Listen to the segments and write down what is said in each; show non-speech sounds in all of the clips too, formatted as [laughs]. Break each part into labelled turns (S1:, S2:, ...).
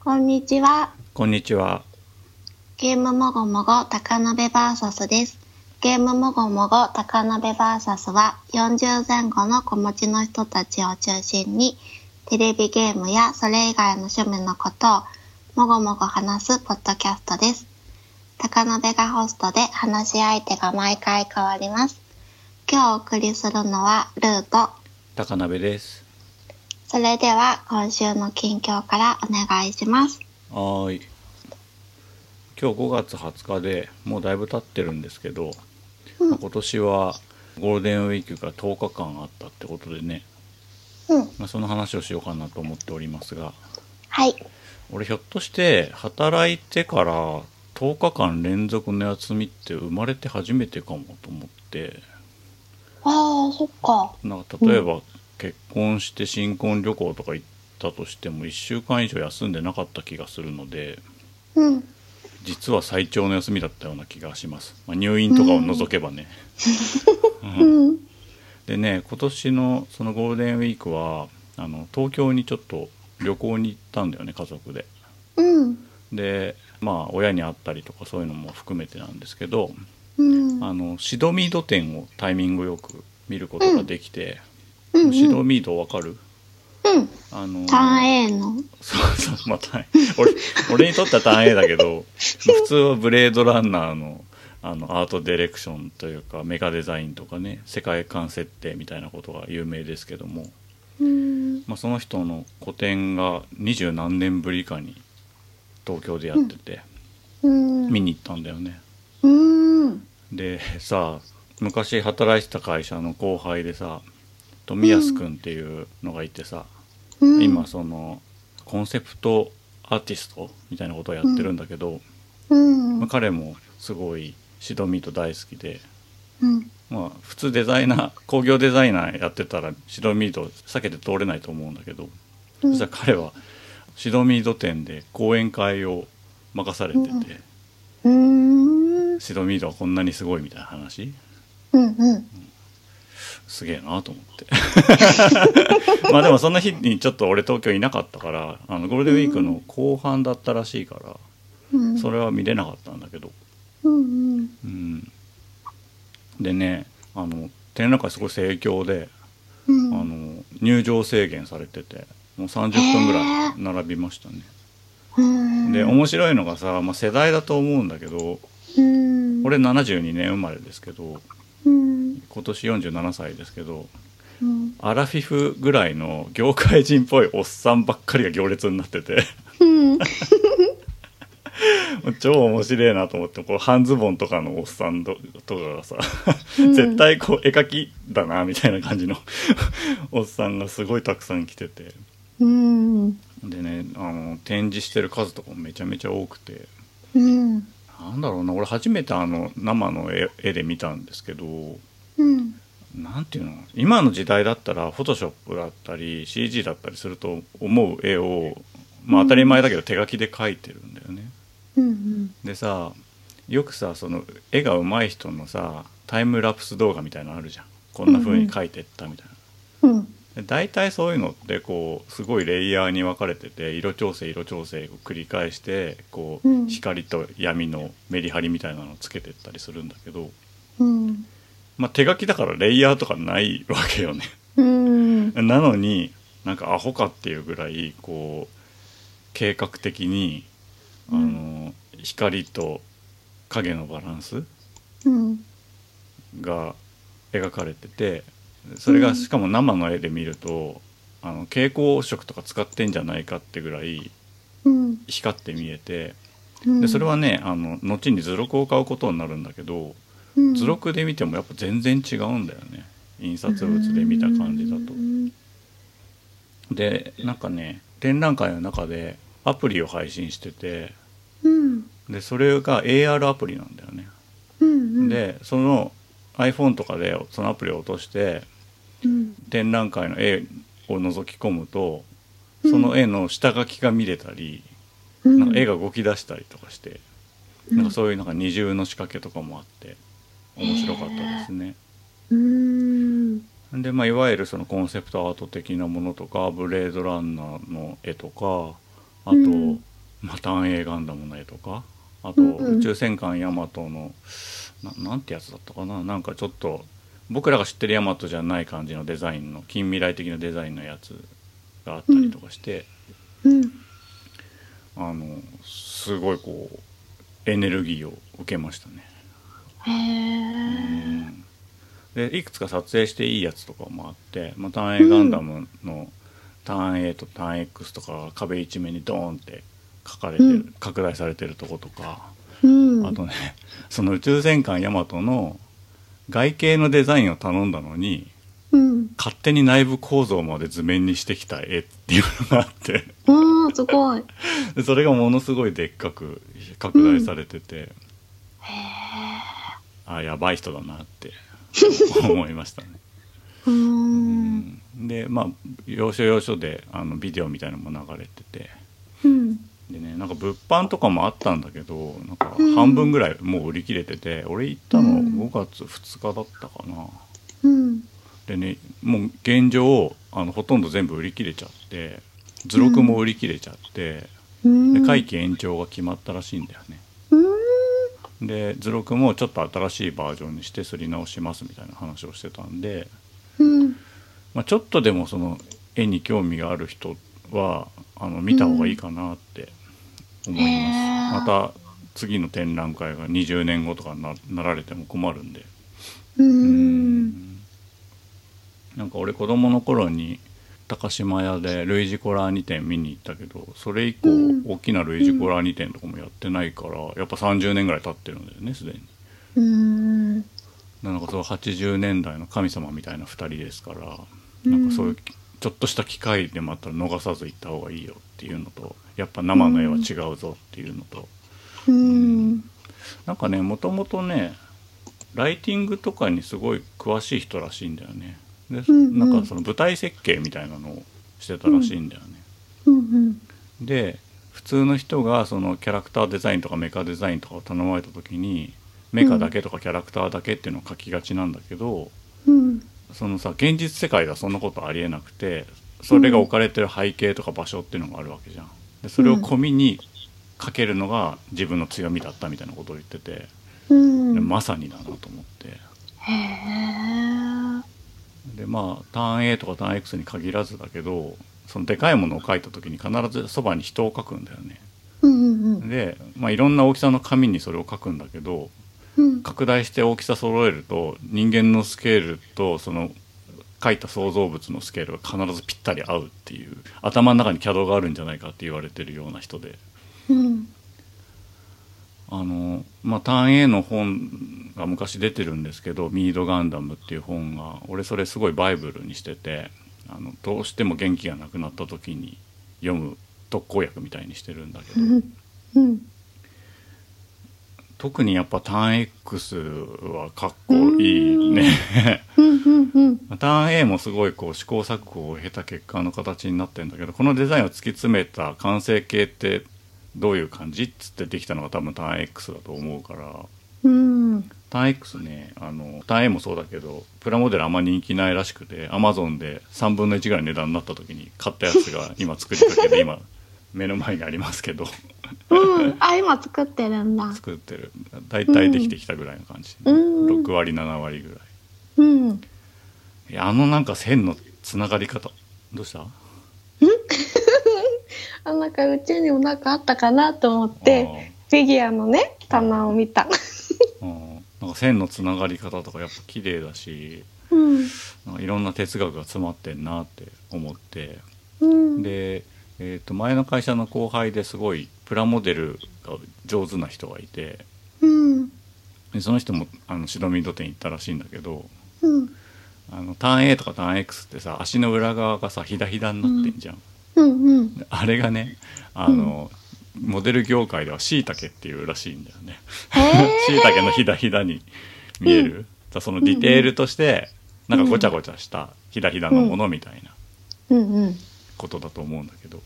S1: こんにちは。
S2: こんにちは。
S1: ゲームもごもご高鍋バーサスです。ゲームもごもご高鍋バーサスは40前後の子持ちの人たちを中心にテレビゲームやそれ以外の趣味のことをもごもご話すポッドキャストです。高鍋がホストで話し相手が毎回変わります。今日お送りするのはルート。
S2: 高鍋です。
S1: それでは今週の近況からお願いします。
S2: はーい。今日5月20日でもうだいぶ経ってるんですけど、
S1: うん
S2: まあ今年はゴールデンウィークが10日間あったってことでね、
S1: うん。
S2: まあ、その話をしようかなと思っておりますが、
S1: はい。
S2: 俺ひょっとして働いてから10日間連続の休みって生まれて初めてかもと思って、
S1: ああ、そっか。
S2: なんか例えば結婚して新婚旅行とか行ったとしても1週間以上休んでなかった気がするので、
S1: うん。
S2: 実は最長の休みだったような気がします、まあ、入院とかを除けばね、
S1: うん。
S2: でね今年のそのゴールデンウィークはあの東京にちょっと旅行に行ったんだよね家族で
S1: うん。
S2: でまあ親に会ったりとかそういうのも含めてなんですけど
S1: うん。
S2: あのシドミード展をタイミングよく見ることができて、
S1: うん。
S2: シドミードわかる
S1: うん。
S2: あの
S1: 3A の。
S2: そうそう、まあ、単俺俺にとっては単 A だけど、まあ普通はブレードランナーのあのアートディレクションというかメカデザインとかね世界観設定みたいなことが有名ですけども、
S1: うん。
S2: まあ、その人の個展が二十何年ぶりかに東京でやってて、
S1: うん。
S2: 見に行ったんだよね。
S1: うん。
S2: でさ昔働いてた会社の後輩でさ富安くんっていうのがいてさ、
S1: うん。
S2: 今そのコンセプトアーティストみたいなことをやってるんだけど、
S1: うん。う
S2: まあ
S1: ん。
S2: 彼もすごいシドミート大好きで、
S1: うん。
S2: まあ、普通デザイナー工業デザイナーやってたらシドミート避けて通れないと思うんだけど、
S1: うん
S2: 実は彼はシドミート店で講演会を任されてて、
S1: うんうん。
S2: シドミートはこんなにすごいみたいな話
S1: うん。
S2: すげえなと
S1: [laughs]
S2: 思ってまあでもその日にちょっと俺東京いなかったからあのゴールデンウィークの後半だったらしいから、
S1: うん。
S2: それは見れなかったんだけど
S1: うん。うん。
S2: うん、でねあの展覧会すごい盛況で、
S1: うん。
S2: あの入場制限されててもう30分ぐらい並びましたね、
S1: うん。
S2: で面白いのがさ、まあ、世代だと思うんだけど
S1: うん。
S2: 俺72年生まれですけど
S1: うん。
S2: 今年47歳ですけど
S1: うん。
S2: アラフィフぐらいの業界人っぽいおっさんばっかりが行列になって [laughs] て
S1: うん。
S2: 超面白いなと思ってこう半ズボンとかのおっさんととかがさ
S1: うん
S2: 絶対こう絵描きだなみたいな感じの [laughs] おっさんがすごいたくさん来てて
S1: うん。
S2: でねあの展示してる数とかもめちゃめちゃ多くて
S1: うん。
S2: なんだろうな俺初めてあの生の絵絵で見たんですけど
S1: うん。
S2: なんていうの今の時代だったらフォトショップだったり CG だったりすると思う絵を、まあ、当たり前だけど手書きで描いてるんだよね。
S1: うん。
S2: でさよくさその絵が上手い人のさタイムラプス動画みたいなのあるじゃんこんな風に描いてったみたいな。
S1: うん。
S2: で大体そういうのってこうすごいレイヤーに分かれてて色調整色調整を繰り返してこう、
S1: うん
S2: 光と闇のメリハリみたいなのをつけてったりするんだけど、
S1: うん。
S2: まあ、手書きだからレイヤーとかないわけよね [laughs]
S1: うん。
S2: なのになんかアホかっていうぐらいこう計画的にあの、
S1: う
S2: 光と影のバランス
S1: うん。
S2: が描かれててそれ
S1: う
S2: が
S1: ん
S2: しかも生の絵で見ると、あの蛍光色とか使ってんじゃないかってぐらい
S1: うん。
S2: 光って見えて
S1: うん。
S2: でそれはねあの後に図録を買うことになるんだけど
S1: うん、
S2: 図録で見てもやっぱ全然違うんだよね印刷物で見た感じだ
S1: う
S2: と。
S1: ん
S2: でなんかね展覧会の中でアプリを配信してて
S1: うん。
S2: でそれが AR アプリなんだよね。
S1: うん。
S2: でその iPhone とかでそのアプリを落として
S1: うん、
S2: 展覧会の絵を覗き込むと
S1: うん
S2: その絵の下書きが見れたり、
S1: うん、
S2: なんか絵が動き出したりとかして、
S1: うん
S2: なんかそういうなんか二重の仕掛けとかもあって面白かったですね。
S1: うん
S2: でまあ、いわゆるそのコンセプトアート的なものとかブレードランナーの絵とかあ
S1: う
S2: と、
S1: ん
S2: また暗影ガンダムの絵とかあと、
S1: うんうん
S2: 宇宙戦艦ヤマトのななんてやつだったかななんかちょっと僕らが知ってるヤマトじゃない感じのデザインの近未来的なデザインのやつがあったりとかして、
S1: うん。
S2: あのすごいこうエネルギーを受けましたね。
S1: へえ。
S2: でいくつか撮影していいやつとかもあって、まあ、ターン A ガンダムのターン A とターン X とかが壁一面にドーンって書かれてる、
S1: うん
S2: 拡大されてるとことか、
S1: うん。
S2: あとね [laughs] その宇宙戦艦ヤマトの外形のデザインを頼んだのに
S1: うん。
S2: 勝手に内部構造まで図面にしてきた絵っていうのがあって [laughs]
S1: うん、すごい。
S2: でそれがものすごいでっかく拡大されてて、あやばい人だなって思いましたね。
S1: うーん。
S2: でまあ要所要所であのビデオみたいなのも流れてて
S1: うん。
S2: でねなんか物販とかもあったんだけどなんか
S1: うん
S2: 半分ぐらいもう売り切れてて、俺行った
S1: う
S2: の
S1: ん
S2: 5月2日だったかな
S1: うん。
S2: でねもう現状あのほとんど全部売り切れちゃって図録も売り切れちゃって、
S1: うん。
S2: で会期延長が決まったらしいんだよね
S1: うん。
S2: で図録もちょっと新しいバージョンにして刷り直しますみたいな話をしてたんで
S1: うん。
S2: まあ、ちょっとでもその絵に興味がある人はあの見た方がいいかなって思います、
S1: へー
S2: また次の展覧会が20年後とかにななられても困るんで
S1: う。
S2: うんなんか俺子供の頃に高島屋でルイジコラー2展見に行ったけどそれ以降、
S1: うん
S2: 大きなルイジコラー2展とかもやってないからやっぱ30年ぐらい経ってるんだよねすでに
S1: うん。
S2: なんかそう80年代の神様みたいな2人ですから、
S1: うん
S2: なんかそういうちょっとした機会でもあったら逃さず行った方がいいよっていうのとやっぱ生の絵は違うぞっていうのと、
S1: うん。
S2: なんかねもともとねライティングとかにすごい詳しい人らしいんだよねで、
S1: んうん
S2: なんかその舞台設計みたいなのをしてたらしいんだよね、
S1: うん。
S2: で普通の人がそのキャラクターデザインとかメカデザインとかを頼まれた時にメカだけとかキャラクターだけっていうのを書きがちなんだけど、
S1: うん。
S2: そのさ現実世界ではそんなことありえなくてそれが置かれてる背景とか場所っていうのがあるわけじゃんでそれを込みにかけるのが自分の強みだったみたいなことを言ってて、
S1: うん。
S2: でまさにだなと思って
S1: へえ。
S2: でまあターン A とかターン X に限らずだけどそのでかいものを描いた時に必ずそばに人を描くんだよね
S1: うんうん
S2: で、まあ、いろんな大きさの紙にそれを描くんだけど
S1: うん。
S2: 拡大して大きさ揃えると人間のスケールとその描いた創造物のスケールが必ずぴったり合うっていう頭の中にキャドがあるんじゃないかって言われてるような人で
S1: うん。
S2: あの、まあ、ターン A の本が昔出てるんですけど「ミード・ガンダム」っていう本が俺それすごいバイブルにしててあのどうしても元気がなくなった時に読む特効薬みたいにしてるんだけ
S1: う
S2: ど
S1: ん。うん。
S2: 特にやっぱターン X はかっこいいね。
S1: うん。うん。
S2: まあターン A もすごいこう試行錯誤を経た結果の形になってるんだけどこのデザインを突き詰めた完成形ってどういう感じっつってできたのが多分ターン X だと思うから
S1: うん。
S2: ターン X ねあのターン A もそうだけどプラモデルあんま人気ないらしくて Amazon で3分の1ぐらいの値段になった時に買ったやつが今作りかけで今目の前にありますけど
S1: うん。あ、今作ってるんだ。
S2: 作ってる大体できてきたぐらいの感じ、
S1: うん
S2: 6割7割ぐらい
S1: うん。
S2: いやあのなんか線のつながり方どうした
S1: あ、なんかうちにもなんかあったかなと思って、フィギュアのね、棚を見た。
S2: うんなんか線のつながり方とかやっぱ綺麗だし
S1: うん。
S2: なんかいろんな哲学が詰まってんなって思って
S1: うん。
S2: で、えー、と前の会社の後輩ですごいプラモデルが上手な人がいて
S1: うん。
S2: でその人もあの白身土店行ったらしいんだけど
S1: うん。
S2: あのターン A とかターン X ってさ足の裏側がさひだひだになってんじゃん、
S1: うん。うん。
S2: であれがねあの、モデル業界ではしいたけっていうらしいんだよね。
S1: へ
S2: [laughs]
S1: え。
S2: しいたけのひだひだに見える、だそのディテールとしてなんかごちゃごちゃしたひだひだのものみたいな
S1: うん。うん。
S2: ことだと思うんだけど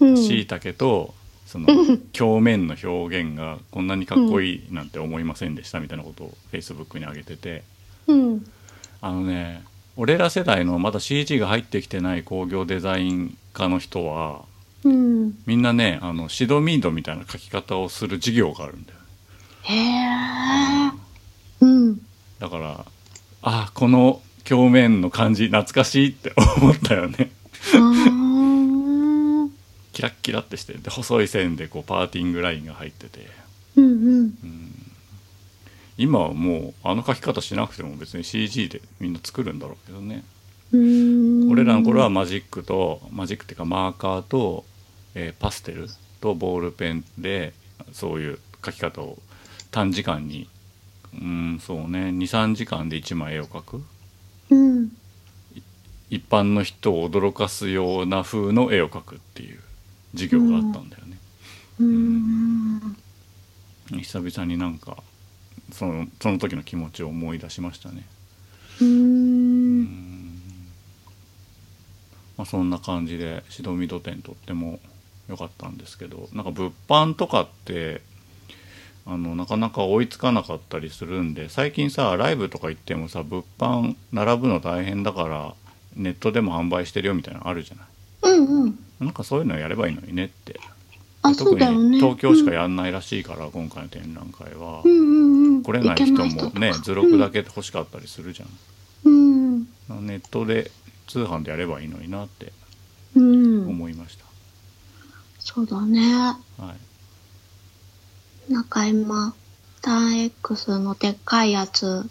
S1: うん。
S2: しいたけとその表面の表現がこんなにかっこいいなんて思いませんでしたみたいなことを Facebook に上げてて
S1: うん。
S2: あのね俺ら世代のまだ CG が入ってきてない工業デザイン科の人は
S1: うん。
S2: みんなねあのシドミードみたいな書き方をする授業があるんだよ
S1: へえ。うん。
S2: だからあこの表面の感じ懐かしいって思ったよね
S1: うん。
S2: キラッキラってしてで細い線でこうパーティングラインが入ってて
S1: うん
S2: 今はもうあの書き方しなくても別に CG でみんな作るんだろうけどね、
S1: うん。
S2: 俺らの頃は、マジックとマジックっていうかマーカーと、えーパステルとボールペンでそういう書き方を短時間にうんそうね23時間で1枚絵を描く
S1: うん。
S2: 一般の人を驚かすような風の絵を描くっていう授業があったんだよね、
S1: うん。
S2: 久々になんかそのその時の気持ちを思い出しましたね
S1: う。
S2: うんんまあ、そんな感じでシドミド店とっても良かったんですけどなんか物販とかってあのなかなか追いつかなかったりするんで最近さライブとか行ってもさ物販並ぶの大変だからネットでも販売してるよみたいなのあるじゃない
S1: うんうん。
S2: なんかそういうのやればいいのにねって
S1: あ、そ
S2: 特
S1: うだよ
S2: に
S1: ね。
S2: 東京しかやんないらしいから、今回の展覧会は、
S1: うんうんうん。
S2: 来れない人もね図録だ
S1: け。
S2: け欲しかったりするじゃん、
S1: うん。
S2: ネットで通販でやればいいのになって
S1: うん。
S2: 思いまし
S1: そうだね。
S2: た、はい、
S1: なんか今、ターン X のでっかいやつ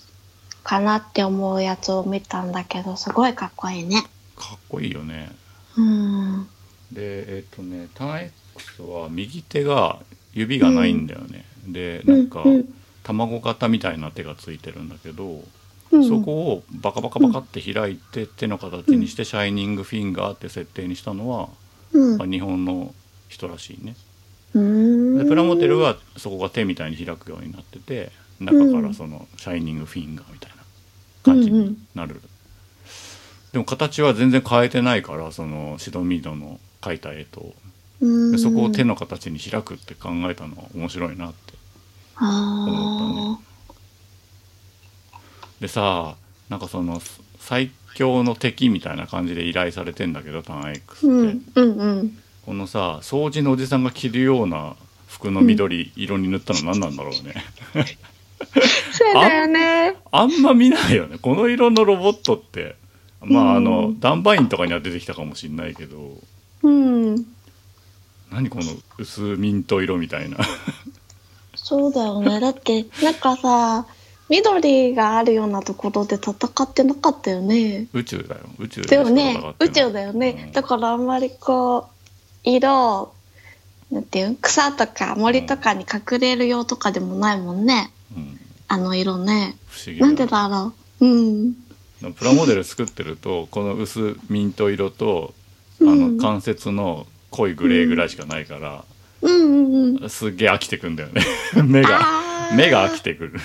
S1: かなって思うやつを見たんだけど、すごいかっこいいね。
S2: かっこいいよね
S1: うん。
S2: でえっ、とねターン X は右手が指がないんだよね、でなんか
S1: うん
S2: 卵型みたいな手がついてるんだけど、
S1: うん
S2: そこをバカバカバカって開いて手の形にして「シャイニングフィンガー」って設定にしたのは、
S1: うん
S2: まあ、日本の人らしいね
S1: うん。
S2: でプラモデルはそこが手みたいに開くようになってて中からそのシャイニングフィンガーみたいな感じになる、でも形は全然変えてないからそのシドミードの描いた絵と
S1: う
S2: で
S1: ん、
S2: そこを手の形に開くって考えたのは面白いなって
S1: あ
S2: でさなんかその最強の敵みたいな感じで依頼されてんだけどターン X
S1: ー
S2: って、
S1: うんうんうん。
S2: このさ掃除のおじさんが着るような服の緑色に塗ったの何なんだろうね
S1: そうだよね。
S2: あんま見ないよね。この色のロボットって。まあ、あ
S1: う
S2: の、
S1: ん
S2: ダンバインとかには出てきたかもしんないけど、
S1: うん。
S2: 何この薄ミント色みたいな。
S1: そうだよね。だって、なんかさ、緑があるようなところで戦ってなかったよね。
S2: [laughs] 宇宙だよ。宇宙でし
S1: で
S2: か
S1: もね
S2: 戦っ、て
S1: 宇
S2: ない
S1: 宙だよ
S2: う
S1: ね
S2: ん。
S1: だからあんまりこう、色、なんていうん草とか森とかに隠れる用とかでもないもんね。
S2: うん
S1: あの色ね。
S2: 不思議
S1: なんで
S2: だ
S1: だ
S2: よ
S1: ろう。うん。
S2: プラモデル作ってると、この薄ミント色と、あ
S1: う
S2: の、
S1: ん
S2: 関節の濃いグレーぐらいしかないから、
S1: うんうんうん。
S2: すっげえ飽きてくんだよ
S1: [laughs]
S2: ね。目が、
S1: あー
S2: 目が飽きてくる。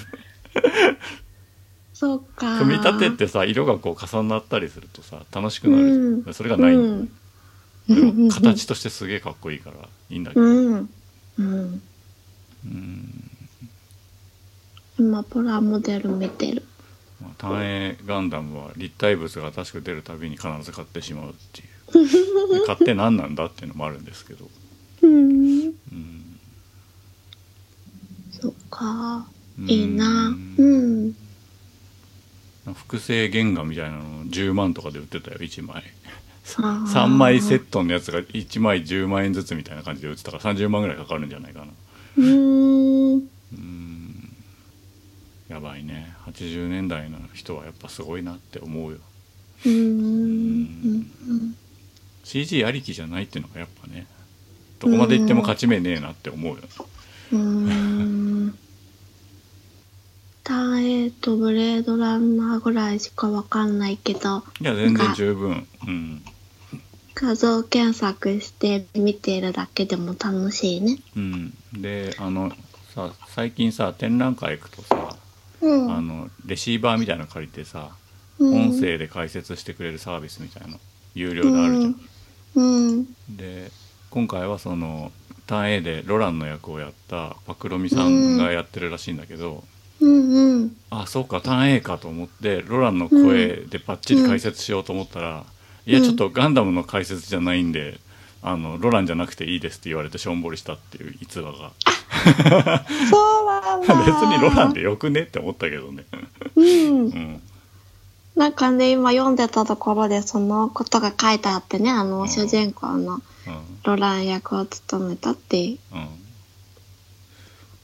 S1: そうか。
S2: 組み立てってさ、色がこう重なったりするとさ、楽しくなるじゃん。
S1: うん
S2: それがないんだよね。
S1: うん
S2: でも形としてすげえかっこいいからいいんだけど、
S1: うん。うん。
S2: うん
S1: 今、プラモデル見てる。
S2: まあ、単影ガンダムは立体物が新しく出るたびに必ず買ってしまうっ
S1: [laughs]
S2: ていうで買って何なんだっていうのもあるんですけど、
S1: うん。
S2: うん、
S1: そっか。
S2: うん
S1: いいな。うん。
S2: 複製原画みたいなの10万とかで売ってたよ1枚
S1: あー
S2: 3枚セットのやつが1枚10万円ずつみたいな感じで売ってたから30万ぐらいかかるんじゃないかな
S1: うーん。
S2: うんやばいね80年代の人はやっぱすごいなって思うよ
S1: うーん。
S2: CG ありきじゃないっていうのがやっぱねどこまで行っても勝ち目ねえなって思うよ、
S1: うーん。ターン A とブレードランナーぐらいしかわかんないけど、
S2: いや全然十分うん、
S1: 画像検索して見てるだけでも楽しいね。
S2: うん、であのさ最近さ展覧会行くとさ、
S1: うん。
S2: あのレシーバーみたいなの借りてさ、
S1: うん
S2: 音声で解説してくれるサービスみたいなの有料であるじゃん、
S1: うん。
S2: で今回はそのターン A でロランの役をやったパクロミさんがやってるらしいんだけど、
S1: うんうん。
S2: あそうかターン A かと思ってロランの声でバッチリ解説しようと思ったら、いやちょっとガンダムの解説じゃないんで、あのロランじゃなくていいですって言われてしょんぼりしたっていう逸話が
S1: そうなん
S2: [laughs] 別
S1: だ。
S2: にロランでよくねって思ったけどね
S1: うん
S2: う。ん
S1: なんかね、今読んでたところでそのことが書いてあってね、あ
S2: う
S1: の、
S2: ん
S1: 主人公の
S2: うん
S1: ロラン役を務めたって、
S2: うん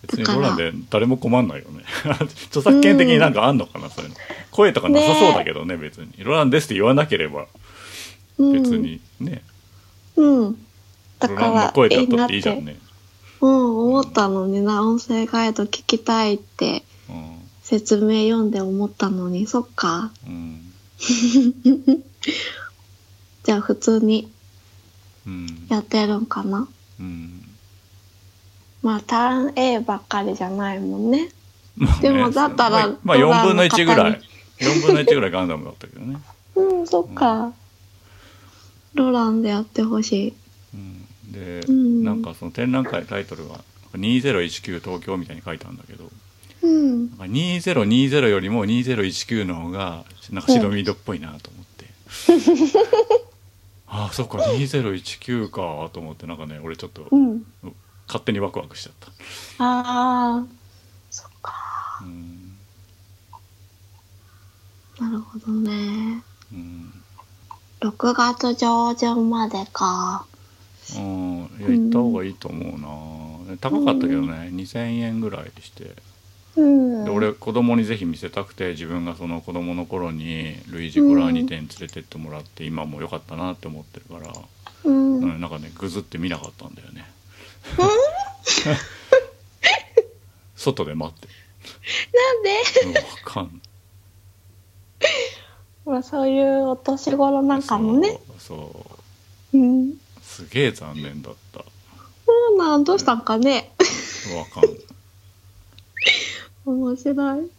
S2: 別に
S1: だから
S2: ロランで誰も困んないよね [laughs] 著作権的になんかあんのかな、そういうの声とかなさそうだけどね別にロランですって言わなければ
S1: うん、
S2: 別。にね、
S1: うん。だ
S2: ロ
S1: か
S2: ランの
S1: ら、
S2: 声
S1: い
S2: だ
S1: いな
S2: っ
S1: ってて
S2: いいじゃんね
S1: うん、思ったのにな、音声ガイド聞きたいって
S2: うん
S1: 説明読んで思ったのに、そっか。
S2: うん
S1: じゃあ普通に
S2: うん
S1: やってるんかな。
S2: うん
S1: まあ、ターン A ばっかりじゃないもんね。
S2: まあね
S1: でもだったら
S2: まあ
S1: ロラ
S2: 4
S1: ン
S2: 分の
S1: の
S2: 1ぐらい
S1: 方
S2: 4分の1ぐらいガンダムだったけどね、
S1: うん、そっか。ロランでやってほしい。
S2: うん、で、
S1: うん
S2: なんかその展覧会タイトルが2019東京みたいに書いてあるんだけど
S1: うん。
S2: なんか2020よりも2019の方がなんか白身色っぽいなと思って、 [laughs] ああそっか2019かと思ってなんかね俺ちょっと
S1: うん。
S2: 勝手にワクワクしちゃった
S1: ああ、そっか。
S2: うん、
S1: なるほどね。
S2: うん
S1: 6月上旬までか。
S2: うん、いや行った方がいいと思うな高かったけどね、2,000円ぐらいして
S1: うん。
S2: で俺子供にぜひ見せたくて自分がその子供の頃にルイージ・コラーニ店に連れてってもらって、今も良かったなって思ってるから、
S1: うん。
S2: うんなんかねぐずって見なかったんだよね [laughs] 外で待って
S1: なんで
S2: うんわかん
S1: まあそういうお年頃なんかもね。
S2: そうそう
S1: うん。
S2: すげえ残念だったわ
S1: そうなん、どうしたんかね。 [laughs]
S2: かんない
S1: 面白い。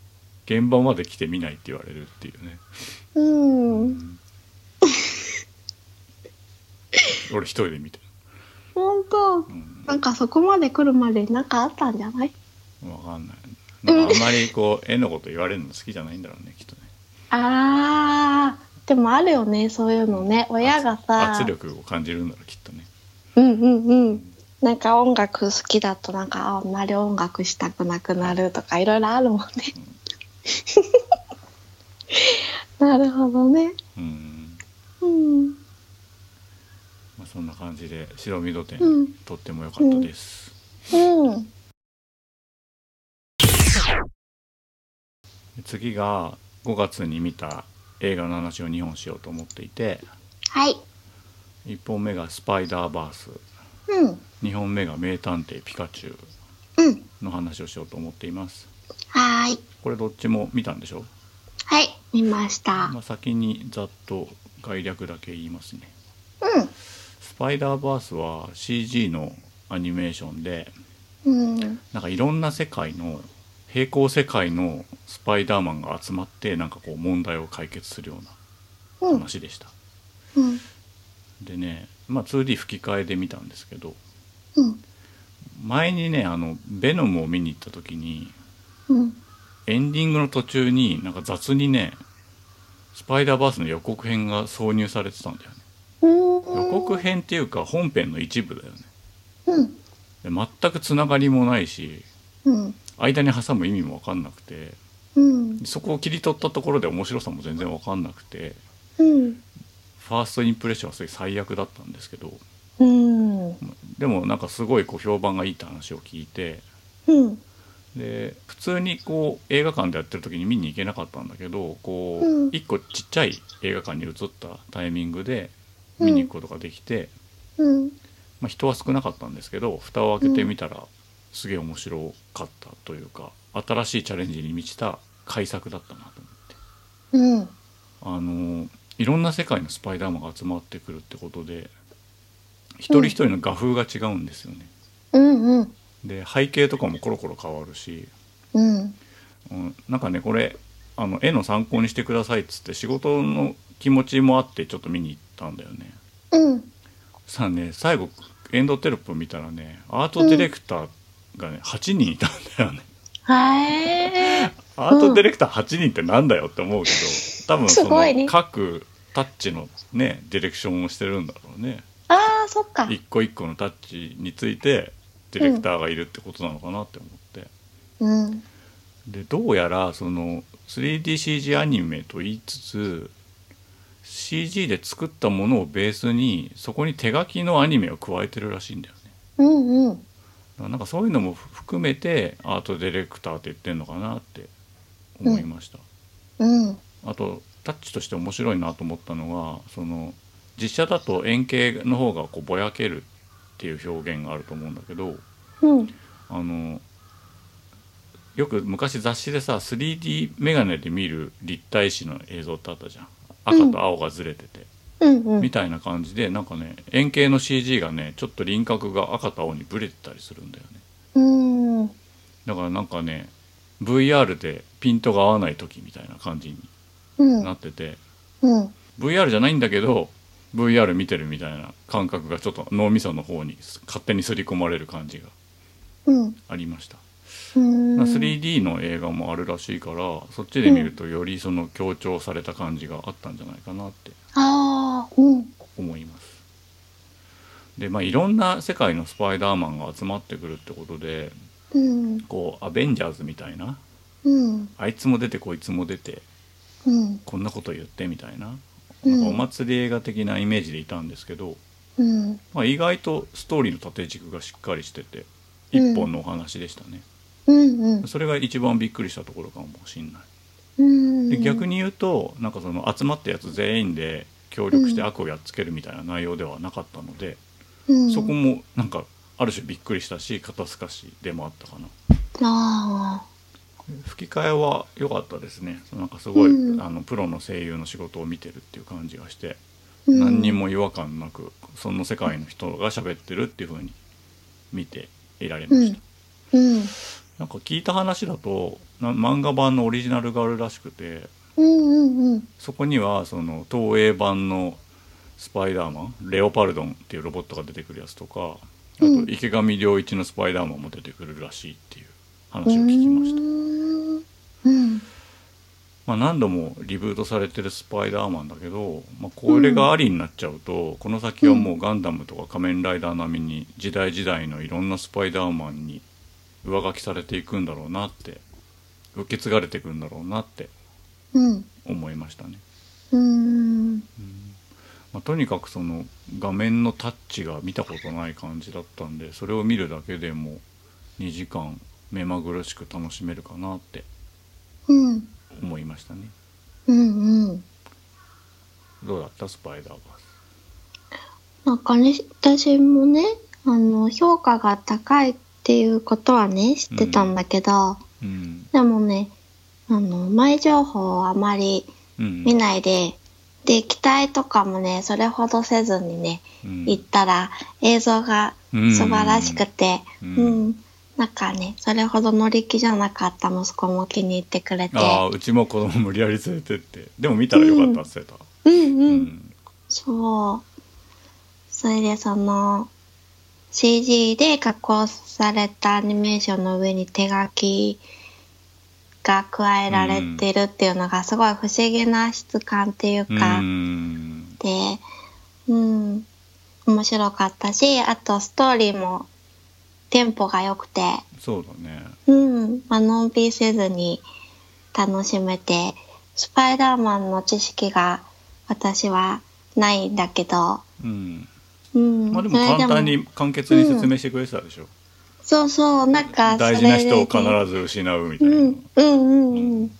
S2: 現場まで来て見ないって言われるっていうね
S1: うん。うん、
S2: 俺一人で見て
S1: ほんと。
S2: うん
S1: なんかそこまで来るまでなんかあったんじゃない
S2: わかんないなんかあんまりこう絵のこと言われるの好きじゃないんだろうねきっとね
S1: ああ。でもあるよね、そういうのね。親がさ。
S2: 圧力を感じるんだろうきっとね
S1: うんうんうん。なんか音楽好きだとなんかあんまり音楽したくなくなるとかいろいろあるもんね。なるほどね。
S2: うん、
S1: うん。
S2: まあ、そんな感じで白身土店、
S1: うん
S2: とっても良かったです、
S1: うん。
S2: 次が5月に見た映画の話を2本しようと思っていて
S1: はい。
S2: 1本目が「スパイダーバース
S1: うん。」
S2: 2本目が「名探偵ピカチュウ
S1: うん。」
S2: の話をしようと思っています
S1: はーい。
S2: これどっちも見たんでしょ、
S1: はい。見ました
S2: ま。あ、先にざっと概略だけ言いますね
S1: うん。
S2: スパイダーバースは CG のアニメーションで
S1: うん。
S2: なんかいろんな世界の平行世界のスパイダーマンが集まってなんかこう問題を解決するよう
S1: う。
S2: なん話でした、
S1: うん。
S2: でね、まあ、2D 吹き替えで見たんですけど
S1: うん。
S2: 前にねあの「ベノム」を見に行った時に
S1: うん。
S2: エンディングの途中になんか雑にねスパイダーバースの予告編が挿入されてたんだよね予告編っていうか本編の一部だよね
S1: うん。
S2: で全くつながりもないし
S1: うん。
S2: 間に挟む意味も分かんなくて
S1: うん。
S2: そこを切り取ったところで面白さも全然分かんなくて
S1: うん。
S2: ファーストインプレッションはすごい最悪だったんですけど
S1: うん。
S2: でもなんかすごいこう評判がいいって話を聞いて
S1: うん。
S2: で普通にこう映画館でやってる時に見に行けなかったんだけどこ
S1: う
S2: うん一個ちっちゃい映画館に移ったタイミングで見に行くことができて、
S1: うん。
S2: まあ、人は少なかったんですけど蓋を開けてみたらすげえ面白かったというか新しいチャレンジに満ちた改作だったなと思
S1: う
S2: って。
S1: ん。
S2: あのいろんな世界のスパイダーマンが集まってくるってことで一人一人の画風が違うんですよね。
S1: うん。うん。
S2: で背景とかもコロコロ変わるし、
S1: うん。
S2: うん、なんかねこれあの絵の参考にしてくださいっつって仕事の気持ちもあってちょっと見に行ったんだよね。
S1: うん。
S2: さあね最後エンドテロップ見たらねアートディレクターがね8人いたんだよね。
S1: はい。
S2: アートディレクター8人ってなんだよって思うけど多分そ
S1: すごいね
S2: の各タッチのねディレクションをしてるんだろうね。
S1: ああ、そっか。
S2: 一個一個のタッチについてディレクターがいるってことなのかなって思って、
S1: うん。
S2: でどうやらその 3DCG アニメと言いつつ CG で作ったものをベースにそこに手書きのアニメを加えてるらしいんだよね
S1: うんうん。
S2: だからなんかそういうのも含めてアートディレクターって言ってるのかなって思いました、
S1: うん。
S2: あとタッチとして面白いなと思ったのがその実写だと円形の方がこうぼやけるっていう表現があると思うんだけど
S1: うん。
S2: あのよく昔雑誌でさ 3D メガネで見る立体視の映像ってあったじゃん赤と青がずれてて、
S1: うんうん。
S2: みたいな感じでなんかね円形の CG がねちょっと輪郭が赤と青にブレてたりするんだよね
S1: うん。うん
S2: だからなんかね VR でピントが合わない時みたいな感じになってて、
S1: うん。
S2: VR じゃないんだけど VR 見てるみたいな感覚がちょっと脳みその方に勝手に刷り込まれる感じが
S1: うん。
S2: ありました、
S1: うん。
S2: まあ 3D の映画もあるらしいからそっちで見るとよりその強調された感じがあったんじゃないかなって
S1: ああ、うん。
S2: 思いますでまあいろんな世界のスパイダーマンが集まってくるってことで
S1: うん。
S2: こうアベンジャーズみたいな
S1: うん。
S2: あいつも出てこいつも出て
S1: うん。
S2: こんなこと言ってみたいな
S1: う
S2: なんかお
S1: ん。
S2: 祭り映画的なイメージでいたんですけど、
S1: うん。
S2: まあ、意外とストーリーの縦軸がしっかりしてて
S1: うん
S2: 一本のお話でしたね、
S1: うん。
S2: それが一番びっくりしたところかもしんな
S1: うん。
S2: いで逆
S1: に。
S2: に言うとなんかその集まったやつ全員で協力して
S1: うん
S2: 悪をやっつけるみたいな内容ではなかったので、
S1: うん、
S2: そこもなんかある種びっくりしたし肩透かしでもあったかな
S1: あ
S2: 吹き替えは良かったですねなんかすごい、
S1: うん
S2: あのプロの声優の仕事を見てるっていう感じがして、
S1: あ。
S2: 何に。も違和感なくその世界の人が喋ってるっていう風に見ていられま
S1: う
S2: した
S1: ん。、うん。
S2: なんか聞いた話だとな漫画版のオリジナルがあるらしくて
S1: うん。うん。うん。
S2: そこにはその東映版のスパイダーマンレオパルドンっていうロボットが出てくるやつとかあ
S1: う
S2: と
S1: ん
S2: 池上良一のスパイダーマンも出てくるらしいっていう話を聞きました、
S1: た。うん。
S2: まあ、何度もリブートされてるスパイダーマンだけど、まあ、これがありになっちゃうとこの先はもうガンダムとか仮面ライダー並みに時代時代のいろんなスパイダーマンに上書きされていくんだろうなって受け継がれていくんだろうなって
S1: うん。
S2: 思いましたね、
S1: うん。
S2: まあ、とにかくその画面のタッチが見たことない感じだったんでそれを見るだけでも2時間目まぐるしく楽しめるかなって
S1: うん。
S2: 思いましたね
S1: うん。うん。
S2: どうだったスパイダーバ
S1: なんかね、私もね、あの、評価が高いっていうことはね、知ってたんだけど、
S2: ーうん
S1: でもね、あの、前情報をあまり
S2: うん
S1: 見ないで、で、期待とかもね、それほどせずにね、
S2: うん
S1: 行ったら映像が
S2: うん
S1: 素晴らしくて、
S2: う
S1: うんん、なんかね、それほど乗り気じゃなかった息子も気に入ってくれて、
S2: ああうちも子供無理やり連れてってでも見たらよかったって言ってた、
S1: うんう、
S2: うん
S1: そう。それでその CG で加工されたアニメーションの上に手書きが加えられてるっていうのがすごい不思議な質感っていうか、
S2: うん
S1: で、うん、面白かったし、あとストーリーもテンポが良くて、
S2: そうだね
S1: うん、まあのんびりせずに楽しめて、スパイダーマンの知識が私はないんだけど、
S2: うん
S1: うん、
S2: まあでも
S1: それ
S2: 簡単に簡潔に説明してくれてたでしょ、
S1: そうそう、なんか、
S2: 大事な
S1: それ
S2: 人
S1: で
S2: を必ず失うみた
S1: う
S2: いな、
S1: ん、うん、うん、
S2: う
S1: うんん。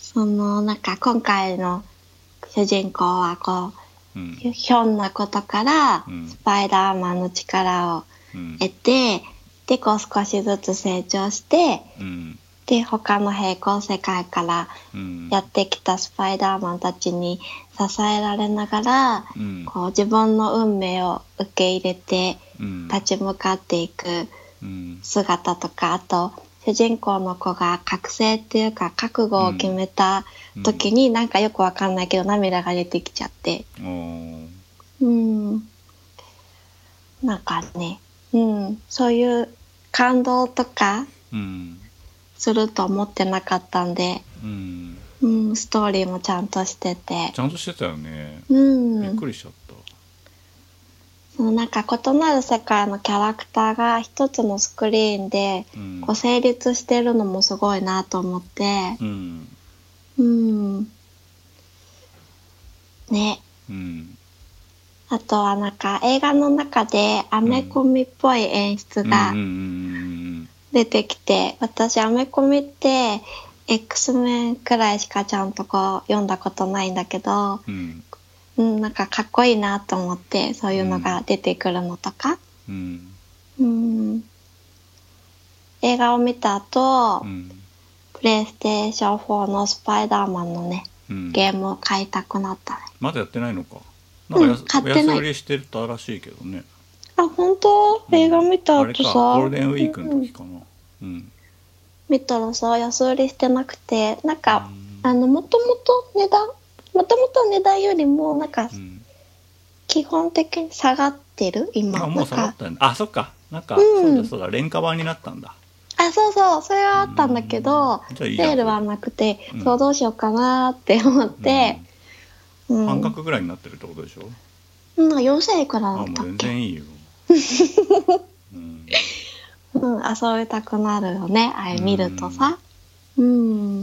S1: その、なんか、今回の主人公は、こ
S2: うん
S1: う、ひょんなことから
S2: うん、
S1: スパイダーマンの力を
S2: うん
S1: 得て、で、こう少しずつ成長して、
S2: うん
S1: で、他の平行世界から
S2: うん
S1: やってきたスパイダーマンたちに支えられながら、
S2: うん
S1: こう、自分の運命を受け入れて、
S2: うん
S1: 立ち向かっていく
S2: うん
S1: 姿とかあと主人公の子が覚醒っていうか覚悟を決めた時に、なんかよくわかんないけど涙が出てきちゃって
S2: おー
S1: うんなんかね、うん、そういう感動とか
S2: うん
S1: すると思ってなかったんで、
S2: うん
S1: うん、ストーリーもちゃんとしてて
S2: ちゃんとしてたよね、
S1: うん
S2: びっくりしちゃった
S1: そのなんか異なる世界のキャラクターが一つのスクリーンで
S2: うん
S1: こう成立してるのもすごいなと思って
S2: うん
S1: うんね
S2: うん
S1: あとはなんか映画の中でアメコミっぽい演出が
S2: うんうん
S1: 出てきて、私アメコミって X メンくらいしかちゃんとこう読んだことないんだけど、
S2: うんうん
S1: うん、なんかかっこいいなと思ってそういうのが出てくるのとか、
S2: うん
S1: うん、映画を見た後、
S2: うん
S1: プレイステーション4のスパイダーマンのね
S2: うん
S1: ゲームを買いたくなったね
S2: まだやってないのかな
S1: うん
S2: んか
S1: 買
S2: や
S1: って
S2: すお
S1: ない
S2: 安売りしてたらしいけどね
S1: あ本当映画見た
S2: あれ
S1: 後
S2: か
S1: さ
S2: ゴールデンウィークの
S1: うん
S2: 時かなうん
S1: 見たらさ安売りしてなくてなんか
S2: うん
S1: あのもともと値段もともと値段よりもなんか
S2: うん
S1: 基本的に下がってる今
S2: あ
S1: な
S2: もうん下が
S1: か
S2: ったんだあそっかなんか
S1: うん
S2: そうだそうだ廉価版になったんだ
S1: あそうそうそれはあったんだけど
S2: うんじゃあいい
S1: セ
S2: や
S1: ールはなくて
S2: うん
S1: そうどうしようかなって思って、う
S2: うんん半額ぐらいになってるってことでしょ
S1: うん、4000いくら
S2: あ
S1: だ
S2: も
S1: っ
S2: う
S1: たっ
S2: 全
S1: け
S2: 然い
S1: [laughs]
S2: いようん
S1: うん、遊びたくなるよね、あれ見るとさ。うん。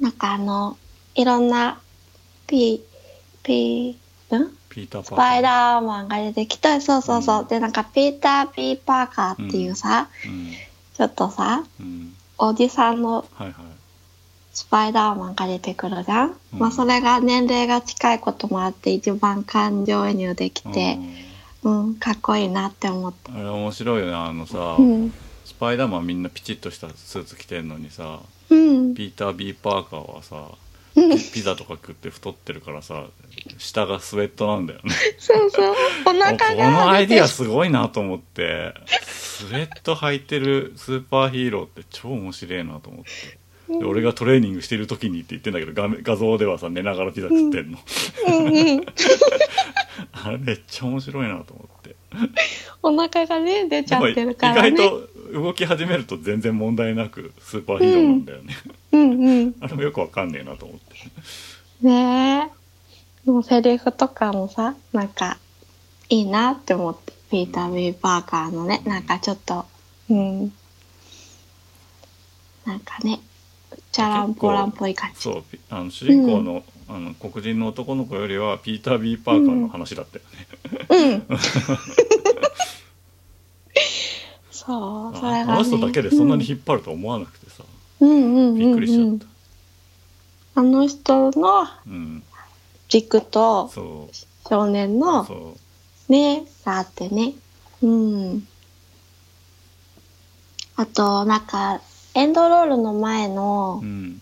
S1: なんかあの、いろんな、ピー、ピー、ん
S2: ピーターパー
S1: スパイダーマンが出てきたそうそうそう。
S2: うん
S1: で、なんかピーター・ピー・パーカーっていうさ、
S2: うん
S1: ちょっとさ、
S2: うん
S1: おじさんの
S2: はいはい
S1: スパイダーマンが出てくるじゃん。
S2: うん
S1: まあ、それが年齢が近いこともあって、一番感情移入できて、うん、かっこいいなって思った。
S2: うんあれ面白いよねあのさ、
S1: うん。
S2: スパイダーマンみんなピチッとしたスーツ着てんのにさ
S1: うん。
S2: ピーター・ビー・パーカーはさ
S1: うん
S2: ピピザとか食って太ってるからさ下がスウェットなんだよ
S1: [laughs]
S2: ね
S1: そうそう。お腹
S2: こ
S1: が出て。
S2: のアイディアすごいなと思ってスウェット履いてるスーパーヒーローって超面白いなと思ってで俺がトレーニングしてる時にって言ってんだけど画面画像ではさ寝ながらピザ食ってんの
S1: うんうん。
S2: あれめっちゃ面白いなと思って
S1: お腹が
S2: [laughs]
S1: ね、出ち
S2: で
S1: ゃっ
S2: も
S1: てる
S2: 意
S1: からね。
S2: 外と動き始めると全然問題なくスーパーヒーローなんだよ
S1: [laughs]
S2: ね、
S1: うんうん。
S2: あれもよくわかんねえなと思って
S1: ねえ。もうセリフとかもさ、なんか、いいなって思って。ピーター・ビー・パーカーのね、なんかちょっと、うん。なんかね、チャランポランっぽい感じ。
S2: そうピあの主人公の,、あの黒人の男の子よりはピーター・ビー・パーカーの話だったよね、 [laughs]
S1: うん。そう、それが、ね。
S2: あの人だけでそんなに引っ張ると思わなくてさ、
S1: うんうんうんうん
S2: びっくりしちゃった、
S1: あの人の
S2: うん
S1: 軸と
S2: そう
S1: 少年の
S2: そ
S1: ね、があってね。うん。あと、なんか、エンドロールの前の
S2: ううん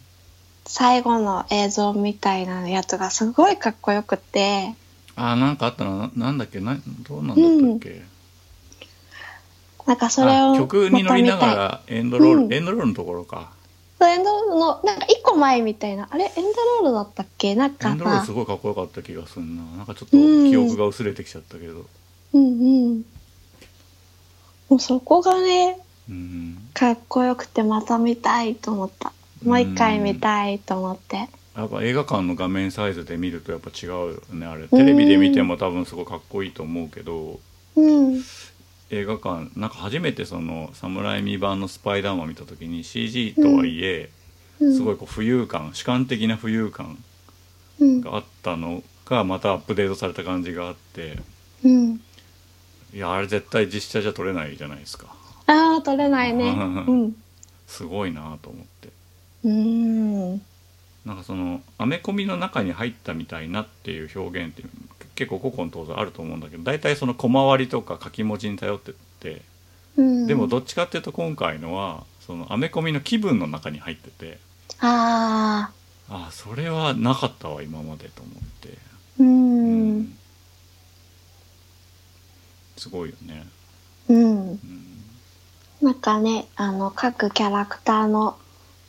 S1: 最後の映像みたいなやつがすごいかっこよくて、
S2: あなんかあったなななんだっけなどうなんだったっけ、
S1: なんかそれ
S2: あ
S1: を
S2: 曲に乗りなが
S1: また見
S2: らエンドロール、
S1: うん
S2: エンドロールのところか
S1: たいそうエンドロールの、なんか一個前みたいな。あれエンドロールだったっけなん
S2: エ
S1: か
S2: ンドロール
S1: さ
S2: す、ごいかっこよかった気がするななんかちょっと
S1: うん
S2: 記憶が薄れてきちゃったけど
S1: うんうん。もうそこがね、
S2: うん
S1: かっこよくてまた見たいと思った。もう一回見たいと思って。
S2: やっぱ映画館の画面サイズで見るとやっぱ違うよねあれテレビで見ても多分すごいかっこいいと思うけど
S1: うん。
S2: 映画館なんか初めてその「サムライミ版の「スパイダーマン」見た時に CG とはいえ、
S1: うん
S2: すごいこう浮遊感主観的な浮遊感
S1: うん。
S2: があったのがまたアップデートされた感じがあって
S1: うん。
S2: いやあれ絶対実写じゃ撮れないじゃないですか
S1: ああ、取れないね。う。
S2: うんすごいなと思って
S1: うーん。
S2: なんかそのアメコミの中に入ったみたいなっていう表現って結構古今東西あると思うんだけど大体その小回りとか書き文字に頼ってって
S1: うん、
S2: でもどっちかっていうと今回のはそのアメコミの気分の中に入ってて
S1: ああ、
S2: あそれはなかったわ今までと思って、
S1: うー。
S2: うんすごいよね、
S1: うん。
S2: うん
S1: なんかね、あの、各キャラクターの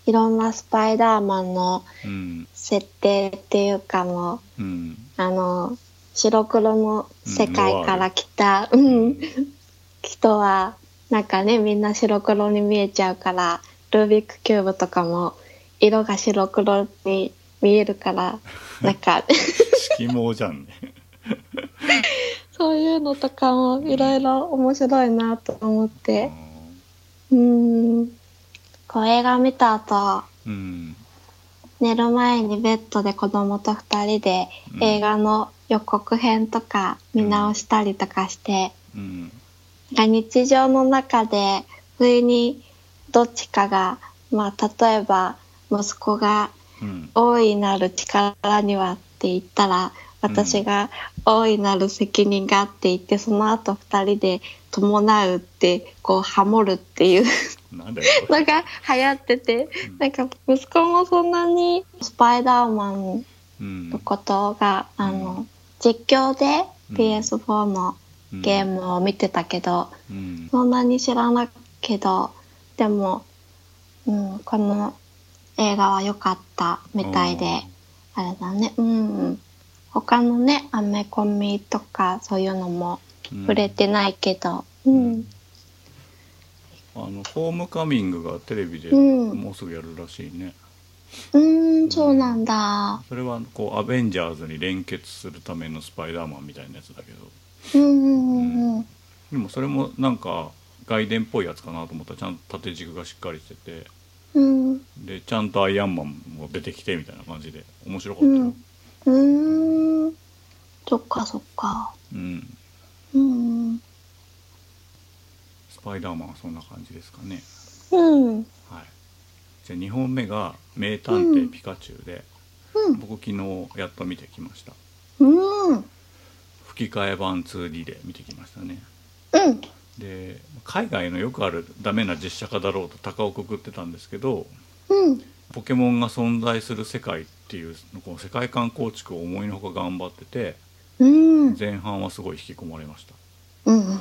S1: いろんなスパイダーマンの
S2: うん
S1: 設定っていうかもう、
S2: うん
S1: あの、白黒の世界から来た、う、
S2: うん
S1: 人は、なんかね、みんな白黒に見えちゃうから、ルービックキューブとかも、色が白黒に見えるから、なんか、
S2: 色盲じゃんね
S1: そういうのとかもいろいろ面白いなと思っ
S2: あー
S1: て。うん。こう映画見た後、
S2: うん
S1: 寝る前にベッドで子供と二人で
S2: うん
S1: 映画の予告編とか見直したりとかして、
S2: うん
S1: なんか日常の中で不意にどっちかが、まあ例えば息子が
S2: うん
S1: 大いなる力にはって言ったら私が大いなる責任があって言ってその後二人で伴うってこうハモるって
S2: [laughs]
S1: いう
S2: なんだよこれ
S1: のが流行っててなんか息子もそんなにスパイダーマン
S2: うん
S1: のことがあ
S2: う
S1: の
S2: ん
S1: 実況で
S2: うん
S1: PS4 の
S2: うん
S1: ゲームを見てたけど
S2: うん
S1: そんなに知らないけどでも、うん、この映画は良かったみたいで。あれだね、うんうん。他のね、アメコミとかそういうのも
S2: うん
S1: 触れてないけど、うん。
S2: あのホームカミングがテレビで
S1: うん
S2: もうすぐやるらしいね、
S1: うん、そうなんだ。
S2: それはこうアベンジャーズに連結するためのスパイダーマンみたいなやつだけど
S1: うんうんうんうん。
S2: でもそれもなんか外伝っぽいやつかなと思ったらちゃんと縦軸がしっかりしてて
S1: うん、
S2: でちゃんとアイアンマンも出てきてみたいな感じで面白かっ
S1: う
S2: たよ、
S1: ん。うん。そっかそっか。
S2: うん
S1: うん
S2: スパイダーマンはそんな感じですかね
S1: うん。うん。
S2: はいじゃあ2本目が「名探偵ピカチュウで」
S1: うん。
S2: 僕昨日やっと見てきました
S1: うん。うん。
S2: 吹き替え版 2D で見てきましたね
S1: うん。
S2: で海外のよくあるダメな実写化だろうと高をくくってたんですけど
S1: うん。
S2: ポケモンが存在する世界っていうこの世界観構築を思いのほか頑張ってて
S1: うん。
S2: 前半はすごい引き込まれました
S1: うん。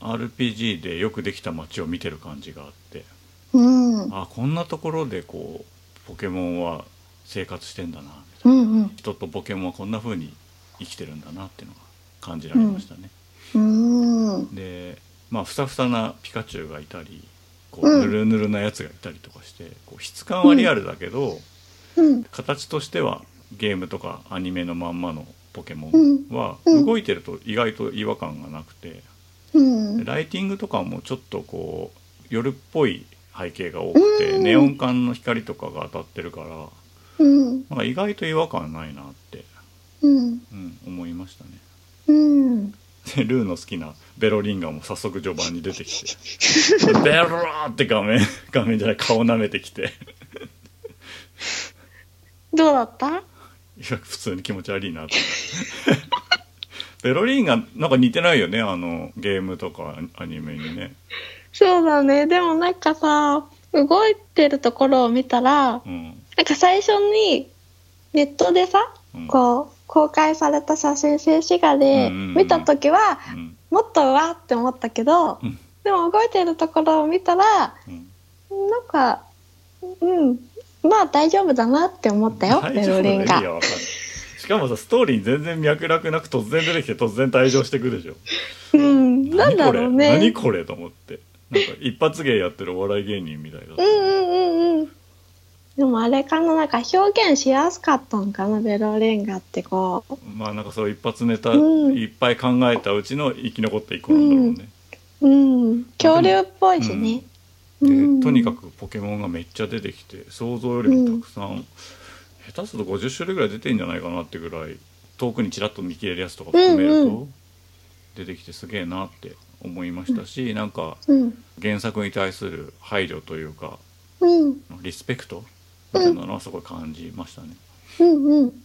S2: RPG でよくできた街を見てる感じがあって
S1: うん。うん。
S2: あこんなところでこうポケモンは生活してんだなみたいな
S1: うん。
S2: 人とポケモンはこんな風に生きてるんだなっていうのが感じられましたね、
S1: うん。
S2: でまあふさふさなピカチュウがいたりこ
S1: う
S2: うんぬるぬるなやつがいたりとかして、こう質感はリアルだけど、
S1: うん。
S2: 形としてはゲームとかアニメのまんまのポケモ
S1: うん
S2: ンは
S1: うん
S2: 動いてると意外と違和感がなくて、
S1: うん。
S2: ライティングとかもちょっとこう夜っぽい背景が多くて、
S1: うん
S2: ネオン管の光とかが当たってるから
S1: うん。
S2: なんか意外と違和感ないなって、
S1: うん。
S2: うん、思いましたね。
S1: うん。
S2: でルーの好きなベロリンガも早速序盤に出てきて [laughs] ベローって画面 [laughs] 画面じゃない顔舐めてきてい
S1: どうだった
S2: や普通に気持ち悪いなって [laughs] ベロリンガなんか似てないよねあのゲームとかアニメにね
S1: そうだね。でもなんかさ、動いてるところを見たら、
S2: うん
S1: なんか最初にネットでさ、
S2: うん
S1: こう、公開された写真、静止画で
S2: うんうんうん
S1: 見たときは、
S2: うん
S1: もっとうわって思ったけど
S2: う、ん
S1: でも動いてるところを見たら、
S2: うん
S1: なんか、うん、まあ大丈夫だなって思ったよ、
S2: 大
S1: ベ
S2: 丈
S1: ルリン
S2: 夫だよ意味は
S1: が。
S2: わかるしかもさストーリーに全然脈絡なく突然出てきて突然退場してくでしょ
S1: うん、なんだろうね。
S2: 何これ何これと思ってなんか一発芸やってるお笑い芸人みたいだった
S1: うんうんうんうん。でもあれかな、なんか表現しやすかったんかな、ベロリンガってこ
S2: まあなんかそういう一発ネタ
S1: うん
S2: いっぱい考えたうちの生き残ってい個なんだろうね。
S1: う。うん、恐竜っぽいしね。うん
S2: でとにかくポケモンがめっちゃ出てきて想像よりもたくさん、下手すると50種類ぐらい出てんじゃないかなってぐらい遠くにちらっと見切れるやつとか含める
S1: うんう
S2: と出てきてすげえなって思いましたし、なんか
S1: うん。
S2: 原作に対する配慮というか
S1: うん。
S2: リスペクトみたいなのはすごい感じましたね。
S1: うんうん。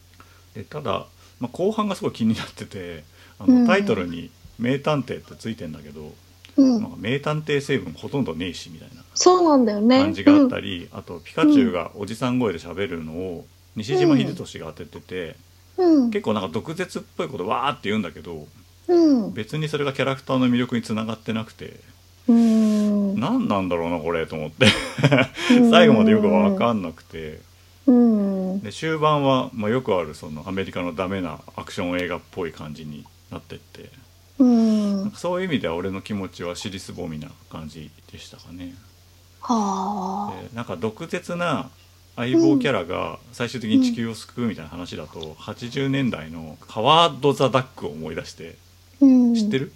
S2: でただ、まあ、後半がすごい気になっててあ
S1: うん
S2: のタイトルに「名探偵」ってついてんだけど。
S1: う
S2: な
S1: ん。
S2: んか名探偵成分ほとんどねえしみたいな
S1: そうなんだよね。
S2: 感じがあったり、あとピカチュウがおじさん声で喋るのを西島秀俊が当ててて、
S1: うん。
S2: 結構なんか毒舌っぽいことわーって言うんだけど
S1: うん。
S2: 別にそれがキャラクターの魅力につながってなくて
S1: うん。
S2: 何なんだろうなこれと思って最後までよく分かんなくて
S1: うん。
S2: で終盤は、まあ、よくあるそのアメリカのダメなアクション映画っぽい感じになってって
S1: うん。
S2: なん
S1: は
S2: かそういう意味では俺の気持ちは尻すぼみな感じでしたかね。
S1: あ。
S2: でなんか毒舌な相棒キャラが最終的に地球を救うみたいな話だと、80年代のハワード・ザ・ダックを思い出して
S1: うん。
S2: 知ってる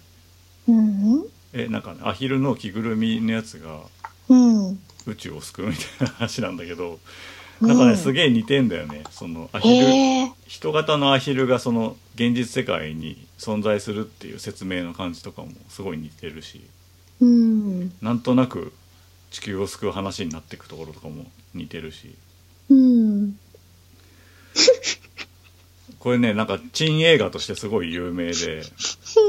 S1: うん
S2: えなんかねアヒルの着ぐるみのやつが
S1: うん。
S2: 宇宙を救うみたいな話なんだけど
S1: うん
S2: なんかねすげえ似てんだよねそのアヒル、
S1: へえ。
S2: 人型のアヒルがその現実世界に存在するっていう説明の感じとかもすごい似てるし
S1: うん。
S2: なんとなく地球を救う話になっていくところとかも似てるし
S1: うん。
S2: これねなんか珍映画としてすごい有名で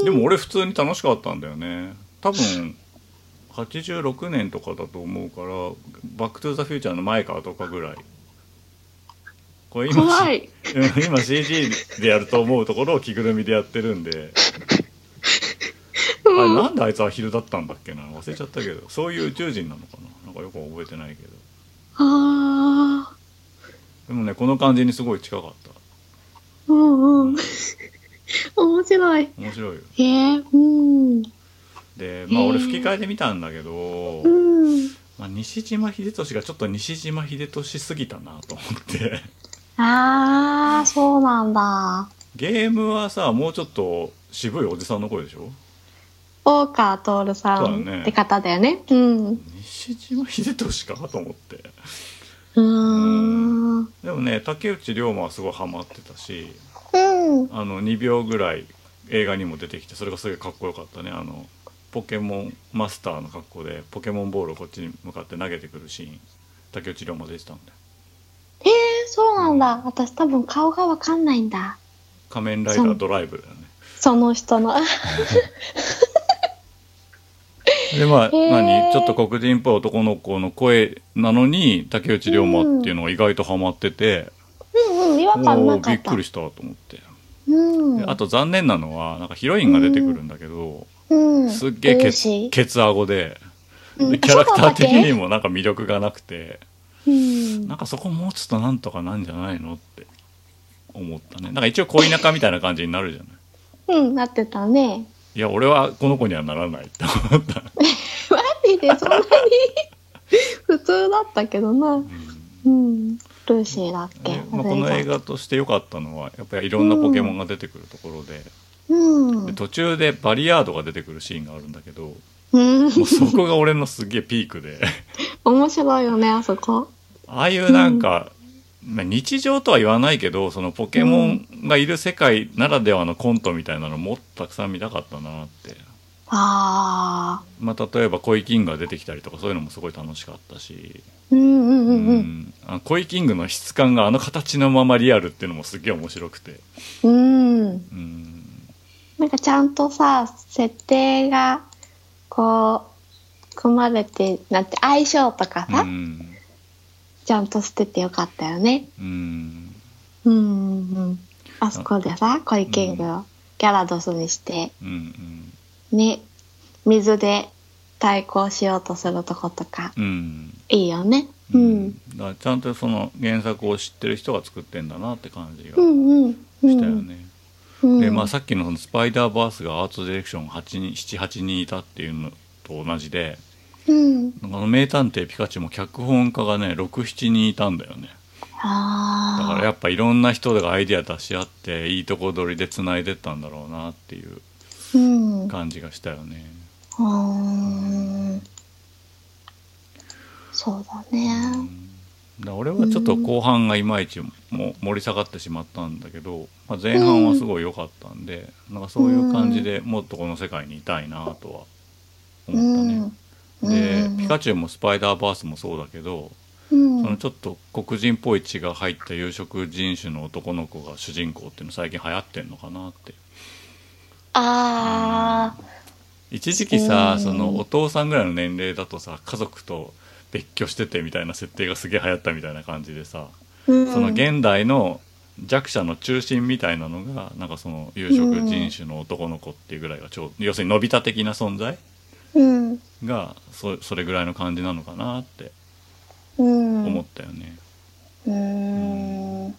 S2: でも俺普通に楽しかったんだよね多分86年とかだと思うから「バック・トゥ・ザ・フューチャー」の前からとかぐらいこれ今
S1: 怖い。
S2: [laughs] うん今 CG でやると思うところを着ぐるみでやってるんであれなんであいつアヒルだったんだっけな忘れちゃったけどそういう宇宙人なのかななんかよく覚えてないけど
S1: ああ。
S2: でもねこの感じにすごい近かった
S1: うん
S2: [laughs]
S1: うん。面白い。
S2: 面白いよ
S1: へえ。うん。
S2: でまあ
S1: へー
S2: 俺吹き替えで見たんだけど
S1: う、ん。
S2: まあ、西島秀俊がちょっと西島秀俊すぎたなと思って [laughs]
S1: ああ、そうなんだ。
S2: ゲームはさもうちょっと渋いおじさんの声でしょ
S1: 大川徹さ
S2: そうだ
S1: ん
S2: ね
S1: って方だよね。うん。
S2: 西島秀俊かと思って
S1: うーん。
S2: でもね竹内涼真はすごいハマってたし
S1: うん。
S2: あの2秒ぐらい映画にも出てきてそれがすごいかっこよかったねあのポケモンマスターの格好でポケモンボールをこっちに向かって投げてくるシーン竹内涼真出てたんで
S1: へえ、そうなんだ。私多分顔がわかんないんだ。
S2: 仮面ライダードライブだよね
S1: その人の。あ
S2: でまあ
S1: へー
S2: 何ちょっと黒人っぽい男の子の声なのに竹内涼真っていうのが意外とハマってて、
S1: うんうん、違和感
S2: お
S1: な
S2: お
S1: か
S2: び
S1: っ。
S2: ったくりしたと思って、
S1: うん。
S2: であと残念なのはなんかヒロインが出てくるんだけど、
S1: うん、
S2: すっげえ
S1: ル
S2: ケ
S1: ー
S2: ツ
S1: シー
S2: ケツアゴで
S1: うん
S2: でキャラクター的に
S1: あ
S2: もなんか魅力がなく
S1: そう
S2: て。
S1: だ
S2: な
S1: っ
S2: んかそこもうちょっとなんとかなんじゃないのって思ったねなんか一応恋仲みたいな感じになるじゃない
S1: けうん、うん、なってたね。
S2: いや俺はこの子にはならないって思った、
S1: マジでそんなに [laughs] 普通だったけどな。うん。ルーシーだっけ、
S2: でまあ、この映画として良かったのはやっぱりいろんなポケモンが出てくるところで,、
S1: うん。
S2: で途中でバリアードが出てくるシーンがあるんだけども
S1: うん。
S2: うそこが俺のすげえピ
S1: [laughs]
S2: ークで
S1: 面白いよね、あそこ。
S2: ああいうなんか、まあ日常とは言わないけどそのポケモンがいる世界ならではのコントみたいなのもっとたくさん見たかったなって
S1: ああ。
S2: まあ、例えば「恋キング」が出てきたりとかそういうのもすごい楽しかったし
S1: うんうん
S2: う
S1: うんうん。
S2: んあの恋キングの質感があの形のままリアルっていうのもすげえ面白くて
S1: うん。
S2: うん
S1: なんかちゃんとさ、設定が、こう、組まれて、なんて、相性とか
S2: う
S1: さ、
S2: ん
S1: ちゃんとしててよかったよね。
S2: うん
S1: うんうんうん。あそこでさ、コイキングをギャラドスにして、
S2: うんうん
S1: ね、水で対抗しようとするとことか、
S2: うん
S1: いいよね。
S2: う
S1: うんん。
S2: だからちゃんとその原作を知ってる人が作ってんだなって感じ
S1: う
S2: がし
S1: んうん。うん
S2: たよね、
S1: うん
S2: でまあ、さっきのそのスパイダーバースがアートディレクション78人いたっていうのと同じで
S1: うん。
S2: あの名探偵ピカチュウも脚本家がね67人いたんだよね
S1: ああ。
S2: だからやっぱいろんな人がアイデア出し合っていいとこ取りでつないでったんだろうなっていう
S1: うん。う
S2: 感じがしたよね。
S1: ーん。そうだ
S2: うん
S1: ね。
S2: だから俺はちょっと後半がいまいちも盛り下がってしまったんだけど、まあ、前半はすごい良かったんで、なんかそういう感じでもっとこの世界にいたいなとは
S1: う
S2: 思ったね
S1: ん。。
S2: で
S1: うん
S2: ピカチュウもスパイダーバースもそうだけど、
S1: う
S2: その
S1: ん。
S2: ちょっと黒人っぽい血が入った有色人種の男の子が主人公っていうの最近流行ってんのかなって
S1: ああ。
S2: 一時期さ、
S1: うん
S2: そのお父さんぐらいの年齢だとさ家族と別居しててみたいな設定がすげえ流行ったみたいな感じでさ、
S1: そ
S2: その現代の弱者の中心みたいなのがなんかその有色人種の男の子っていうぐらいがちょう要するにのび太的な存在
S1: うん。
S2: がそそれぐらいの感じなのかなって
S1: うん。
S2: 思ったよね、
S1: うーん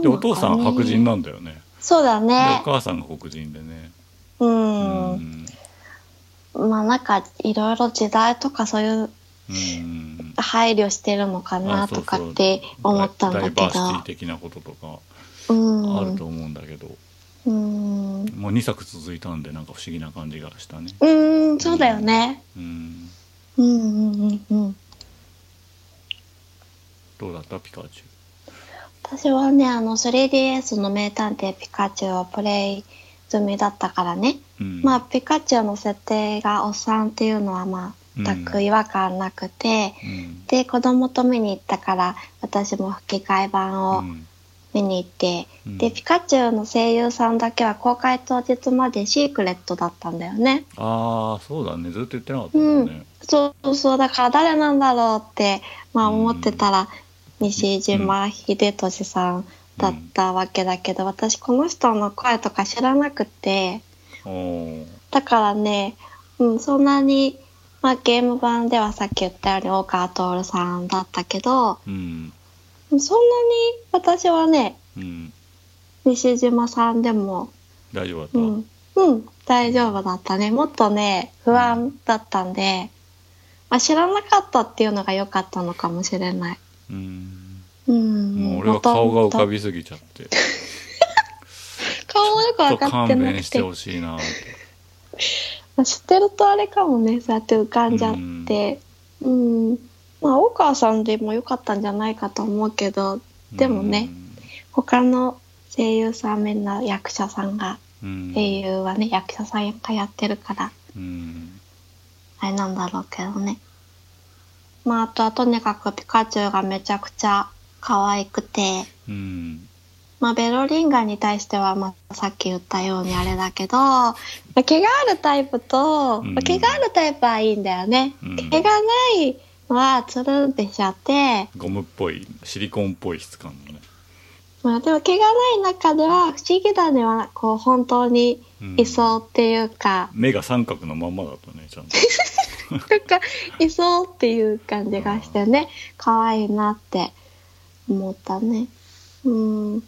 S2: でお父さん白人
S1: な
S2: なんだよね
S1: そうだ
S2: でお
S1: ね
S2: 母さんが黒人でね
S1: う、
S2: うんうん
S1: まあなんかいろいろ時代とかそういう
S2: うん
S1: 配慮してるのかな
S2: あそう
S1: と
S2: そう
S1: かって思ったんだけ
S2: ダイダイバーシティ
S1: ど
S2: 的なこととか
S1: うん
S2: あると思うんだけど、
S1: うーん。う
S2: もう2作続いたんでなんか不思議な感じがしたね
S1: ーん、そうだよね。
S2: うん
S1: うんうんうんうん。
S2: どうだったピカチュウ
S1: 私はね、あの 3DS の名探偵ピカチュウをプレイ済みだったからね。
S2: うん
S1: まあ、ピカチュウの設定がおっさんっていうのはまあ、全く違和感なくて、
S2: うん
S1: で、子供と見に行ったから、私も吹き替え版を
S2: うん
S1: 見に行って、
S2: うん
S1: で、ピカチュウの声優さんだけは公開当日までシークレットだったんだよね。
S2: ああそうだねずっと言ってなかったもんね、
S1: そうそう、だから誰なんだろうって、まあ
S2: うん
S1: 思ってたら、西島秀俊さんだったわけだけど、私この人の声とか知らなくて、
S2: おおー
S1: だからね、うん、そんなに、まあゲーム版ではさっき言ったように大川徹さんだったけど、
S2: うん
S1: そんなに私はね、
S2: うん
S1: 西島さんでも、
S2: 大丈夫だった、
S1: うん、うん、大丈夫だったね。もっとね、不安だったんで、まあ、知らなかったっていうのが良かったのかもしれない。
S2: うん
S1: うん。
S2: もう俺は顔が浮か
S1: び。
S2: びすぎちゃって
S1: 顔がよく分
S2: ちょっと
S1: かっ
S2: 勘
S1: てな
S2: 弁
S1: く
S2: して
S1: て。
S2: ほしいなって
S1: 知ってるとあれかもね、そうやって浮かんじゃって。うん。まあ、大川さんでも良かったんじゃないかと思うけど、でもね、他の声優さんみんな役者さんが、
S2: うん、
S1: 声優はね、役者さんがやってるから、
S2: うん
S1: あれなんだろうけどね。まあ、あとはとにかくピカチュウがめちゃくちゃ可愛くて、
S2: うん
S1: まあ、ベロリンガに対しては、まあ、さっき言ったようにあれだけど、まあ、毛があるタイプと、
S2: うん
S1: まあ、毛があるタイプはいいんだよね。
S2: うん
S1: 毛がないのはつるんってしちゃって、
S2: ゴムっぽいシリコンっぽい質感のね
S1: まあ、でも毛がない中では不思議だねは、こう、本当にいそうっていうか、
S2: 目が三角のまんまだったねちゃんと
S1: なんか、いそうっていう感じがしてね、可愛いなって思ったね。うん。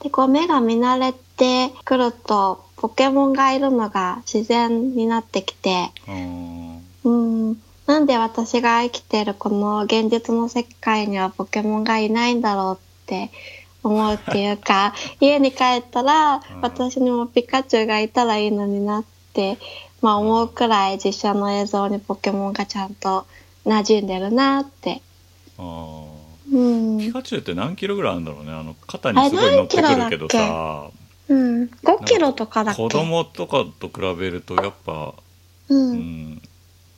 S1: で、こう目が見慣れてくると、ポケモンがいるのが自然になってきて、
S2: あー
S1: うん。なんで私が生きてるこの現実の世界にはポケモンがいないんだろうって思うっていう
S2: [laughs]
S1: か、家に帰ったら
S2: うん
S1: 私にもピカチュウがいたらいいのになって、まあ思うくらい実写の映像にポケモンがちゃんと馴染んでるなって。
S2: あー
S1: うん。
S2: ピカチュウって何キロぐらいあるんだろうねあの肩にすごい乗ってくるけどさ
S1: うん。5キロとかだっけ
S2: 子供とかと比べるとやっぱ
S1: う。
S2: うんん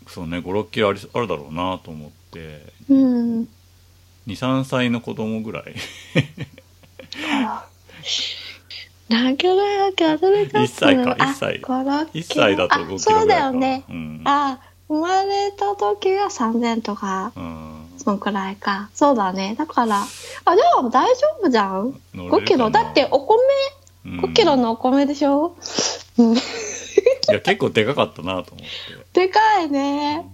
S2: そうね56キロありあるだろうなと思って
S1: うん。
S2: 23歳の子供ぐらい
S1: 何キロだっけ忘れちゃった。
S2: 一歳か一歳
S1: あ5
S2: 1歳だと5
S1: あ
S2: キロ
S1: そう
S2: ぐらい
S1: だ
S2: か
S1: よね。
S2: うん
S1: あ、生まれた時が3000とか、
S2: うん
S1: そのくらいか。そうだね。だから、あ、でも大丈夫じゃん。
S2: 乗れ
S1: 5
S2: る
S1: キ
S2: かな
S1: ロ。だってお米、
S2: うん
S1: 5キロのお米でしょ、うん、
S2: いや結構でかかったなと思って
S1: でかいね。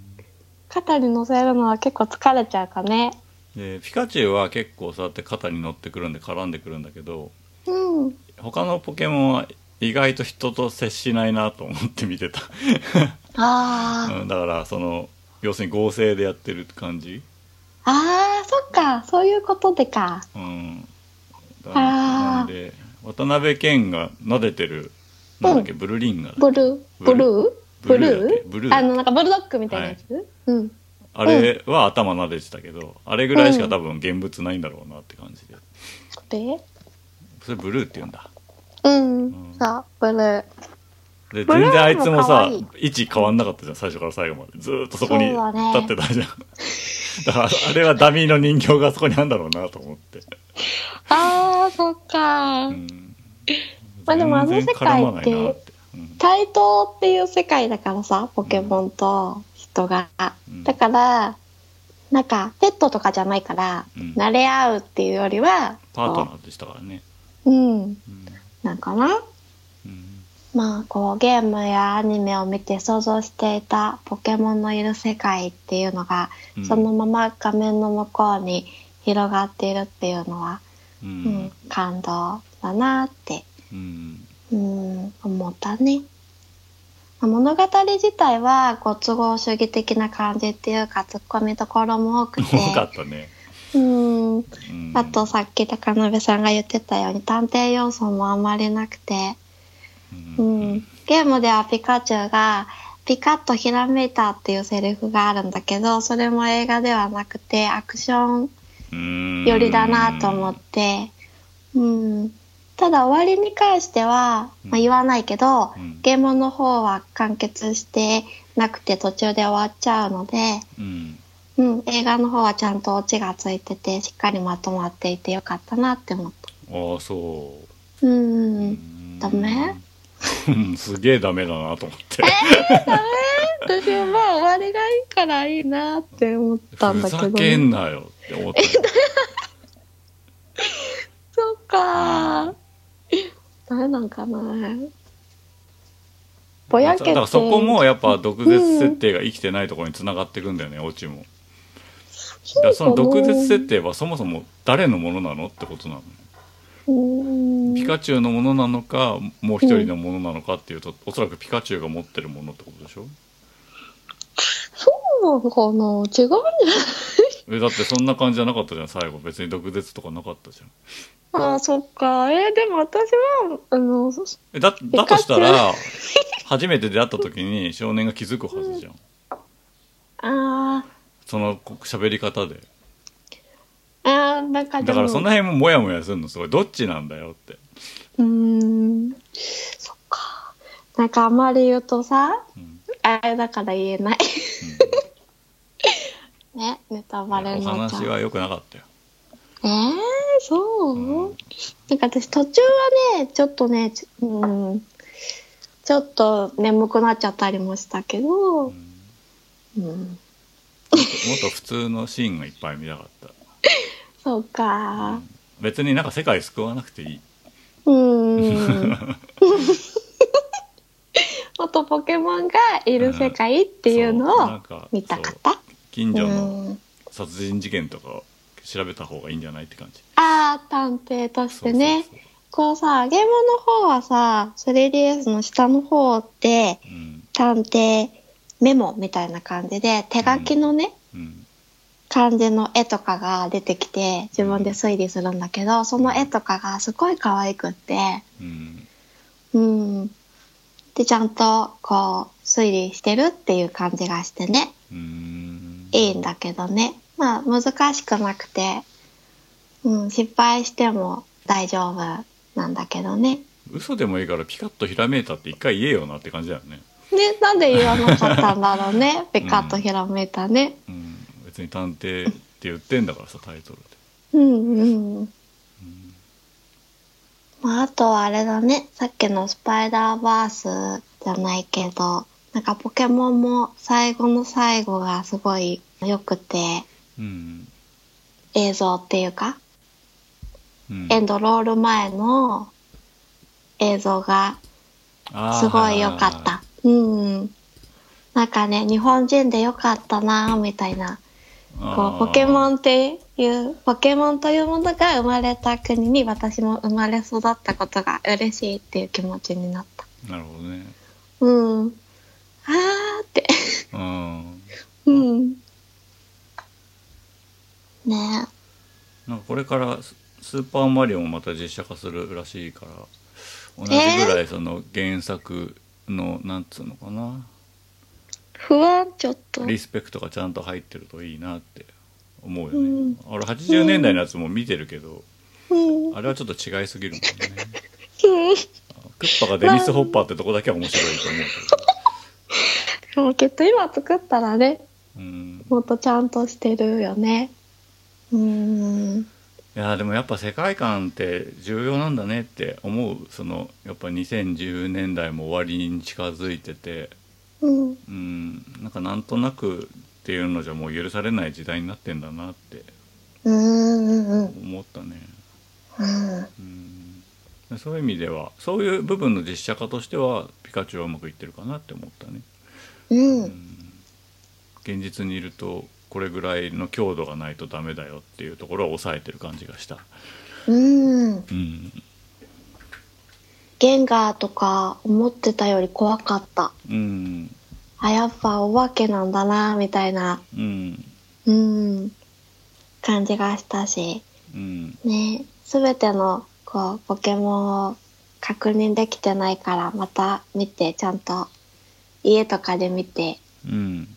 S1: 肩に乗せるのは結構疲れちゃうかね。
S2: でピカチュウは結構そうやって肩に乗ってくるんで絡んでくるんだけど
S1: うん。
S2: 他のポケモンは意外と人と接しないなと思って見てた、
S1: あー。
S2: うん、だからその要するに合成でやってる感じ
S1: あー、そっか。そういうことでか。
S2: うんだ
S1: あー
S2: なんで渡辺謙が撫でてるなんだっけ、ブルリンガだ
S1: ブルーブルー
S2: ブ
S1: ブ
S2: ル
S1: ル
S2: ーだっ
S1: ー
S2: けブルーだっ
S1: あ
S2: け
S1: の、なんかブルドッグみたいなやつ、うん。
S2: あれは頭撫でてたけどあれぐらいしか多分現物ないんだろうなって感じで
S1: で
S2: それブルーって言うんだ
S1: うん。
S2: うん
S1: そう、ブルー。
S2: で
S1: ブルー
S2: 全然あいつも
S1: 可
S2: さ
S1: 愛い
S2: 位置変わんなかったじゃん最初から最後までずーっとそこに
S1: そうだね
S2: 立ってたじゃんだからあれはダミーの人形がそこにあるんだろうなと思って、
S1: あー、そっか。
S2: うん、
S1: まあでもあの
S2: 全然絡まないな、
S1: 世界って
S2: うん
S1: 対等っていう世界だからさポケモンと人が、
S2: うん
S1: だからなんかペットとかじゃないから、
S2: うん
S1: 慣れ合うっていうよりは
S2: パートナーでしたからね、
S1: こううん
S2: うん
S1: なんかな
S2: うん
S1: まあこうゲームやアニメを見て想像していたポケモンのいる世界っていうのが、
S2: うん
S1: そのまま画面の向こうに広がっているっていうのは、
S2: う
S1: うん
S2: ん
S1: 感動だなって
S2: うん
S1: うん、思ったね。物語自体はご都合主義的な感じっていうか、突っ込みどころも多くて。
S2: 多かったね、
S1: うん。
S2: うん
S1: あとさっき高鍋さんが言ってたように、探偵要素もあまりなくて、う
S2: うん
S1: ん、ゲームではピカチュウが「ピカッとひらめいた」っていうセリフがあるんだけどそれも映画ではなくてアクション
S2: うん
S1: 寄りだなと思って、うん、ただ終わりに関しては、まあ、言わないけど、
S2: うん
S1: ゲームの方は完結してなくて途中で終わっちゃうので、
S2: うん
S1: うん、映画の方はちゃんとオチがついててしっかりまとまっていてよかったなって思っ
S2: ああそう
S1: た。うんう
S2: うんん
S1: ダメ
S2: うん [laughs] すげえダメだなと思って
S1: 私はまあ終わりがいいからいいなって思ったん
S2: ふ
S1: だけ
S2: ざ
S1: ど、
S2: けんなよって思ったよ
S1: そうかダメなんかなぼやけ
S2: だ
S1: て
S2: からそこもやっぱ毒舌設定が生きてないところに繋がっていくんだよね、オチもだからその毒舌設定はそもそも誰のものなのってことなの
S1: うん
S2: ピカチュウのものなのかもう一人のものなのかっていうと、おそらくピカチュウが持ってるものってことでしょ
S1: そうなんかな違うんじ
S2: えだってそんな感じじゃなかったじゃん最後別に毒舌とかなかったじゃん
S1: ゃないあーそっか。えーでも私は、あの、そ
S2: えだだ
S1: ピカ
S2: と
S1: チュウ
S2: したら初めて出会った時に少年が気づくはずじゃん
S1: あー
S2: そのこ喋り方で
S1: あー、なんかでも
S2: だからその辺もモヤモヤするのすごいどっちなんだよって
S1: うーん、そっか。なんかあんまり言うとさ、
S2: うん
S1: あれだから言えない。 [laughs] ね、ネタバ
S2: うん
S1: レ
S2: いやお
S1: になっちゃ
S2: 話
S1: う。
S2: は良くなかったよ
S1: えー、そう、
S2: うん
S1: なんか私途中はね、ちょっとね、ちょうん、ちょっと眠くなっちゃったりもしたけど、
S2: うん
S1: うん、
S2: もっと普通のシーンがいっぱい見たかった
S1: そうか。
S2: 別になんか世界救わなくていい、
S1: うー [laughs] ん。あとポケモンがいる世界っていう
S2: そうな
S1: の
S2: ん
S1: を
S2: か
S1: 見たかった。
S2: 近
S1: う
S2: 所の
S1: ん、
S2: 殺人事件とかを調べた方がいいんじゃないって感じ
S1: ああ、探偵としてね。
S2: そうそう
S1: こうさ、ゲームの方はさ、3DS の下の方って、
S2: そううん
S1: 探偵メモみたいな感じで、手書きのね、
S2: うん
S1: 感じの絵とかが出てきて、自分で推理するんだけど、その絵とかがすごい可愛くって、
S2: うん
S1: うん。で、ちゃんと、こう、推理してるっていう感じがしてね、
S2: うーん
S1: いいんだけどね。まあ、難しくなくて、うん、失敗しても大丈夫なんだけどね。
S2: 嘘でもいいからピカッとひらめいたって一回言えよなって感じだよね、
S1: ね、なんで言わなかったんだ [laughs] ろうね。ペカッとひらめいたね。
S2: うん、別に探偵って言ってんだからさタイトルで
S1: うん、うん。まあ、あとはあれだね。さっきのスパイダーバースじゃないけど、なんかポケモンも最後の最後がすごい良くて、
S2: うん、
S1: 映像っていうか、
S2: うん、
S1: エンドロール前の映像が
S2: あー
S1: すごい良かっ
S2: は
S1: た。うん。なんかね、日本人で良かったなぁみたいな。
S2: いはい
S1: こう、ポケモ
S2: あ
S1: ンっていう、ポケモンというものが生まれた国に私も生まれ育ったことが嬉しいっていう気持ちになった。
S2: ーなるほどね
S1: うん。あーって。
S2: うん
S1: うん。ね
S2: なんかこれからススーパーマリオもまた実写化するらしいから同じぐらいその原作のなんつうのかな、
S1: 不安ちょっと。
S2: リスペクトがちゃんと入ってるといいなって思うよね、
S1: うん
S2: 俺80年代のやつも見てるけど、
S1: うん。うん。
S2: あれはちょっと違いすぎるもんねクッパがデニス・ホッパーってとこだけは面白いと思うけど
S1: でもきっと今作ったらね、
S2: うん
S1: もっとちゃんとしてるよね。うーん。
S2: いやーでもやっぱ世界観って重要なんだねって思うそのやっぱ2010年代も終わりに近づいてて
S1: うん。
S2: うんなんかなんとなくっていうのじゃもう許されない時代になってんだなって
S1: うん。うん。
S2: 思ったね
S1: うん。
S2: うんそういう意味ではそういう部分の実写化としてはピカチュウはうまくいってるかなって思ったね
S1: うん。
S2: 現実にいるとこれぐらいの強度がないとダメだよっていうところは抑えてる感じがした
S1: うん。
S2: うん
S1: ゲンガーとか思ってたより怖かった。
S2: うん
S1: あ、やっぱお化けなんだな、みたいな、
S2: うん
S1: うん、感じがしたし、
S2: うん
S1: ね、すべての、こう、ポケモンを確認できてないからまた見てちゃんと家とかで見て
S2: うん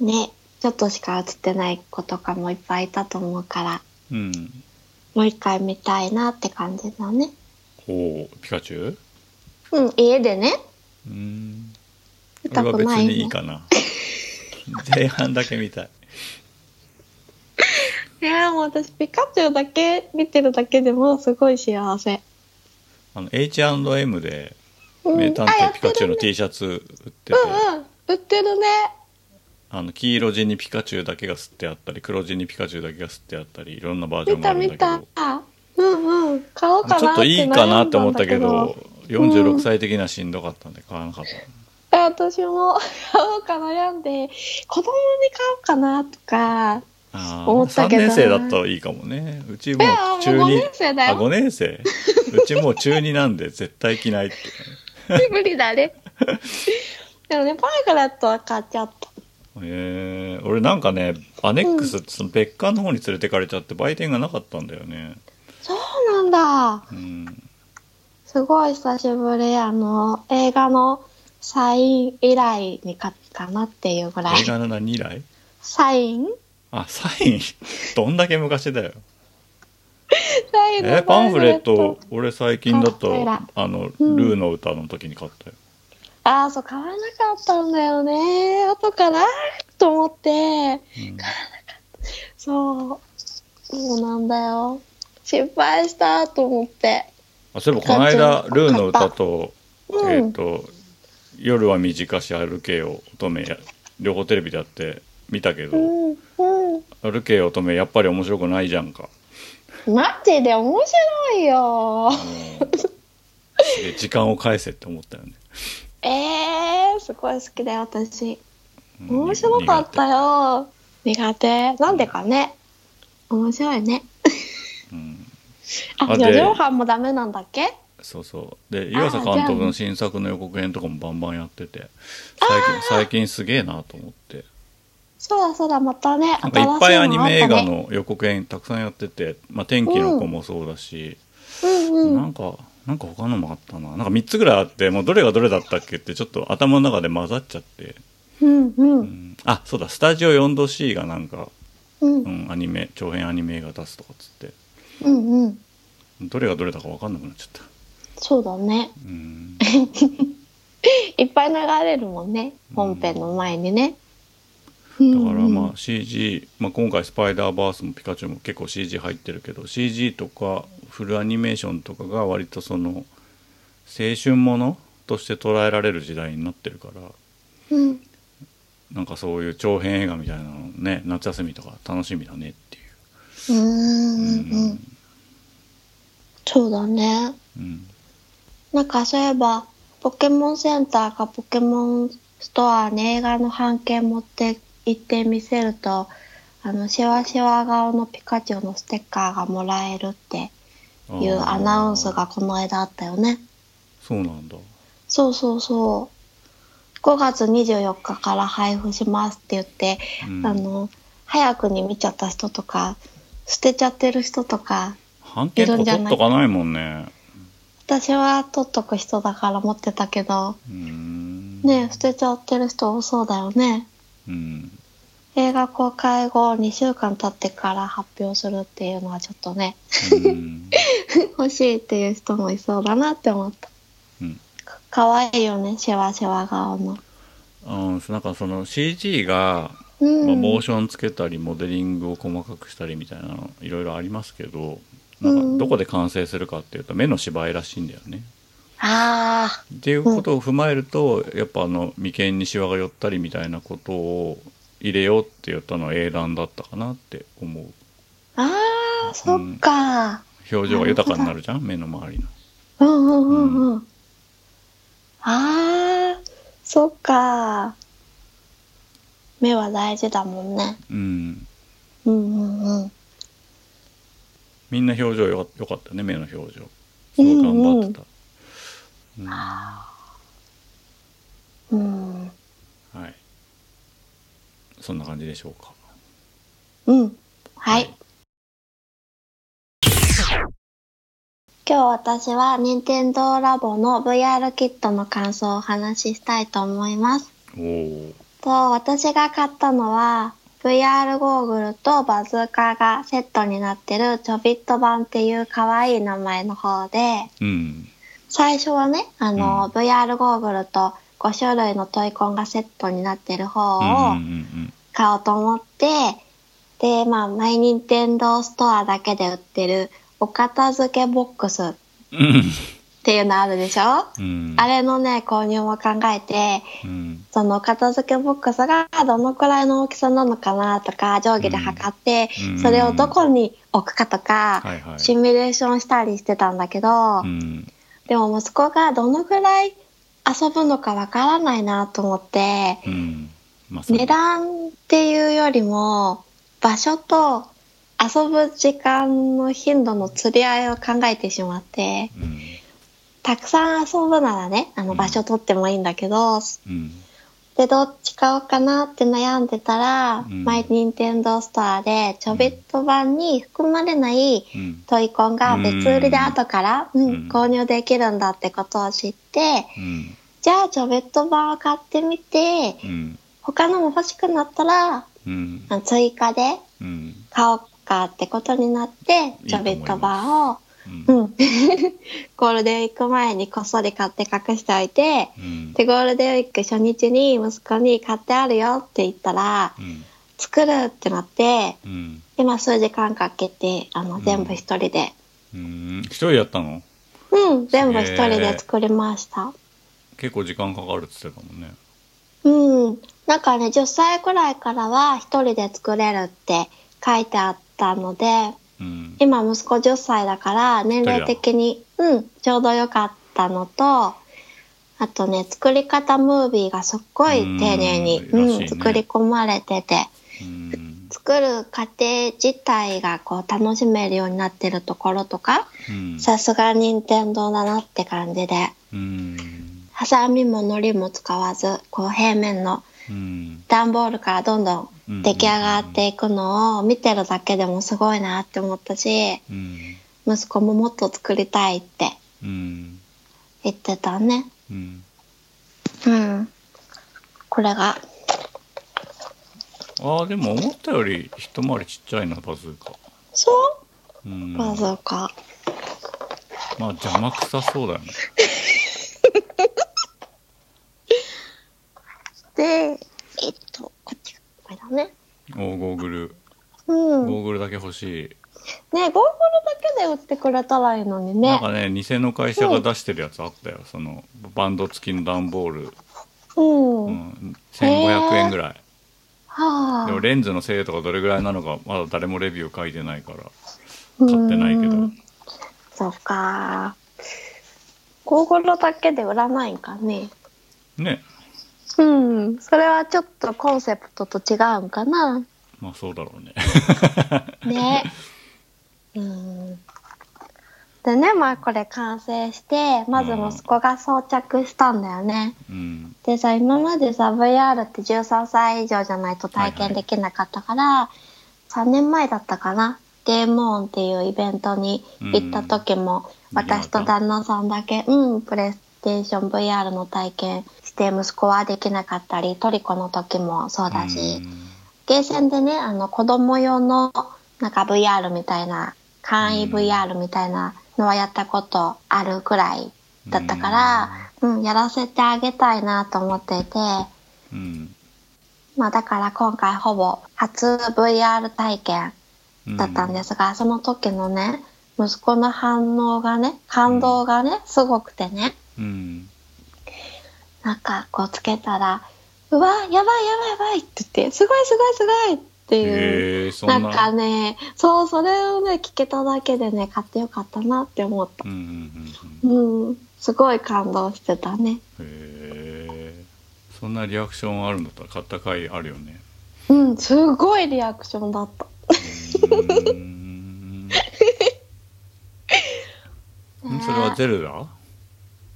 S1: ねちょっとしか映ってない子とかもいっぱいいたと思うから
S2: うん
S1: もう一回見たいなって感じだね
S2: おおピカチュウ
S1: うん家でね
S2: うん
S1: 見た
S2: 俺は
S1: く
S2: 別
S1: ない
S2: にい
S1: の
S2: いかな前半だけ見たい
S1: いやもう私ピカチュウだけ見てるだけでもうすごい幸せ、
S2: あの H&M で
S1: うん、
S2: 名探
S1: あやっ
S2: 偵
S1: て
S2: ピ
S1: る
S2: カチュウの
S1: ね
S2: T シャツ売ってて、
S1: うんうん売ってるね
S2: あの黄色地にピカチュウだけが吸ってあったり黒地にピカチュウだけが吸ってあったりいろんなバージョ
S1: 見
S2: ンがあ
S1: た
S2: るんだ
S1: 見
S2: け
S1: たう
S2: ど
S1: んうん買おうかな
S2: ちょっといいかなって思ったけ
S1: 悩んだんだ
S2: ど46歳的にはしんどかったんで買わなかった、
S1: え私も [laughs] 買おうか悩んで子供に買おうかなとか
S2: あ
S1: 思
S2: あ
S1: った
S2: 3
S1: けど
S2: 年生だったらいいかもねうち
S1: い
S2: も
S1: や
S2: う
S1: も
S2: 中
S1: う5
S2: 二
S1: 年生だ
S2: あ
S1: よ
S2: 5年 [laughs] 生うちもう中2なんで絶対着ないって
S1: [laughs] 無理だねでもねパーフラットは買っちゃった
S2: えー、俺なんかねアネックスってその別館の方に連れてかれちゃって売店がなかったんだよね
S1: そうなんだ
S2: うん
S1: すごい久しぶりあの映画のサイン以来に買ったなっていうぐらい
S2: 映画の何以来
S1: サイン
S2: あサイン [laughs] どんだけ昔だよ
S1: サインの
S2: えパンフレット俺最近
S1: パ
S2: だ
S1: ンフ
S2: と
S1: レ
S2: あの「
S1: うん
S2: ルーの歌」の時に買ったよ、
S1: ああそう買わなかったんだよね後からと思って
S2: うん
S1: そう。そうなんだよ。失敗したと思って。
S2: あそういえばこの間
S1: 買っちゃう
S2: 「ルーの歌と」
S1: うん
S2: えっ、と「夜は短し歩けよ乙女や」両方テレビでやって見たけ
S1: う
S2: ど
S1: ん、うん。
S2: 「歩けよ乙女」やっぱり面白くないじゃんか
S1: マジで面白いよ
S2: あ。のすげえ時間を返せって思った
S1: [laughs]
S2: よね
S1: えー、すごい好きだよ、私。
S2: うん
S1: 面白かったよ。苦手。なんでかね。面白いね。
S2: 苦手うん
S1: あ、
S2: あ
S1: じゃあ、
S2: で
S1: 両班もダメなんだっけ
S2: そうそうで岩佐監督の新作の予告編とかもバンバンやってて最近最近すげえなと思って
S1: そうだそうだ、またね、
S2: な
S1: 新し
S2: んか
S1: い
S2: い
S1: のあっ
S2: っ
S1: た
S2: ぱい
S1: ね。
S2: アニメ映画の予告編たくさんやってて、まあ、天気の子もそうだし、
S1: うんう。
S2: なんんかなんか他のもあったななんか3つぐらいあってもうどれがどれだったっけってちょっと頭の中で混ざっちゃって、
S1: うんう。
S2: うんん、あそうだスタジオ 4°C がなんか、
S1: うん
S2: うん、アニメ長編アニメ映画出すとかっつって
S1: うんうん。
S2: どれがどれだか分かんなくなっちゃった
S1: そうだね。
S2: うん
S1: いっぱい流れるもんね本編の前にね、
S2: だから
S1: うん
S2: まあ CG、まあ、今回「スパイダーバース」も「ピカチュウ」も結構 CG 入ってるけど CG とかフルアニメーションとかが割とその青春ものとして捉えられる時代になってるから
S1: うん
S2: なんかそういう長編映画みたいなのね夏休みとか楽しみだねってい
S1: う
S2: う。
S1: んうんうんそうだね
S2: うん
S1: なんかそういえばポケモンセンターかポケモンストアに映画の半径持って行って見せるとあのシワシワ顔のピカチュウのステッカーがもらえるって
S2: あー
S1: いうアナウンスがこの間あったよね
S2: そうなんだ
S1: そうそうそう5月24日から配布しますって言って
S2: うん
S1: あの早くに見ちゃった人とか捨てちゃってる人とか
S2: 半券とか取っとかないもんね
S1: 私は取っとく人だから持ってたけど
S2: うん
S1: ねえ捨てちゃってる人多そうだよね
S2: うん
S1: 映画公開後2週間経ってから発表するっていうのはちょっとね [laughs]
S2: うん
S1: 欲しいっていう人もいそうだなって思った
S2: うん
S1: かかわいいよねシワシワ顔の
S2: あーなんかその CG が
S1: うん、
S2: まあ、モーションつけたりモデリングを細かくしたりみたいなのいろいろありますけどなんかどこで完成するかっていうと目の芝居らしいんだよね。
S1: ああ
S2: っていうことを踏まえるとやっぱあの眉間にシワが寄ったりみたいなことを入れようって言ったのは英断だったかなって思う
S1: あーそっか
S2: 表情が豊かになるじゃん目の周りの。
S1: うんうんうんうんあーそっか目は大事だもんね
S2: うん
S1: うんうんうん
S2: みんな表情よかよかったね目の表情すごい頑張ってた、うん
S1: うん
S2: はいそんな感じでしょうか
S1: うんはい今日は私は任天堂ラボの VR キットの感想をお話ししたいと思います。
S2: おー
S1: と、私が買ったのは、VR ゴーグルとバズーカがセットになってるちょびっと版っていう可愛い名前の方で、
S2: うん
S1: 最初はね、あの、
S2: うん
S1: VR ゴーグルと5種類のトイコンがセットになってる方
S2: うんうんう
S1: を
S2: ん
S1: 買おうと思って、で、まあ、マイニンテンドーストアだけで売ってるお片付けボックスっ
S2: うん
S1: ていうのあるでしょ、
S2: うん
S1: あれのね、購入も考えて、
S2: うん
S1: そのお片付けボックスがどのくらいの大きさなのかなとか、定規で測って、
S2: うん
S1: それをどこに置くかとか、
S2: はいはい
S1: シミュレーションしたりしてたんだけど、
S2: うん
S1: でも息子がどのぐらい遊ぶのかわからないなと思って、
S2: うんまさに
S1: 値段っていうよりも、場所と遊ぶ時間の頻度の釣り合いを考えてしまって、
S2: うん
S1: たくさん遊ぶならね、あ
S2: う
S1: の
S2: ん
S1: 場所取ってもいいんだけど、
S2: うん
S1: で、どっち買おうかなって悩んでたら、
S2: ん
S1: マイニンテンドーストアでちょびっと版に含まれない
S2: うん
S1: トイコンが別売りで
S2: うん
S1: 後から、うん
S2: うん
S1: 購入できるんだってことを知って、
S2: うん
S1: じゃあちょびっと版を買ってみて、
S2: うん
S1: 他のも欲しくなったら、
S2: うん
S1: あ追加で
S2: うん
S1: 買おうかってことになって、
S2: いい
S1: ち
S2: と
S1: ょ
S2: 思い
S1: び
S2: ます
S1: っと版を、
S2: うん
S1: うん、 [laughs] ゴールデンウィーク前にこっそり買って隠しておいて、
S2: うん
S1: で、ゴールデンウィーク初日に息子に買ってあるよって言ったら、
S2: うん
S1: 作るってなって、
S2: うん
S1: 今数時間かけて、あ
S2: う
S1: の、
S2: ん
S1: 全部一人で、
S2: うん一人やったの
S1: うん、全部一人
S2: すげ
S1: で
S2: え
S1: 作りました。
S2: 結構時間かかるっつってたもんね
S1: うん。なんかね、10歳くらいからは一人で作れるって書いてあったので、
S2: うん
S1: 今息子10歳だから年齢的に、うん、ちょうど良かったのと、あとね、作り方ムービーがすっごい丁寧に、
S2: う
S1: うんん
S2: らしいね
S1: 作り込まれてて、
S2: うん
S1: 作る過程自体がこう楽しめるようになってるところとか、
S2: うん
S1: さすが任天堂だなって感じで、
S2: うん
S1: ハサミも糊も使わず、こう平面の
S2: うん
S1: 段ボールからどんど
S2: うん
S1: ん出来上がっていくのを見てるだけでもすごいなって思ったし、
S2: うん
S1: 息子ももっと作りたいって
S2: うん
S1: 言ってたね。
S2: うん
S1: うん。これが。
S2: あーでも思ったより一回りちっちゃいなバズーカ
S1: そうう、
S2: ん
S1: まずか。
S2: まあ邪魔くさそうだよね
S1: で、えっと、こっち、これだね。
S2: おーゴーグル
S1: うん。ね、
S2: ゴーグルだけ欲しい
S1: ゴーグルだけで売ってくれたらいいのに
S2: なん
S1: ね。
S2: かね偽の会社が出してるやつあったよそのバンド付きの段ボール、
S1: うん。
S2: う
S1: は
S2: ん、1500円ぐらい、
S1: あ。
S2: でもレンズの精度がどれぐらいなのかまだ誰もレビュー書いてないから
S1: 買
S2: 買ってないけど
S1: そうか。ゴーグルだけで売らないんかね。
S2: ね
S1: うん。それはちょっとコンセプトと違うんかな。
S2: まあそうだろうね
S1: ね。うん。でね、まあこれ完成して、まず息子が装着したんだよね。
S2: うん
S1: でさ、今までさ、VR って13歳以上じゃないと体験できなかったから、3年前だったかな。ゲームオンっていうイベントに行った時も、
S2: うん
S1: 私と旦那さんだけ、うん、プレイステーション VR の体験して、息子はできなかったり、トリコの時もそうだし、ゲーセンでね、あの、子供用の、なんか VR みたいな、簡易
S2: うん
S1: VR みたいなのはやったことあるくらいだったから、うん、やらせてあげたいなと思っていて、
S2: うん、うん
S1: まあだから今回ほぼ初 VR 体験
S2: うん
S1: だったんですが、その時のね、息子の反応がね、感動がね、すごくてね、
S2: うん
S1: なんかこうつけたら、うわ、やばいやばいやばいって言って、すごいすごいすごいっていう。
S2: へえそん
S1: な
S2: なん
S1: かね、そう、それをね、聞けただけでね、買ってよかったなって思った
S2: うん。うんうん
S1: うん、すごい感動してたね。
S2: うんへえそんなリアクションあるんだったら買った回あるよ
S1: [laughs]
S2: ね
S1: うん、すごいリアクションだった。
S2: うんんそれはゼルダ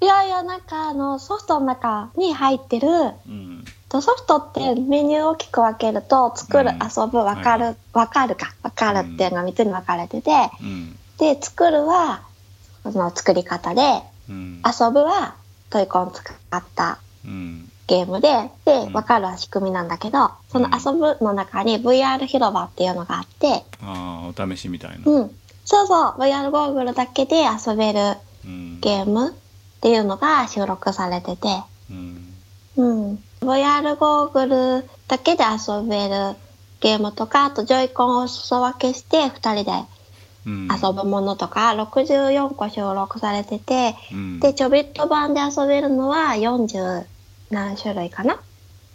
S1: いやいや、なんかあの、ソフトの中に入ってる、
S2: うん
S1: とソフトってメニューを大きく分けると、作る、
S2: うん
S1: 遊ぶ、わか
S2: は
S1: る、わかるか、わかるっていうのが3つに分かれてて、
S2: うん
S1: で、作るは、の作り方で、
S2: うん
S1: 遊ぶはトイコン使った
S2: うん
S1: ゲームで、で
S2: う、ん
S1: わかるは仕組みなんだけど、その遊ぶの中に VR 広場っていうのがあって、
S2: ああお試しみたいな、
S1: うん。そうそう、VR ゴーグルだけで遊べる
S2: うん
S1: ゲームっていうのが収録されてて、
S2: うん
S1: うん。VR ゴーグルだけで遊べるゲームとか、あとジョイコンを裾分けして2人で
S2: うん、
S1: 遊ぶものとか、64個収録されてて、
S2: うん
S1: で、ちょびっと版で遊べるのは40何種類かな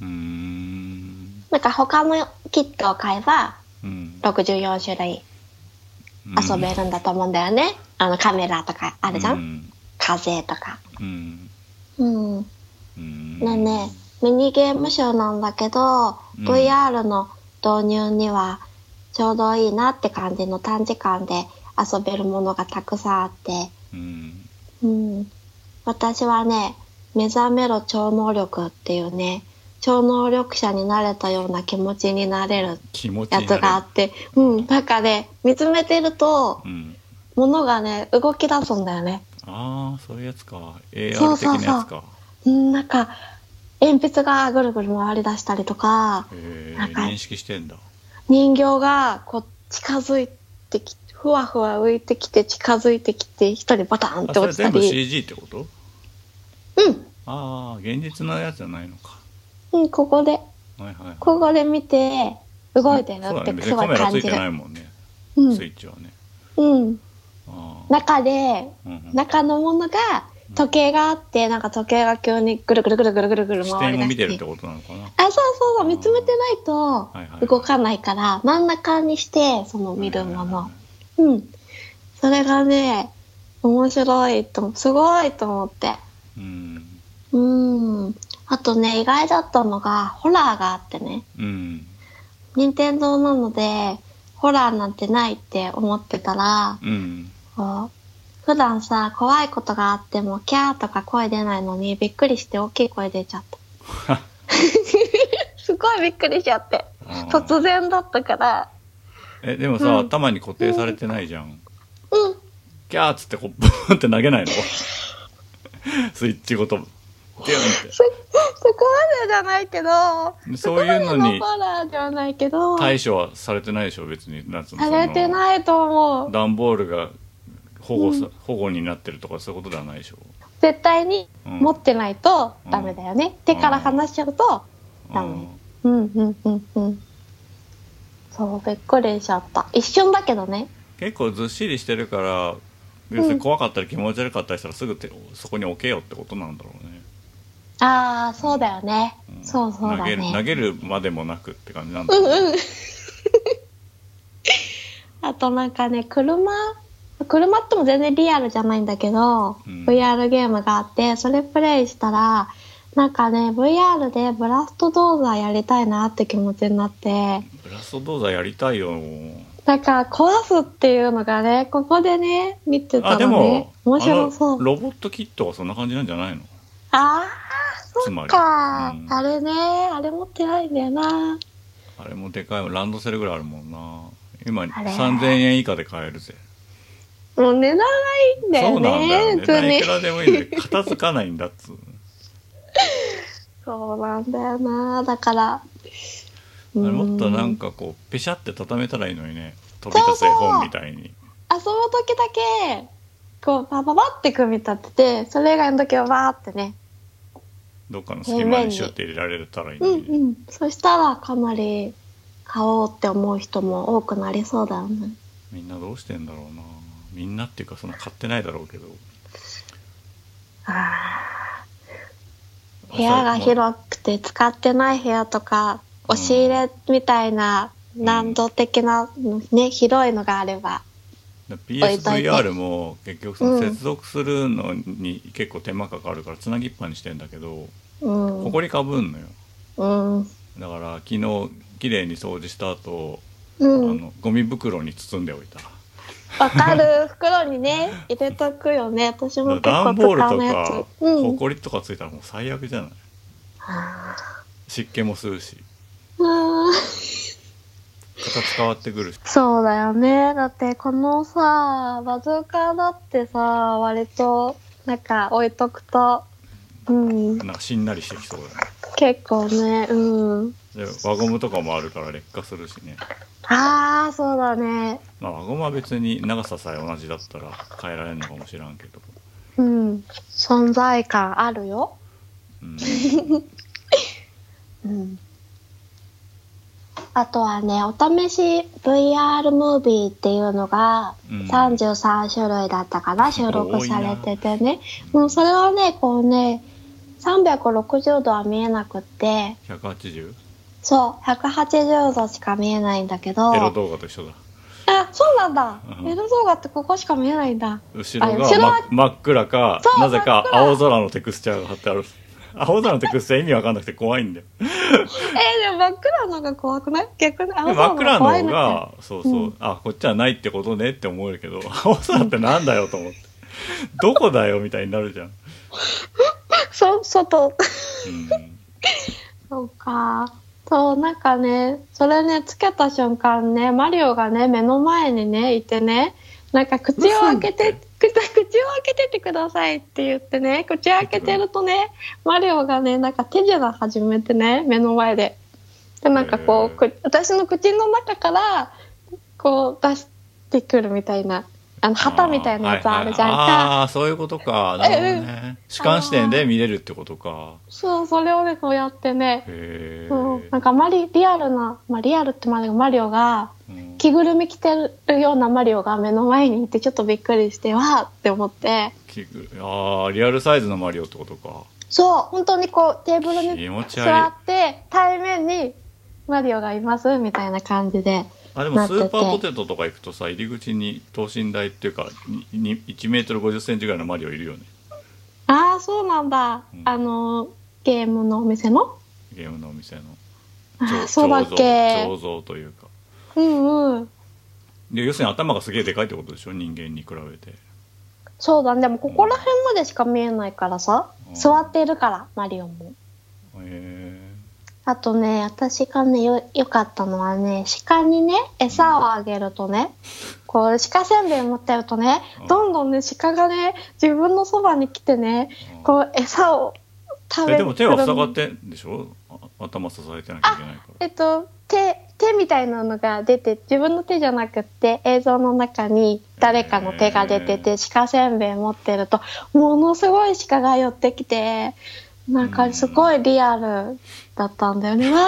S2: うん
S1: なんか他のキットを買えば
S2: うん
S1: 64種類遊べるんだと思うんだよね。あのカメラとかあるじゃん、
S2: ん
S1: 風とか。
S2: うん
S1: うん。
S2: う
S1: ね
S2: ん
S1: えねえ、ミニゲームショーなんだけど、
S2: うん
S1: VR の導入にはちょうどいいなって感じの短時間で遊べるものがたくさんあって、
S2: うん
S1: うん。私はね、目覚めろ超能力っていうね、超能力者になれたような気持ちになれる
S2: 気持ちいい
S1: やつがあって、うん、なんかね、見つめてると
S2: う、ん
S1: 物がね、動き出すんだよね。
S2: ああそういうやつか AR 的
S1: そうそうそう
S2: なやつか
S1: うん、なんか、鉛筆がぐるぐる回り出したりとか、
S2: へえ
S1: なんか
S2: 認識してんだ
S1: 人形がこう近づいてきふわふわ浮いてきて近づいてきて一人バタンっ
S2: あ
S1: て
S2: そ
S1: 落
S2: れ
S1: ちた
S2: 全部
S1: り
S2: CG ってこと
S1: うん、
S2: ああ現実のやつじゃないのか
S1: うん、ここで
S2: はいはいはい
S1: ここで見て動いてる
S2: そう
S1: っ
S2: だね
S1: て
S2: 別
S1: す
S2: に
S1: ご
S2: カ
S1: い
S2: メラ
S1: 感
S2: つい
S1: じ
S2: て
S1: る
S2: ないもんね
S1: う
S2: スイ
S1: ん、
S2: ッチはね
S1: うん、
S2: ああ
S1: 中で
S2: うんうん
S1: 中のものが時計があってなんか時計が急にぐるぐるぐるぐるぐるぐる
S2: 視
S1: 回り
S2: 点を
S1: だ
S2: 見てるっ
S1: して
S2: ことなのかな
S1: あそうそうそう見つめてないと
S2: いはいはい
S1: 動かないから真ん中にしてその見るものうん。それがね、面白いと思、すごいと思って。
S2: うん
S1: うん。あとね、意外だったのが、ホラーがあってね。
S2: うん
S1: 任天堂なので、ホラーなんてないって思ってたら、
S2: うん
S1: こう、普段さ、怖いことがあっても、キャーとか声出ないのに、びっくりして大きい声出ちゃった。
S2: [laughs]
S1: [laughs] すごいびっくりしちゃって。
S2: あー
S1: 突然だったから、
S2: えでもさ、
S1: うん
S2: 頭に固定されてないじゃん、
S1: うん。
S2: キャーっつってこうブーンって投
S1: [laughs]
S2: げないのスイッチごとビュンっ
S1: [laughs] そ、そこまでじゃないけど、
S2: てそういうの
S1: そこ
S2: に
S1: までのホラーではないけど、
S2: 対処はされてないでしょ別に夏
S1: されて
S2: い
S1: ないと思う。
S2: 段ボールが保護さ、保護になってるとかそういうことではないでしょ
S1: 絶対に
S2: うん
S1: 持ってないとダメだよね。手から離しちゃうと、ダメうんうんうんうん。そう、びっくりしちゃった。一瞬だけどね。
S2: 結構ずっしりしてるから要するに怖かったり気持ち悪かったりしたらすぐ手そこに置けよってことなんだろうね、
S1: ああ、そうだよね。
S2: ん
S1: そうそうだ
S2: 投げる投
S1: ね。
S2: げるまでもなくって感じなんだろうね
S1: [laughs] あとなんかね、車、車っても全然リアルじゃないんだけど、
S2: うん
S1: VR ゲームがあって、それプレイしたら、なんかね、VR でブラストドーザーやりたいなって気持ちになって、
S2: ブラスト動作やりたいよ
S1: なんか壊すっていうのがね、ここでね、見てた
S2: あで
S1: らね
S2: も、
S1: 面白
S2: あ
S1: そ
S2: の
S1: う。
S2: ロボットキットはそんな感じなんじゃないの
S1: ああ、
S2: つ
S1: そ
S2: ま
S1: っ
S2: り
S1: か、
S2: うん
S1: あれね、あれ持ってないんだよな。
S2: あれもでかいわランドセルぐらいあるもんな今
S1: あれ
S2: 3000円以下で買えるぜ
S1: もう値段がいいんだ
S2: そ
S1: よ
S2: うなんだ
S1: ね、
S2: よね何いくらでもいいんで片付かないんだっつう
S1: そうなんだよな、だから。
S2: あれもっとなんかこうペシャって畳めたらいいのにね飛び出せ本みたい
S1: う
S2: に
S1: ん遊ぶ時だけ、こう、パパパって組み立てて、それ以外の時はバーってね。
S2: どっかの隙間にシュッて入れられたらいい
S1: うん
S2: の
S1: う
S2: にね
S1: ん。そしたらかなり買おうって思う人も多くなりそうだよね。
S2: みんなどうしてんだろうなみんなっていうかそんな買ってないだろうけど
S1: 部屋が広くて使ってない部屋とか
S2: うん
S1: 押し入れみたいな難度的な、ね広いのがあれば
S2: だ
S1: いといて
S2: PSVR も結局その
S1: うん
S2: 接続するのに結構手間かかるからつなぎっぱにしてんだけど
S1: うん
S2: ほこりかぶんのよ
S1: うん
S2: だから昨日綺麗に掃除した後、
S1: う
S2: あ
S1: ん
S2: のゴミ袋に包んでおいた
S1: わかる袋にね入れとくよね私も結
S2: 段
S1: 構
S2: ボール
S1: 使う
S2: と
S1: のや
S2: か、
S1: つうん
S2: ほこりとかついたらもう最悪じゃない湿気もするし
S1: あー
S2: 形変わってくるし
S1: そうだよね。だってこのさ、バズーカーだってさ、割となんか置いとくと、うん、
S2: なんかしんなりしてきそうだね
S1: 結構ね、うん。
S2: で輪ゴムとかもあるから劣化するしね、
S1: ああ、そうだね。
S2: まあ、輪ゴムは別に長ささえ同じだったら変えられるのかもしらんけど、
S1: うん。存在感あるよ。
S2: うん、
S1: うん。あとはね、お試し VR ムービーっていうのが
S2: うん
S1: 33種類だったかな、収録されててね。もうそれはね、こうね、360度は見えなくって、 [laughs]
S2: 180?
S1: そう、180度しか見えないんだけど。
S2: エロ動画と一緒だ
S1: あ、そうなんだ
S2: う。ん
S1: エロ動画ってここしか見えないんだ。
S2: 後ろ
S1: あ後ろ
S2: が
S1: は
S2: ま真っ暗か
S1: そう
S2: なぜか
S1: 真っ暗
S2: 青空のテクスチャーが貼ってある青空のテクスチャー意味わかんなくて怖いんだよ
S1: えー、でも真っ暗のが怖くない逆に青空
S2: 真っ
S1: の
S2: 暗
S1: が
S2: の
S1: 怖い
S2: 方
S1: なって。
S2: がそうそう、あこっちはないってことねって思えるけど [laughs] 青空ってなんだよと思ってどこだよみたいになるじゃん、
S1: そ、外。
S2: うん、
S1: そうか。そう、なんかね、それね、つけた瞬間ね、マリオがね、目の前にね、いてね、なんか口を開けて、く口を開けててくださいって言ってね、口を開けてるとね、マリオがね、なんか手品始めてね、目の前で。で、なんかこう、
S2: へ
S1: く私の口の中から、こう出してくるみたいな、あの、旗みたいなやつあるじゃんか。
S2: あーはいはいあーそういうことかなるほどね主観視点で見れるってことか
S1: そう、それをね、そうやってね、
S2: へえ
S1: そうなんかマリ、リアルな、まあリアルってまでマリオが、
S2: うん
S1: 着ぐるみ着てるようなマリオが目の前にいてちょっとびっくりしてわーって思って
S2: きぐあーリアルサイズのマリオってことか
S1: そう本当にこうテーブル
S2: 気
S1: に
S2: 持ち悪い
S1: 座って対面にマリオがいますみたいな感じで
S2: あで
S1: なっ
S2: もス
S1: てて
S2: ーパーポテトとか行くとさ入り口に等身大っていうかにに1メートル5 0ンチぐらいのマリオいるよね
S1: ああそうなんだ、
S2: うん
S1: あのゲームのお店の
S2: ゲームのお店の
S1: あ
S2: ちょ
S1: ーそうだっけ
S2: 彫像というか
S1: うんうん
S2: で要するに頭がすげえでかいってことでしょ人間に比べて
S1: そうだねでもここら辺までしか見えないからさ、
S2: うん
S1: 座っているからマリオも
S2: へ
S1: あとね、私がね、よ、良かったのはね、鹿にね、餌をあげるとね、こう、鹿せんべい持ってるとね
S2: うん、
S1: どんどんね、鹿がね、自分のそばに来てね、
S2: ー
S1: こう、餌を食べる。
S2: えでも手は塞がってんでしょあ頭支えてなきゃいけないから
S1: えっと、手、手みたいなのが出て、自分の手じゃなくって、映像の中に誰かの手が出て
S2: へ
S1: て、鹿せんべい持ってると、ものすごい鹿が寄ってきて、なんかすごいリアルだったんだよね。わー、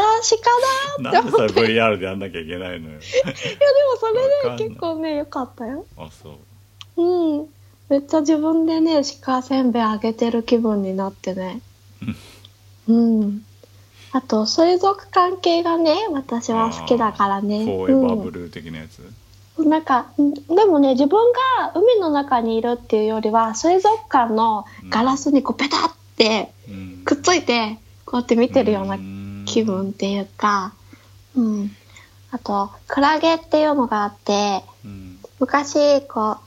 S1: 鹿だーって
S2: なん
S1: 思
S2: で
S1: って
S2: それ VR でやんなきゃいけないのよ
S1: いやでもそ
S2: わかん
S1: れ
S2: ない
S1: で結構ね良かったよ
S2: あそう
S1: うんめっちゃ自分でね鹿せんべいあげてる気分になってねうんあと水族館系がね私は好きだからね
S2: フォーエバーブルー的なやつ、
S1: うん、なんかうんでもね自分が海の中にいるっていうよりは水族館のガラスにこうペタって
S2: うん
S1: くっついてこうやって見てるような気分っ、ていうかうんあとクラゲっていうのがあって
S2: うん
S1: 昔こう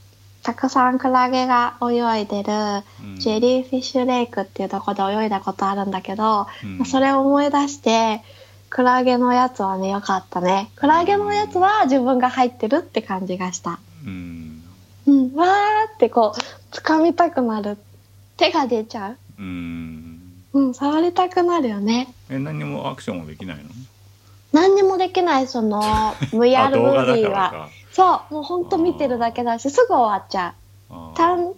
S1: たくさんクラゲが泳いでる
S2: うん
S1: ジェリーフィッシュレイクっていうところで泳いだことあるんだけど、
S2: うん
S1: それを思い出してクラゲのやつはねよかったねクラゲのやつは自分が入ってるって感じがした
S2: うん
S1: うんわーってこう掴みたくなる手が出ちゃう
S2: うん
S1: うん触りたくなるよね
S2: え何もアクションはできないの
S1: 何にもできないその VR
S2: [laughs] あ動
S1: ム
S2: 画
S1: ー
S2: だ
S1: ビ
S2: か
S1: ー
S2: ら
S1: は
S2: か
S1: そうもうほんと見てるだけだしすぐ終わっちゃう
S2: あー
S1: 単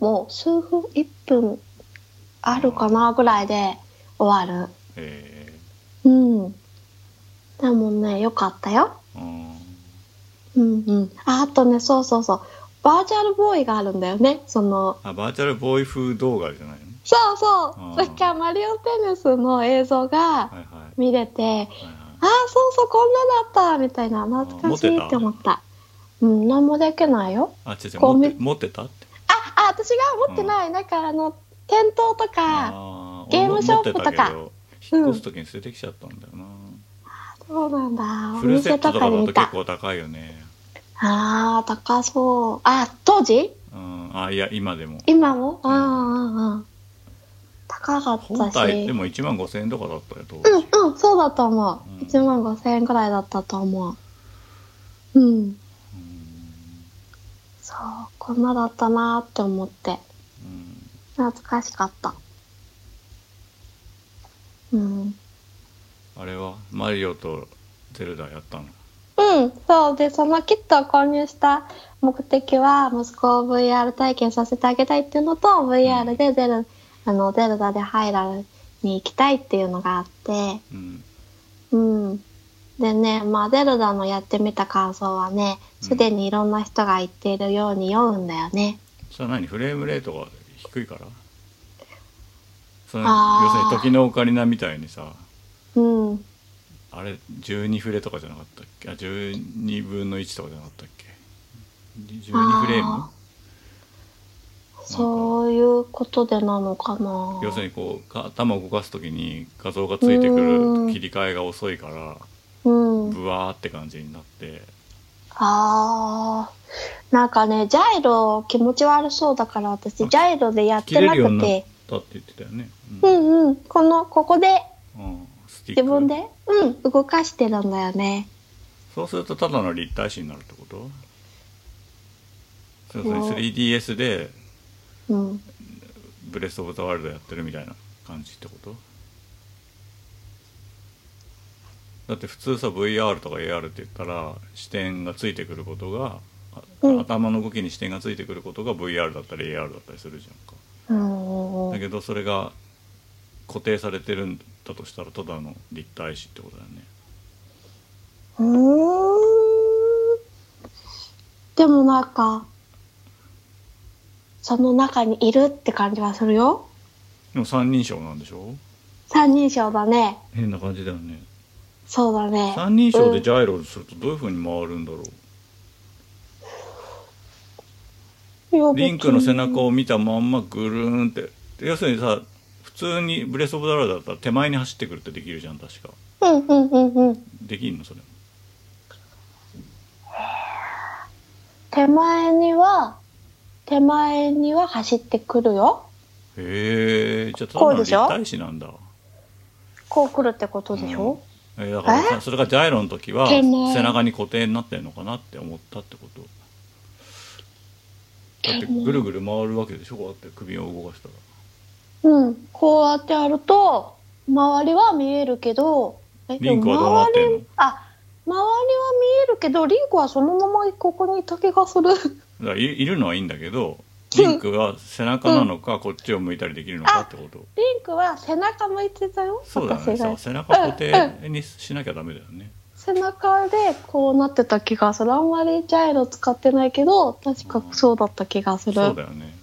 S1: もう数分1分あるかなぐらいで終わ
S2: え
S1: るうんでもねよかったよ
S2: ー、あ
S1: うんうんああとねそうそうそうバーチャルボーイがあるんだよねその
S2: ーあバーチャルボーイ風動画じゃないの
S1: そうそ
S2: あ
S1: う
S2: ー
S1: さっきはマリオテニスの映像が
S2: はいはい
S1: 見れて
S2: はいは
S1: あ
S2: い
S1: あそうそうこんなだったみたいな懐かしいって思ったうん何もできないよ
S2: あ違う違う
S1: こう
S2: 持っ
S1: め
S2: て持ってたって
S1: ああ私が持ってない、なんかあの店頭とか
S2: あ
S1: ゲームショップ
S2: 俺も
S1: とか
S2: 持ってたけど引っ越す時に捨ててきちゃったんだよな、
S1: そうなんだ。お
S2: フルセ
S1: 店
S2: ット
S1: と
S2: と
S1: か
S2: か
S1: で
S2: だと
S1: 見
S2: 結
S1: た。
S2: 構高いよね
S1: ああ、高そう。あ、当時
S2: うんあいや今でも
S1: 今もああ、ああ。高かっ
S2: 本
S1: た
S2: 体
S1: し
S2: でも1万5000円とかだったよどう
S1: うんうんそうだと思う、
S2: うん
S1: 1万5000円くらいだったと思ううんそうこんなだったなーって思って
S2: うん
S1: 懐かしかったうん
S2: あれはマリオとゼルダやったの
S1: うん、そうでそのキットを購入した目的は息子を VR 体験させてあげたいっていうのと VR でゼルあのゼルダでハイラルに行きたいっていうのがあって、
S2: う
S1: う
S2: ん
S1: ん、でね、まあ、ゼルダのやってみた感想はね
S2: うん
S1: すでにいろんな人が言っているように酔うんだよね。
S2: それは何フレームレートが低いからそれ
S1: あー
S2: 要するに時のオカリナみたいにさ
S1: うん、
S2: あれ12フレとかじゃなかったっけあ12分の1とかじゃなかったっけ12フレーム
S1: あそういうことでなのかな。
S2: 要するにこうか頭を動かす時に画像がついてく
S1: う
S2: る
S1: ん
S2: 切り替えが遅いから
S1: うん、
S2: ブワーって感じになって
S1: ああ。なんかね、ジャイロ気持ち悪そうだから私、ジャイロでやって
S2: 切れ
S1: な
S2: るように
S1: く。
S2: なってたって言ってたよね、
S1: う
S2: うん
S1: んうん。この、ここで
S2: うんスティッ
S1: 自
S2: ク
S1: 分で、うん、動かしてるんだよね。
S2: そうするとただの立体視になるってことそうそう
S1: もう
S2: 3DS で
S1: うん。
S2: ブレス・オブ・ザ・ワールドやってるみたいな感じってことだって普通さ VR とか AR って言ったら視点がついてくることが、あ
S1: うん
S2: 頭の動きに視点がついてくることが VR だったり AR だったりするじゃんか、
S1: うんうんう
S2: だ
S1: ん。
S2: けどそれが固定されてるんだとしたらただの立体視ってことだよね
S1: うーんでもなんか、その中にいるって感じはするよ。
S2: でも三人称なんでしょ
S1: 三人称だね。
S2: 変な感じだよね
S1: そうだね。
S2: 三人称でジ
S1: ゃ、
S2: ャイロするとどういう風に回るんだろう、
S1: うん
S2: リンクの背中を見たまんまぐるーんって要するにさ普通にブレス・オブ・ザ・ワールドだったら手前に走ってくるってできるじゃん確か
S1: うんうんうんうん。
S2: できんのそれも
S1: 手前には手前には走ってくるよ
S2: へえじゃあた
S1: こ
S2: だ
S1: うで
S2: の立
S1: しょ
S2: 体視なんだ
S1: こう来るってことでしょ、
S2: えだからさ
S1: え
S2: それがジャイロの時は
S1: けね
S2: 背中に固定になってるのかなって思ったってことだって
S1: けね
S2: ぐるぐる回るわけでしょこうやって首を動かしたら
S1: うん、こうやってやると周りは見えるけどえ
S2: リンクはどうなってん
S1: でも周
S2: の
S1: りあ周りは見えるけどリンクはそのままここにいた気がする [laughs]
S2: だからいいるのはいいんだけどリンクが背中なのかこっちを向いたりできるのかってこと、
S1: リンクは背中向いてたよ
S2: そうだね
S1: 私
S2: さ
S1: が
S2: 背中固定にしなきゃダメだよね、
S1: 背中でこうなってた気がするあんまりジャイロ使ってないけど確かそうだった気がする
S2: そうだよね、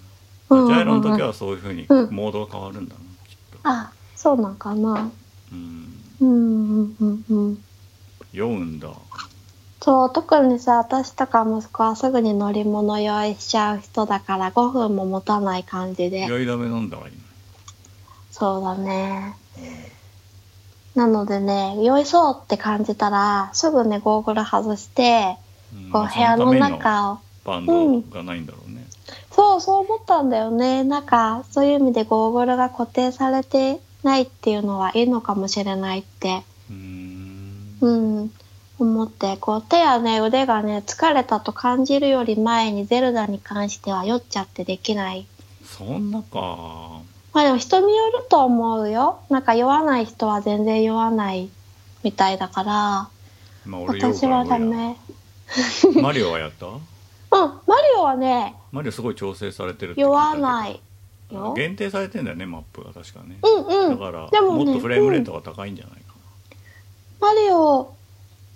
S1: うん
S2: ジャイロの時はそういうふうに
S1: うん
S2: モードが変わるんだなきっと
S1: あそうなんかな
S2: うん
S1: うんうんうんうん
S2: 酔うんだ
S1: そう特にさ私とか息子はすぐに乗り物用意しちゃう人だから5分も持たない感じで
S2: 酔いだめなんだわ今
S1: そうだねなのでね酔いそうって感じたらすぐねゴーグル外して
S2: うん
S1: こう
S2: まあ
S1: 部屋の
S2: そため
S1: 中を
S2: バンドがないんだろうね、
S1: そうそう思ったんだよねなんかそういう意味でゴーグルが固定されてないっていうのはいいのかもしれないって
S2: うーん
S1: うん思ってこう手やね腕がね疲れたと感じるより前にゼルダに関しては酔っちゃってできない
S2: そんなか
S1: まあでも人によると思うよ。なんか酔わない人は全然酔わないみたいだから、
S2: まあ俺酔う
S1: 私
S2: から
S1: はダ
S2: 無理
S1: メ。
S2: だマリオはやった
S1: うん、マリオはね、
S2: マリオすごい調整されてるって聞いたけど
S1: 酔わないよ。
S2: 限定されてんだよねマップが確かね、
S1: うんうん。
S2: だから
S1: でも
S2: も,、
S1: ね
S2: っとフレームレートが高いんじゃないか
S1: マリオ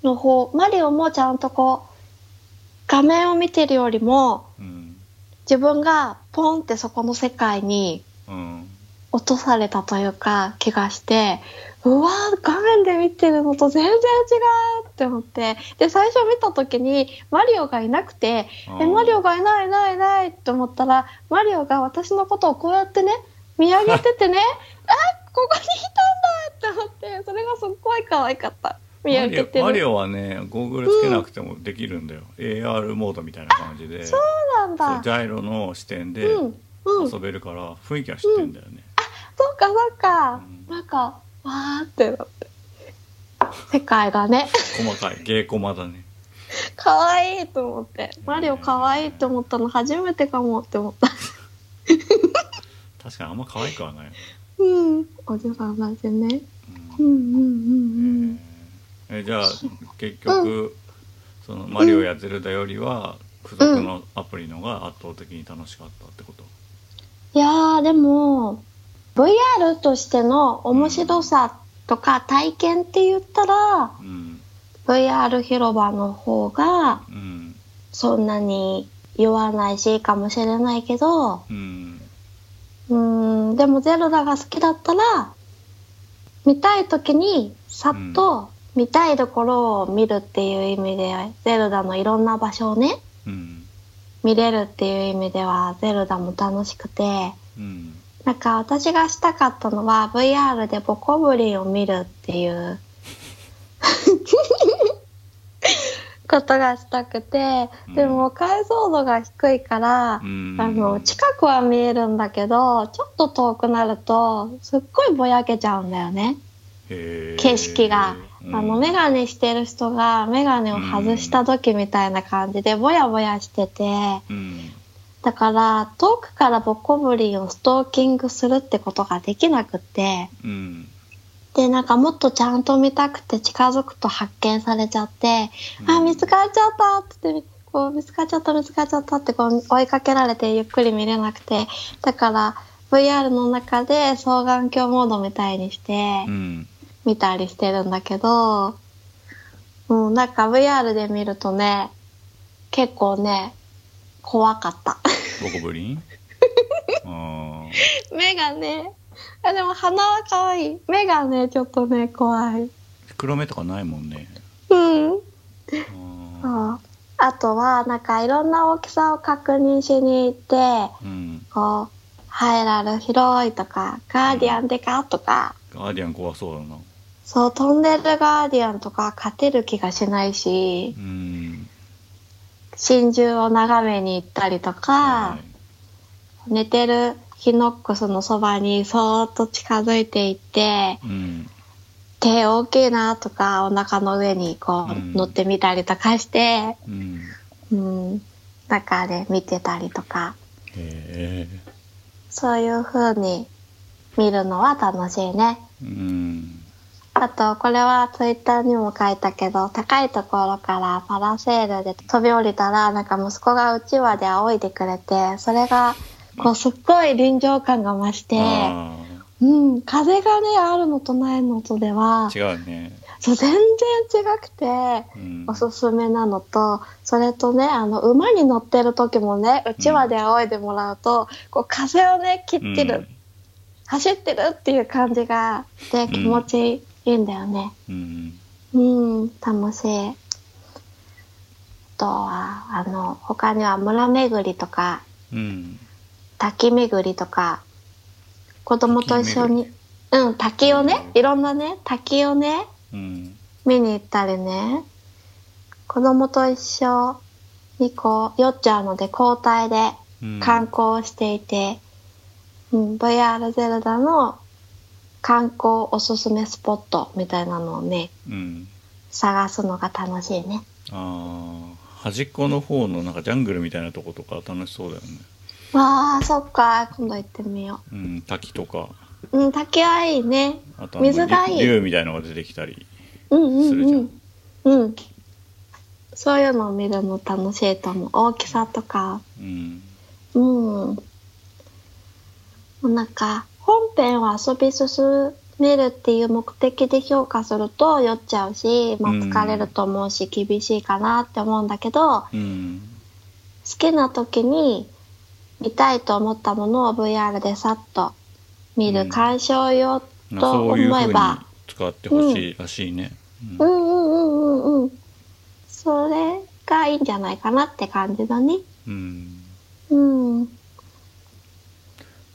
S1: の方、マリオもちゃんとこう、画面を見てるよりも、
S2: なうん
S1: 自分がポンってそこの世界に
S2: うん
S1: 落とされたというか気がしてうわー画面で見てるのと全然違うって思ってで最初見た時にマリオがいなくて
S2: あ
S1: え
S2: ー
S1: マリオがいないいないいないって思ったらマリオが私のことをこうやってね見上げてて
S2: [laughs]
S1: ねあここにいたんだって思ってそれがすっごい可愛かった見上げてる
S2: マリオマリオはねゴーグルつけなくてもできるんだよ、AR モードみたいな感じで
S1: そうなん
S2: そう
S1: だ
S2: ジャイロの視点で
S1: うんうん
S2: 遊べるから雰囲気は知ってんだよね、
S1: そっかそっか
S2: う。ん
S1: なんか、わーってなって。世界がね、
S2: 細かい芸駒だね
S1: 可愛いと思って。マリオ可愛いと思ったの初めてかもって思った。
S2: 確かにあんま可愛くはない、
S1: うん。おじさんだしね。
S2: う
S1: うん
S2: ん
S1: うんうんうん。
S2: えーじゃあ結局、そのマリオやゼルダよりは付属のアプリのが圧倒的に楽しかったってこと、
S1: いやーでも VR としての面白さとか体験って言ったら
S2: うん
S1: VR 広場の方が
S2: うん
S1: そんなに言わないしいいかもしれないけど
S2: うん
S1: うーんでもゼルダが好きだったら見たい時にさっと見たいところを見るっていう意味で、ゼルダのいろんな場所をね
S2: うん
S1: 見れるっていう意味ではゼルダも楽しくて
S2: うん
S1: なんか私がしたかったのは VR でボコブリを見るっていうことがしたくてでも解像度が低いから、
S2: うん
S1: あの近くは見えるんだけどちょっと遠くなるとすっごいぼやけちゃうんだよね
S2: へー
S1: 景色が。
S2: うん
S1: あの眼鏡してる人が眼鏡を外した時みたいな感じでぼやぼやしてて
S2: うん
S1: だから遠くからボコブリをストーキングするってことができなくて
S2: うん
S1: でなんかもっとちゃんと見たくて近づくと発見されちゃって、
S2: うん
S1: あ見つかっちゃったって言ってこう見つかっちゃった見つかっちゃったってこう追いかけられてゆっくり見れなくてだから VR の中で双眼鏡モードみたいにして
S2: うん
S1: 見たりしてるんだけど、うん、なんか VR で見るとね結構ね怖かった。 [laughs]
S2: ボコブリンあ
S1: 目がね、あ、でも鼻は可愛い。目がね、ちょっとね、怖い。
S2: ー黒目とかないもんね
S1: うん。
S2: あー
S1: ああとは、なんかいろんな大きさを確認しに行って、
S2: うん
S1: こう、ハイラル広いとか、ガーディアンでかとか、
S2: ガーディアン怖そうだな
S1: そう、飛んでるガーディアンとか勝てる気がしないし
S2: う、ん
S1: 真珠を眺めに行ったりとか
S2: は、
S1: 寝てるヒノックスのそばにそーっと近づいていって、
S2: いうん
S1: 手大きいなとかお腹の上にこ
S2: う
S1: う
S2: ん
S1: 乗ってみたりとかして、
S2: うん
S1: うん、中で見てたりとか
S2: へえ
S1: そういう風に見るのは楽しいね。
S2: うん
S1: あとこれはツイッターにも書いたけど高いところからパラセールで飛び降りたらなんか息子がうちわで仰いでくれてそれがこうすっごい臨場感が増して、
S2: あ
S1: うん、風がねあるのとないのとでは
S2: ー違うね、
S1: そう全然違くて
S2: うん、
S1: おすすめなのとそれとねあの馬に乗ってる時もねうちわで仰いでもらうと、こう風をね切ってる、走ってるっていう感じがして
S2: ん
S1: 気持ちいいんだよね。
S2: うん、うん
S1: うん、楽しい。あとはあの他には村巡りとか
S2: うん
S1: 滝巡りとか子供と一緒に
S2: 滝
S1: うん滝をね
S2: うん
S1: いろんなね滝をね
S2: うん
S1: 見に行ったりね子供と一緒にこう酔っちゃうので交代で
S2: うん
S1: 観光をしていて、うん VR ゼルダの観光おすすめスポットみたいなのをね
S2: うん
S1: 探すのが楽しいね
S2: あー端っこの方のなんかジャングルみたいなとことか楽しそうだよね
S1: わあそっか今度行ってみよ
S2: うん滝とか
S1: ううん滝はいいね
S2: あとあの
S1: 水がいい
S2: 竜みたいのが出てきたり
S1: うんう
S2: するじゃん、
S1: んうんうんそういうのを見るの楽しいと思う大きさとか
S2: うん
S1: うん。なんか、本編を遊び進めるっていう目的で評価すると酔っちゃうし、まあ、
S2: うん
S1: 疲れると思うし、厳しいかなって思うんだけど、好
S2: うん
S1: きな時に見たいと思ったものを VR でさっと見
S2: う
S1: る
S2: ん
S1: 鑑賞用と
S2: なんかそういう
S1: 思え
S2: 風に
S1: ば、
S2: 使ってほしいらしいね、
S1: う
S2: うん
S1: んうんうんうんうん。それがいいんじゃないかなって感じだね。
S2: うん
S1: うん。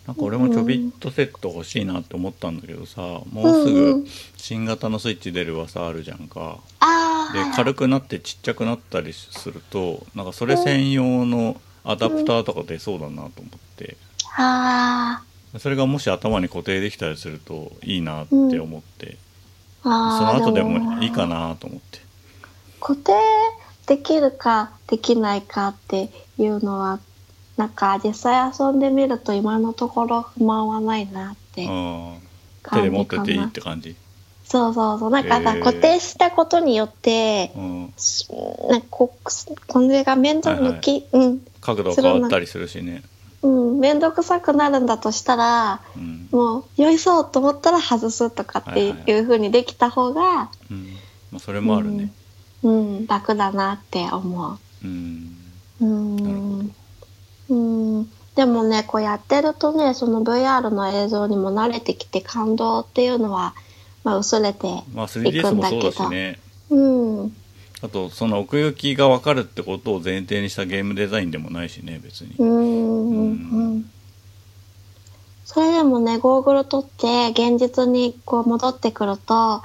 S2: なんか俺もちょびっとセット欲しいなって思ったんだけどさもうす
S1: うんう
S2: ぐ
S1: ん
S2: 新型のスイッチ出る噂あるじゃんか
S1: ああ。
S2: で軽くなってちっちゃくなったりするとなんかそれ専用のアダプターとか出そうだなと思って
S1: ああ。
S2: それがもし頭に固定できたりするといいなって思って、その
S1: あー
S2: 後でもいいかなと思って
S1: 固定できるかできないかっていうのはなんか実際遊んでみると今のところ不満はないなって
S2: ああ手
S1: 感じ
S2: で持って
S1: か
S2: ていいっ
S1: な
S2: て感じ、
S1: そうそうそうなんかさ、
S2: へー
S1: 固定したことによって
S2: うん、
S1: しなんかここれが面倒抜き、うん
S2: 角度変わったりするしね、
S1: うん面倒くさくなるんだとしたら
S2: うん
S1: もうよいそうと思ったら外すとかって
S2: はいはい
S1: いうふうにできた方が、
S2: うんまあ、それもあるね
S1: うん、楽だなって思う。
S2: うん、
S1: う
S2: なるほ
S1: んうんでもねこうやってるとねその VR の映像にも慣れてきて感動っていうのは、まあ、薄れて
S2: まあ 3DS もそうだしね
S1: うん
S2: あとその奥行きが分かるってことを前提にしたゲームデザインでもないしね別に、
S1: うんうんそれでもねゴーグル取って現実にこう戻ってくるとあ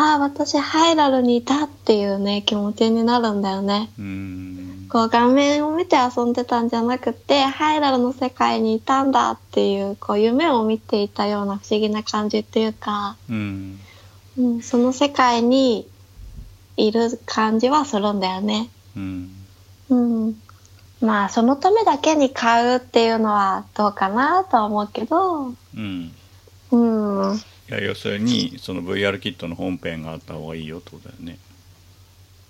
S1: あ私ハイラルにいたっていうね気持ちになるんだよね。
S2: うん
S1: こう画面を見て遊んでたんじゃなくてハイラルの世界にいたんだっていうこう夢を見ていたような不思議な感じっていうか、
S2: うん
S1: うん、その世界にいる感じはするんだよね。
S2: うん
S1: うん、まあそのためだけに買うっていうのはどうかなとは思うけど、
S2: うん
S1: うん、
S2: いや要するにその VR キットの本編があった方がいいよってことだよね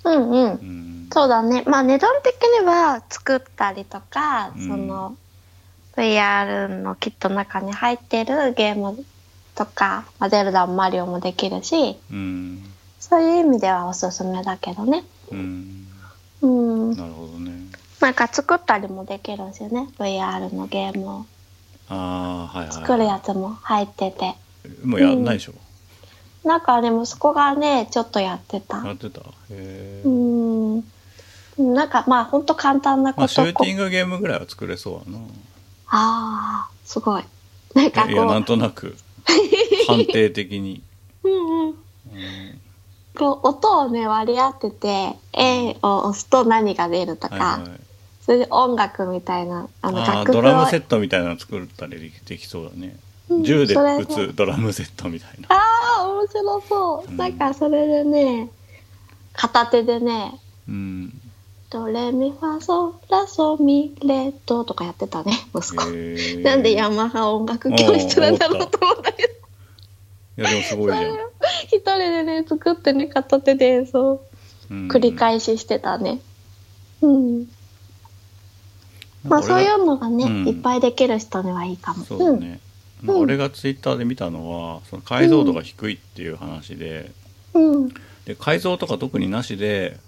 S1: うんうん
S2: うん
S1: そうだね。まあ値段的には作ったりとか、
S2: うん
S1: その VR のキットの中に入ってるゲームとか、まあ、ゼルダもマリオもできるし、
S2: うん
S1: そういう意味ではおすすめだけどね。
S2: うん
S1: うん。
S2: なるほどね
S1: なんか作ったりもできるしね。VR のゲームを
S2: ああはいはい
S1: 作るやつも入ってて。
S2: もうやんないでしょ、
S1: なんかね、息子がね、ちょっとやって
S2: や
S1: た
S2: っ。てたへえ、
S1: うん。なんかまあほんと簡単な
S2: ま
S1: こ
S2: あシ
S1: と
S2: ューティングゲームぐらいは作れそうだ
S1: ああ、すごい。なんか
S2: な
S1: こう。
S2: いやなんと
S1: [laughs]
S2: なく判定的に、
S1: うんうん。
S2: うん
S1: こう音をね割り当てて A を押すと何が出るとか、
S2: はいはい
S1: それで音楽みたいなあの
S2: あー
S1: 楽譜
S2: ド
S1: を
S2: ラムセットみたいなの作ったりできできそうだね、
S1: うん
S2: 銃で
S1: それ
S2: 撃つドラムセットみたいな
S1: ああ面白そう、
S2: うん
S1: なんかそれでね片手でね [laughs]
S2: うん
S1: ドレミファソラソミレドとかやってたね息子、
S2: へ
S1: なんで
S2: や
S1: ヤマハ音楽教室なんだろうと思ったけど
S2: いやでもすごいじゃん、
S1: 一人でね作ってね片手で演奏
S2: うん
S1: 繰り返ししてたねうんまあ
S2: なんか
S1: そう
S2: 俺
S1: い
S2: が
S1: うのがね、
S2: うん
S1: いっぱいできる人にはいいかも。
S2: そうだね、
S1: ん
S2: まあ
S1: うん
S2: 俺がツイッターで見たのはその解像度が低いっていう話で,、
S1: うん。うん。
S2: で解像とか特になしで、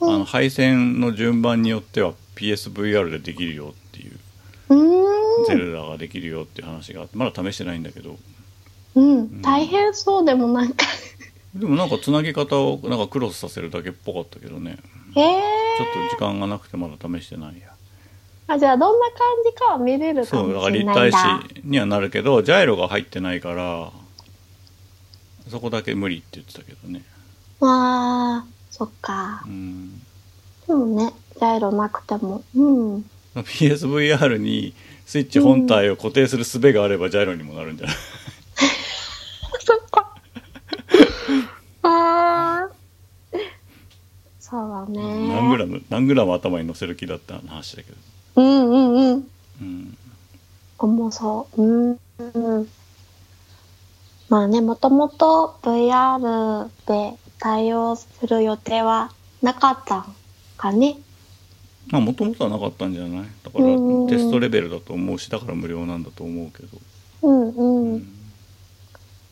S1: うん
S2: あの配線の順番によっては PSVR でできるよっていう、
S1: う
S2: ゼ
S1: ーん。
S2: ルダができるよっていう話があってまだ試してないんだけど
S1: うん。大変そうでもなんか。
S2: でもなんかつなぎ方をなんかクロスさせるだけっぽかったけどね
S1: ええ
S2: ちょっと時間がなくてまだ試してないや。
S1: あ、じゃあどんな感じかは見れるか
S2: そう、だ
S1: も
S2: か
S1: し
S2: ら
S1: れ
S2: 立
S1: ないん
S2: 体
S1: だ。
S2: 視にはなるけど、ジャイロが入ってないから、そこだけ無理って言ってたけどね。
S1: わあ、そっか
S2: う。ん。
S1: でもね、ジャイロなくても。うん。
S2: PSVR にスイッチ本体を固定する術があればジャイロにもなるんじゃない、
S1: そっ [laughs] か。ああ。そうだ
S2: 何グラ
S1: ね。
S2: ム、何グラム頭に乗せる気だった話だけど。
S1: うんうんうん。
S2: うん。
S1: 重そう。うん。うんまあね、もともと VR で対応する予定はなかったかね。
S2: まあ、もともとはなかったんじゃないだから
S1: うん
S2: テストレベルだと思うし、だから無料なんだと思うけど。
S1: うんうん。
S2: うん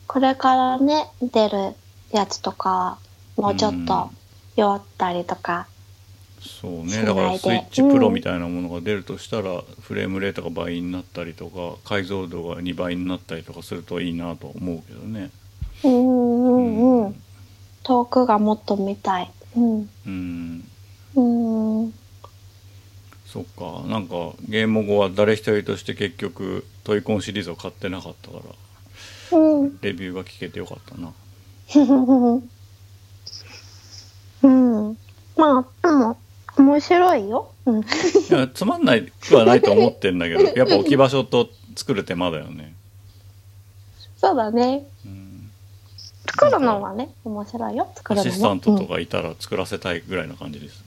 S1: これからね、出るやつとかは、もうちょっと弱ったりとか。
S2: そう
S1: しない
S2: ね
S1: で
S2: だからスイッチプロみたいなものが出るとしたら、フレームレートが倍になったりとか解像度が2倍になったりとかするといいなと思うけどね
S1: うんう
S2: うん
S1: うん。遠くがもっと見たい。うん。
S2: うん
S1: うん。
S2: そっかなんかゲーム後は誰一人として結局トイコンシリーズを買ってなかったから
S1: うん。
S2: レビューが聞けてよかったな
S1: うん。まあ、でも、面白いよ。うん。
S2: いやつまんないくはないと思ってんだけどやっぱ置き場所と作る手間だよね。
S1: そうだね。
S2: うん、
S1: 作るのはね、面白いよ。作
S2: ア
S1: るの、ね、
S2: シスタントとかいたら作らせたいぐらいな感じです。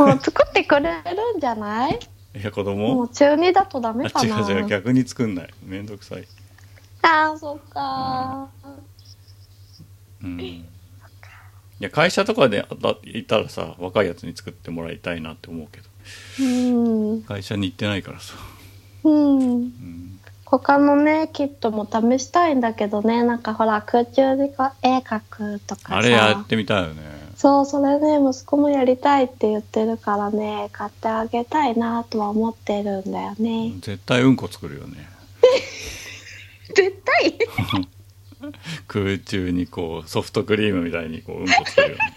S1: うん、もう作ってくれるんじゃない
S2: いや子
S1: も
S2: 供
S1: う中二だとダメ
S2: あ
S1: か
S2: 違う
S1: な。
S2: 違う逆に作んないめんどくさい。
S1: ああ、そっか
S2: うん、いや会社とかであだいたらさ若いやつに作ってもらいたいなって思うけど
S1: うん。
S2: 会社に行ってないからさ。
S1: うん。
S2: うん
S1: 他のね、キットも試したいんだけどね、なんかほら、空中でか絵描くとかさ。
S2: あれやってみたいよね。
S1: そう、それね、息子もやりたいって言ってるからね、買ってあげたいなとは思ってるんだよね。
S2: 絶対うんこ作るよね。
S1: 絶対
S2: 空中にこうソフトクリームみたいにこううんこ作るよ
S1: [laughs]
S2: ね。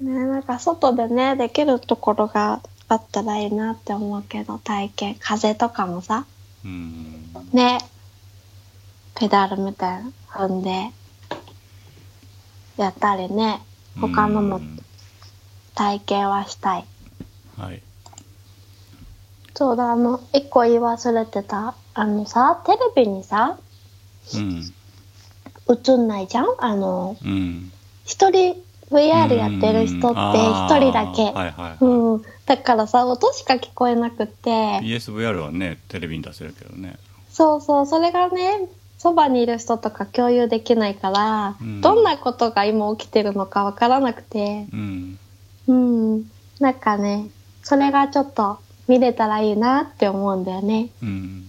S1: ね、なんか外でね、できるところがあったらいいなって思うけど、体験、風とかもさ、
S2: うん。
S1: ね、ペダルみたいな踏んで、やったりね、他の
S2: う
S1: も
S2: ん
S1: 体験はしたい。
S2: はい。
S1: そうだ、あの、一個言い忘れてた。あのさ、テレビにさ、
S2: うん。
S1: 映んないじゃんあの、
S2: うん。
S1: 一人 VR やってる人って一人だけ、
S2: あーはいはい、はい
S1: うん、だからさ音しか聞こえなくて
S2: PSVR はねテレビに出せるけどね。
S1: そうそうそれがねそばにいる人とか共有できないから、
S2: うん
S1: どんなことが今起きてるのかわからなくて
S2: うん。
S1: うんなんかねそれがちょっと見れたらいいなって思うんだよね
S2: うん。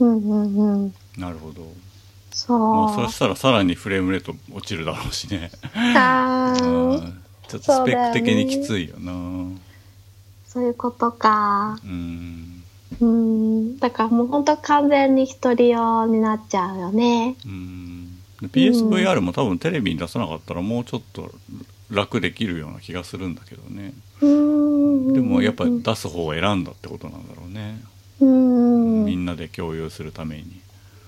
S1: うんうんうん
S2: なるほど。
S1: そう、
S2: まあそしたらさらにフレームレート落ちるだろう
S1: [laughs]
S2: しね。
S1: あー
S2: うんちょっとスペック的にきついよな。
S1: そういうことか
S2: うん。
S1: うんだからもうほんと完全に一人用になっちゃうよね
S2: うん。で PSVR も多分テレビに出さなかったらもうちょっと楽できるような気がするんだけどね。
S1: うーん
S2: でもやっぱり出す方を選んだってことなんだろうね、
S1: うんうん
S2: みんなで共有するために、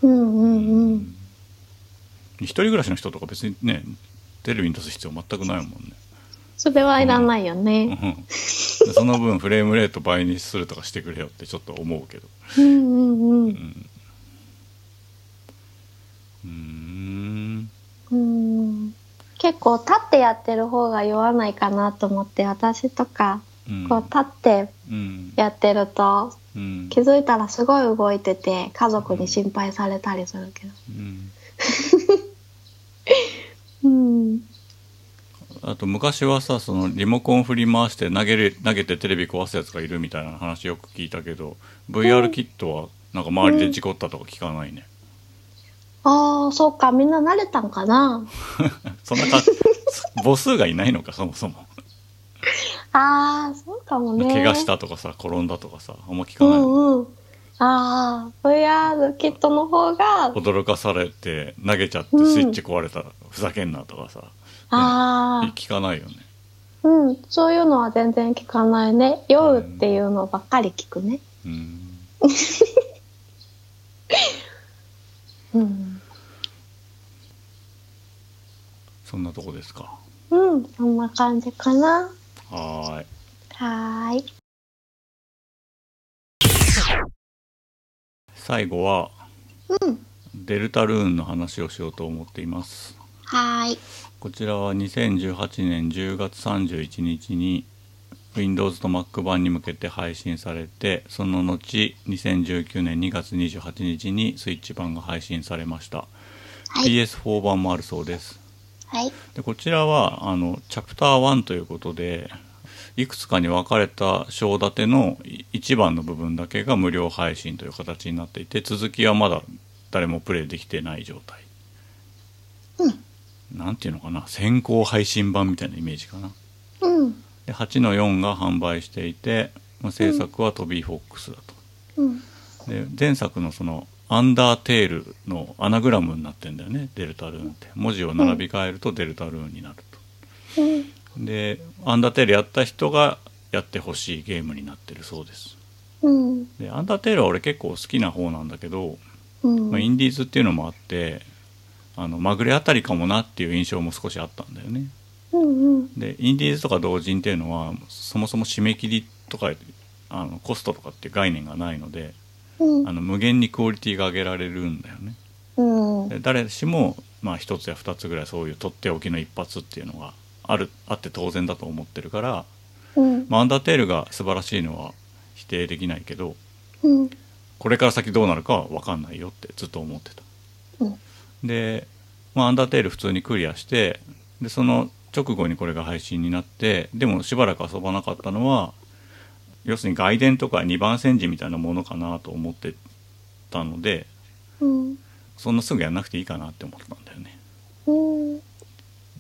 S1: うんうんうん
S2: 一人暮らしの人とか別にねテレビに出す必要全くないもんね、
S1: それはいらないよ
S2: う
S1: ね。
S2: ん、でその分フレームレート倍にするとかしてくれよってちょっと思うけど
S1: うんうんう。
S2: うんんうーん
S1: うん結構立ってやってる方が酔わないかなと思って私とか
S2: うん
S1: こう立って
S2: うん
S1: やってると
S2: うん
S1: 気づいたらすごい動いてて家族に心配されたりするけど。
S2: うん
S1: うん。
S2: あと昔はさそのリモコン振り回して投げる投げてテレビ壊すやつがいるみたいな話よく聞いたけど VR キットはなんか周りで事故ったとか聞かないね、
S1: ああ、そっか、みんな慣れたんかな。
S2: そんなか [laughs] 母数がいないのかそもそも、
S1: ああ、そうかもね。
S2: 怪我したとかさ転んだとかさあんま聞
S1: う
S2: かない、
S1: んうん。ああ、VR キットの方が、あ
S2: 驚かされて投げちゃってスイッチ壊れた、ふざけんなとかさ
S1: あー、
S2: 聞かないよね
S1: うん、そういうのは全然聞かないね。酔うっていうのばっかり聞くね。
S2: うん
S1: うん。
S2: そんなとこですか
S1: うん、そんな感じかな。
S2: はーい
S1: はーい。
S2: 最後は、デルタルーンの話をしようと思っています
S1: はーい。
S2: こちらは2018年10月31日に Windows と Mac 版に向けて配信されてその後2019年2月28日に Switch 版が配信されました、
S1: はい
S2: PS4 版もあるそうです
S1: はい。
S2: でこちらはあのチャプター1ということでいくつかに分かれた章立ての1番の部分だけが無料配信という形になっていて続きはまだ誰もプレイできてない状態なんていうのかな先行配信版みたいなイメージかな
S1: うん。
S2: で8の4が販売していて、まあ、制作はトビー・フォックスだ
S1: うん。
S2: とで前作のその「アンダーテール」のアナグラムになってんだよねデルタルーンって文字を並び替えるとデルタルーンになる
S1: うん。
S2: とで「アンダーテール」やった人がやってほしいゲームになってるそうです
S1: うん。
S2: で「アンダーテール」は俺結構好きな方なんだけど、
S1: うん。
S2: まあ、インディーズっていうのもあってあのまぐれあたりかもなっていう印象も少しあったんだよね
S1: うん。うん。
S2: でインディーズとか同人っていうのはそもそも締め切りとかあのコストとかっていう概念がないので
S1: うん
S2: あの無限にクオリティが上げられるんだよね。
S1: うん
S2: で誰しも、まあ、1つや2つぐらいそういうとっておきの一発っていうのがあるあって当然だと思ってるから、
S1: うん
S2: まあ、アンダーテールが素晴らしいのは否定できないけど
S1: うん
S2: これから先どうなるかは分かんないよってずっと思ってた。
S1: うん
S2: で、まあ、アンダーテール普通にクリアしてでその直後にこれが配信になってでもしばらく遊ばなかったのは要するに外伝とか二番煎じみたいなものかなと思ってたので
S1: うん
S2: そんなすぐやんなくていいかなって思ったんだよね。
S1: うん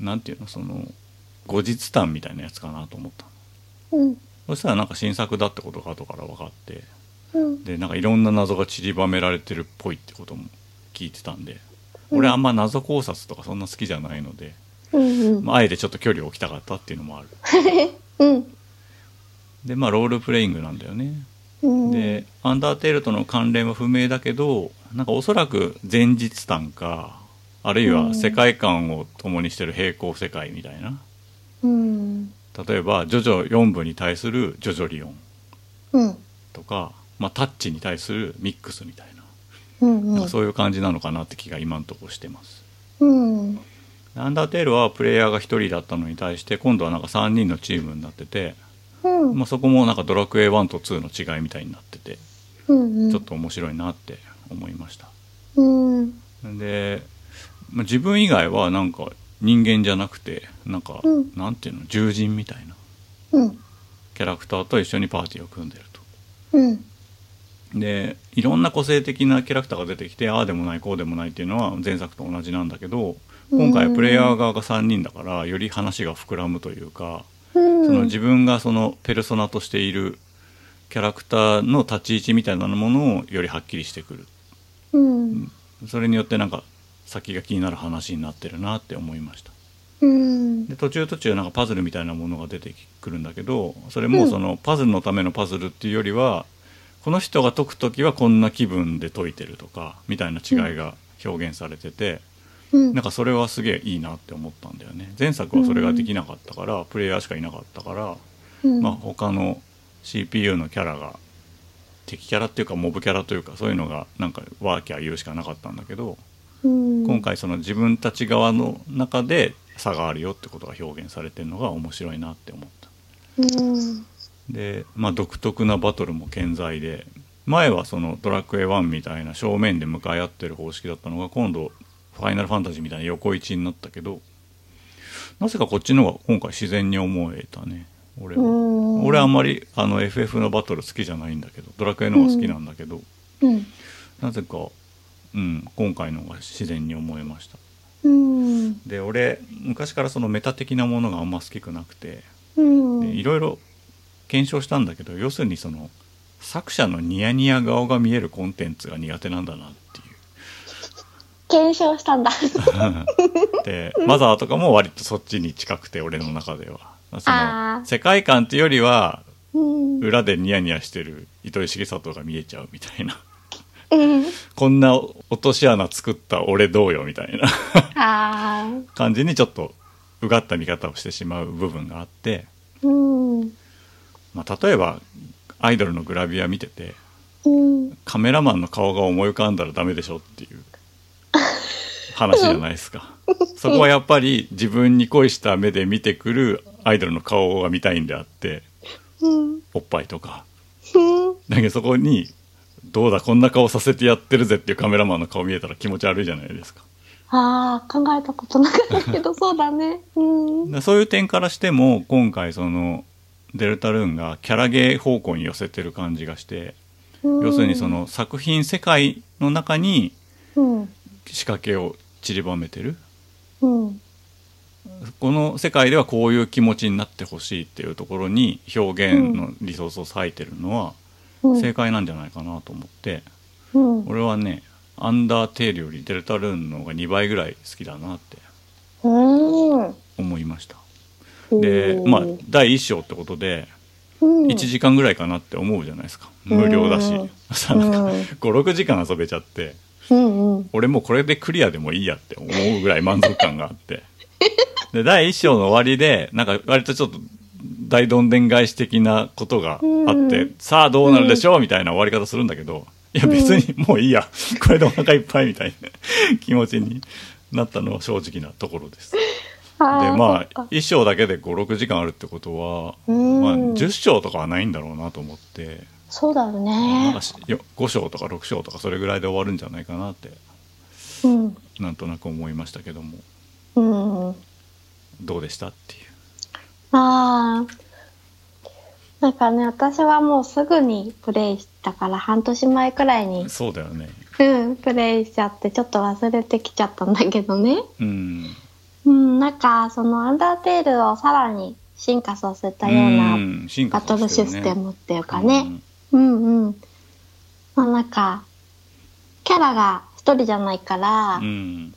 S2: なんていうのその後日談みたいなやつかなと思った
S1: うん
S2: そしたらなんか新作だってことが後から分かって
S1: うん
S2: でなんかいろんな謎が散りばめられてるっぽいってことも聞いてたんで
S1: うん
S2: 俺あんま謎考察とかそんな好きじゃないので、
S1: うんうん
S2: まあ、あえてちょっと距離を置きたかったっていうのもある
S1: うん
S2: でまあロールプレイングなんだよね
S1: うん
S2: で「アンダーテール」との関連は不明だけどなんかおそらく前日譚かあるいうは
S1: ん
S2: 世界観を共にしてる平行世界みたいな
S1: うん
S2: 例えば「ジョジョ4部」に対する「ジョジョリオン」
S1: うん
S2: とか、まあ、タッチに対するミックスみたいな
S1: うんう
S2: なんか
S1: ん
S2: そういう感じなのかなって気が今のとこしてます。
S1: うん
S2: アンダーテールはプレイヤーが1人だったのに対して今度はなんか3人のチームになってて、
S1: うん
S2: まあ、そこもなんかドラクエ1と2の違いみたいになってて
S1: うんうん
S2: ちょっと面白いなって思いました。
S1: うん
S2: で、まあ自分以外はなんか人間じゃなくてなんか、
S1: うん
S2: なんていうの獣人みたいな
S1: うん
S2: キャラクターと一緒にパーティーを組んでると。
S1: うん
S2: でいろんな個性的なキャラクターが出てきてああでもないこうでもないっていうのは前作と同じなんだけど今回はプレイヤー側が3人だからより話が膨らむというか
S1: うん
S2: その自分がそのペルソナとしているキャラクターの立ち位置みたいなものをよりはっきりしてくる
S1: うん
S2: それによってなんか先が気になる話になってるなって思いました
S1: うん
S2: で途中途中なんかパズルみたいなものが出てくるんだけどそれもそのパズルのためのパズルっていうよりは、この人が解く時はこんな気分で解いてるとかみたいな違いが表現されてて、
S1: うん
S2: なんかそれはすげえいいなって思ったんだよね前作はそれができなかったから、プレイヤーしかいなかったから、
S1: うん
S2: まあ、他の CPU のキャラが敵キャラっていうかモブキャラというかそういうのがなんかワーキャー言うしかなかったんだけど、
S1: うん
S2: 今回その自分たち側の中で差があるよってことが表現されてるのが面白いなって思った
S1: うん
S2: で、まあ、独特なバトルも健在で前はその「ドラクエ1」みたいな正面で向かい合ってる方式だったのが今度「ファイナルファンタジー」みたいな横一になったけどなぜかこっちの方が今回自然に思えたね俺は、
S1: うん
S2: 俺あんまりあの FF のバトル好きじゃないんだけどドラクエの方が好きなんだけど、
S1: うん
S2: なぜか、うん、今回の方が自然に思えました
S1: うん
S2: で俺昔からそのメタ的なものがあんま好きくなくて
S1: うん
S2: でいろいろ検証したんだけど要するにその作者のニヤニヤ顔が見えるコンテンツが苦手なんだなってい
S1: 検証したんだ [laughs]
S2: うでマザーとかも割とそっちに近くて俺の中ではそ
S1: あ
S2: の
S1: ー
S2: 世界観っていうよりは
S1: うん
S2: 裏でニヤニヤしてる糸井重里が見えちゃうみたいな
S1: うん
S2: こんな落とし穴作った俺どうよみたいな [laughs]
S1: あー
S2: 感じにちょっとうがった見方をしてしまう部分があって。
S1: うん
S2: まあ、例えばアイドルのグラビア見てて
S1: うん
S2: カメラマンの顔が思い浮かんだらダメでしょっていう話じゃないですかそこはやっぱり自分に恋した目で見てくるアイドルの顔が見たいんであって
S1: うん
S2: おっぱいとか
S1: うん
S2: だけどそこにどうだこんな顔させてやってるぜっていうカメラマンの顔見えたら気持ち悪いじゃないですか
S1: ああ考えたことなかったけどそうだねうん
S2: でそういう点からしても今回そのデルタルーンがキャラゲー方向に寄せてる感じがして要するにその作品世界の中に
S1: うん
S2: 仕掛けを散りばめてる
S1: うん
S2: この世界ではこういう気持ちになってほしいっていうところに表現のリソースを割いてるのは
S1: うん
S2: 正解なんじゃないかなと思って、
S1: うん
S2: 俺はね「アンダーテール」より「デルタルーン」の方が2倍ぐらい好きだなって
S1: うん
S2: 思いましたでまあ第1章ってことで1時間ぐらいかなって思うじゃないですか無料だし
S1: うん
S2: さなんか
S1: うん
S2: 56時間遊べちゃって
S1: うんうん
S2: 俺もうこれでクリアでもいいやって思うぐらい満足感があって。で、第一章の終わりで、なんか割とちょっと大どんでん返し的なことがあって、
S1: うん
S2: さあどうなるでしょうみたいな終わり方するんだけど、いや別にもういいや、これでお腹いっぱいみたいな気持ちになったのは正直なところです。で
S1: あーそ
S2: ま
S1: っ
S2: あ
S1: か
S2: 1章だけで56時間あるってことは、
S1: うん
S2: まあ、10章とかはないんだろうなと思って、
S1: そうだよ
S2: なん
S1: ね
S2: か。しよ5章とか6章とかそれぐらいで終わるんじゃないかなって
S1: うん。
S2: なんとなく思いましたけども
S1: うん。
S2: どうでしたっていう。
S1: ああ。なんかね、私はもうすぐにプレイしたから、半年前くらいに、
S2: そうだよね。
S1: うん、プレイしちゃって、ちょっと忘れてきちゃったんだけどね。
S2: うん。
S1: うん、なんか、そのアンダーテールをさらに進化させたような
S2: うん進化
S1: バトルシステムっていうかね。
S2: う
S1: うんうん。まあなんか、キャラが一人じゃないから、
S2: んうん。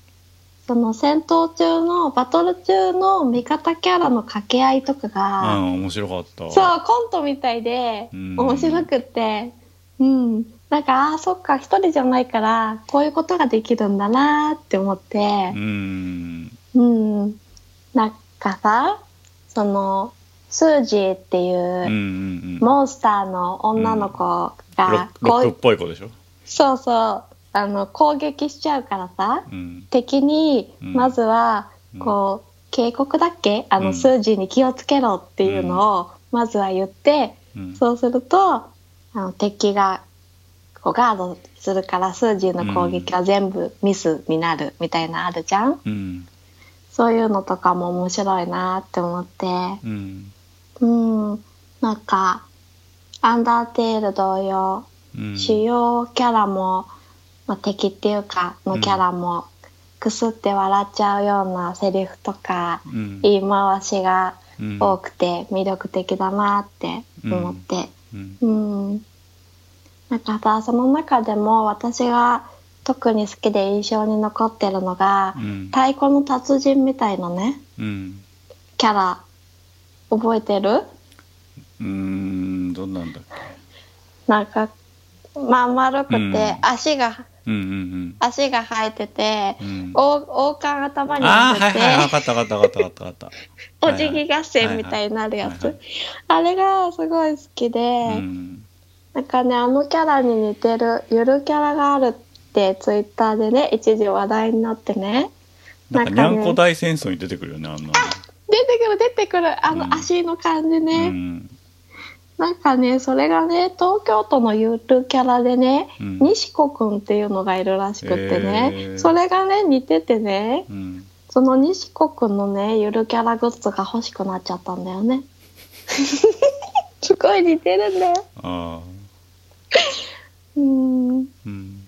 S1: その戦闘中の、バトル中の味方キャラの掛け合いとか
S2: あ
S1: が、
S2: 面白かった。
S1: そう、コントみたいで、
S2: うん
S1: 面白くって、うん。なんか、ああ、そっか、一人じゃないから、こういうことができるんだなーって思って
S2: う、ん。
S1: うん。なんかさ、その、スージーって
S2: うんう
S1: いう、
S2: んうん。ロ
S1: モンスターの女の子が、
S2: ロ
S1: こ
S2: ックっ
S1: う、
S2: ぽい子でしょ。
S1: そうそう、あの、攻撃しちゃうからさ、
S2: うん。
S1: 敵に、
S2: うん
S1: まずは
S2: うん、
S1: こう、警告だっけあ
S2: う
S1: の、
S2: ん
S1: スージーに気をつけろっていうのを、まずは言って、
S2: うん。
S1: そうすると、あの、敵が、こう、ガードするから、スージーの攻撃は全部ミスになるみたいなあるじゃん
S2: うん。
S1: そういうのとかも面白いなって思って、
S2: うん。
S1: うん、なんか、アンダーテール同様、
S2: うん。
S1: 主要キャラも、まあ、敵っていうか、のキャラも、くすって笑っちゃうようなセリフとか、
S2: うん。
S1: 言い回しが
S2: うん
S1: 多くて魅力的だなって思って、
S2: うん
S1: うん。なんかさ、その中でも私が特に好きで印象に残ってるのが
S2: う、ん。
S1: 太鼓の達人みたいなね、
S2: うん。
S1: キャラ覚えてる
S2: うん。どんなんだっけ。
S1: なんか、まあ、丸くて、
S2: うん
S1: 足が
S2: うんうん
S1: 足が生えてて、
S2: うん。うん。
S1: 王王冠頭に
S2: ああ
S1: 当
S2: はい
S1: てて、
S2: はい分かった分かった分かった分かった。はい
S1: お辞儀合戦みたいになるやつ、
S2: はいはい
S1: あれがすごい好きで、
S2: うん。
S1: なんかねあのキャラに似てるゆるキャラがあるってツイッターでね一時話題になってね
S2: なんか
S1: なんか
S2: にゃ
S1: ね
S2: んこ大戦争に出てくるよねあんな。
S1: 出てくる出てくるあ
S2: う
S1: の
S2: ん
S1: 足の感じ
S2: う
S1: ね、
S2: ん。
S1: なんかねそれがね東京都のゆるキャラでね、
S2: うん
S1: 西子くんっていうのがいるらしくってね、
S2: へー
S1: それがね似ててね
S2: うん。
S1: その西子くんのねゆるキャラグッズが欲しくなっちゃったんだよ
S2: [laughs]
S1: ねすごい似てるんだよ
S2: ああ。
S1: うーん
S2: うん。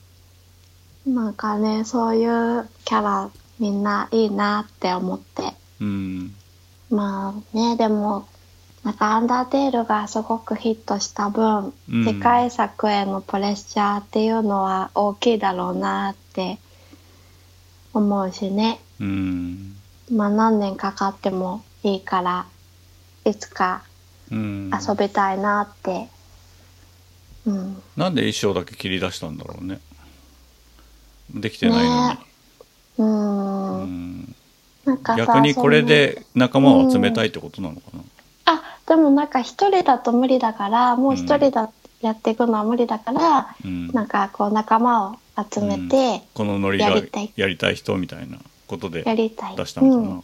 S1: なんかねそういうキャラみんないいなって思って
S2: うん。
S1: まあねでもなんかアンダーテールがすごくヒットした分、
S2: うん
S1: 世界作へのプレッシャーっていうのは大きいだろうなって思うしね
S2: うん。
S1: まあ何年かかってもいいからいつか
S2: うん。
S1: 遊びたいなってうん
S2: なんで一章だけ切り出したんだろうね。できてないのに。
S1: ねうー
S2: うんん
S1: なんかさ
S2: 逆にこれで仲間を集めたいってことなのかな。
S1: そのあでもなんか一人だと無理だからもう一人だ、やっていくのは無理だから
S2: うん。
S1: なんかこう仲間を集めて
S2: このノリが
S1: やりたい
S2: やりたい人みたいなことで
S1: やりたい、
S2: 出したのかな。
S1: うん、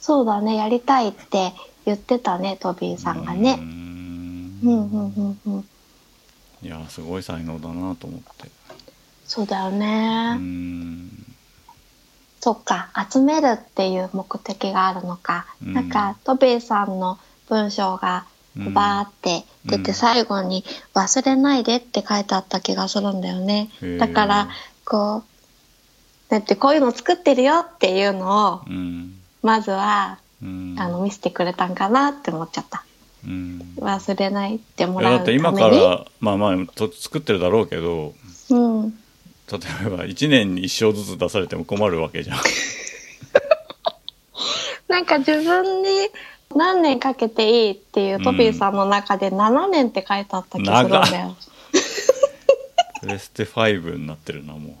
S1: そうだねやりたいって言ってたねトビーさんがね
S2: うーん
S1: うんうんうんうん
S2: いやすごい才能だなと思って。
S1: そうだよ
S2: う
S1: ね、
S2: ん。
S1: そっか集めるっていう目的があるのか、
S2: うん
S1: なんかトビーさんの文章が
S2: うん
S1: バーって出
S2: う
S1: て
S2: ん
S1: 最後に「忘れないで」って書いてあった気がするんだよね
S2: へー
S1: だからこうだってこういうの作ってるよっていうのを
S2: うん。
S1: まずは
S2: うん。
S1: あの見せてくれたんかなって思っちゃった
S2: うん。
S1: 忘れないっても
S2: いや
S1: らう
S2: だったて
S1: めに
S2: 今からまあまあと作ってるだろうけど
S1: うん
S2: 例えば1年に1勝ずつ出されても困るわけじ
S1: [laughs]
S2: ゃん。
S1: なんか自分に何年かけていいっていうトビーさんの中で7年って書いてあった気がするんだよ。
S2: プレステ5になってるなも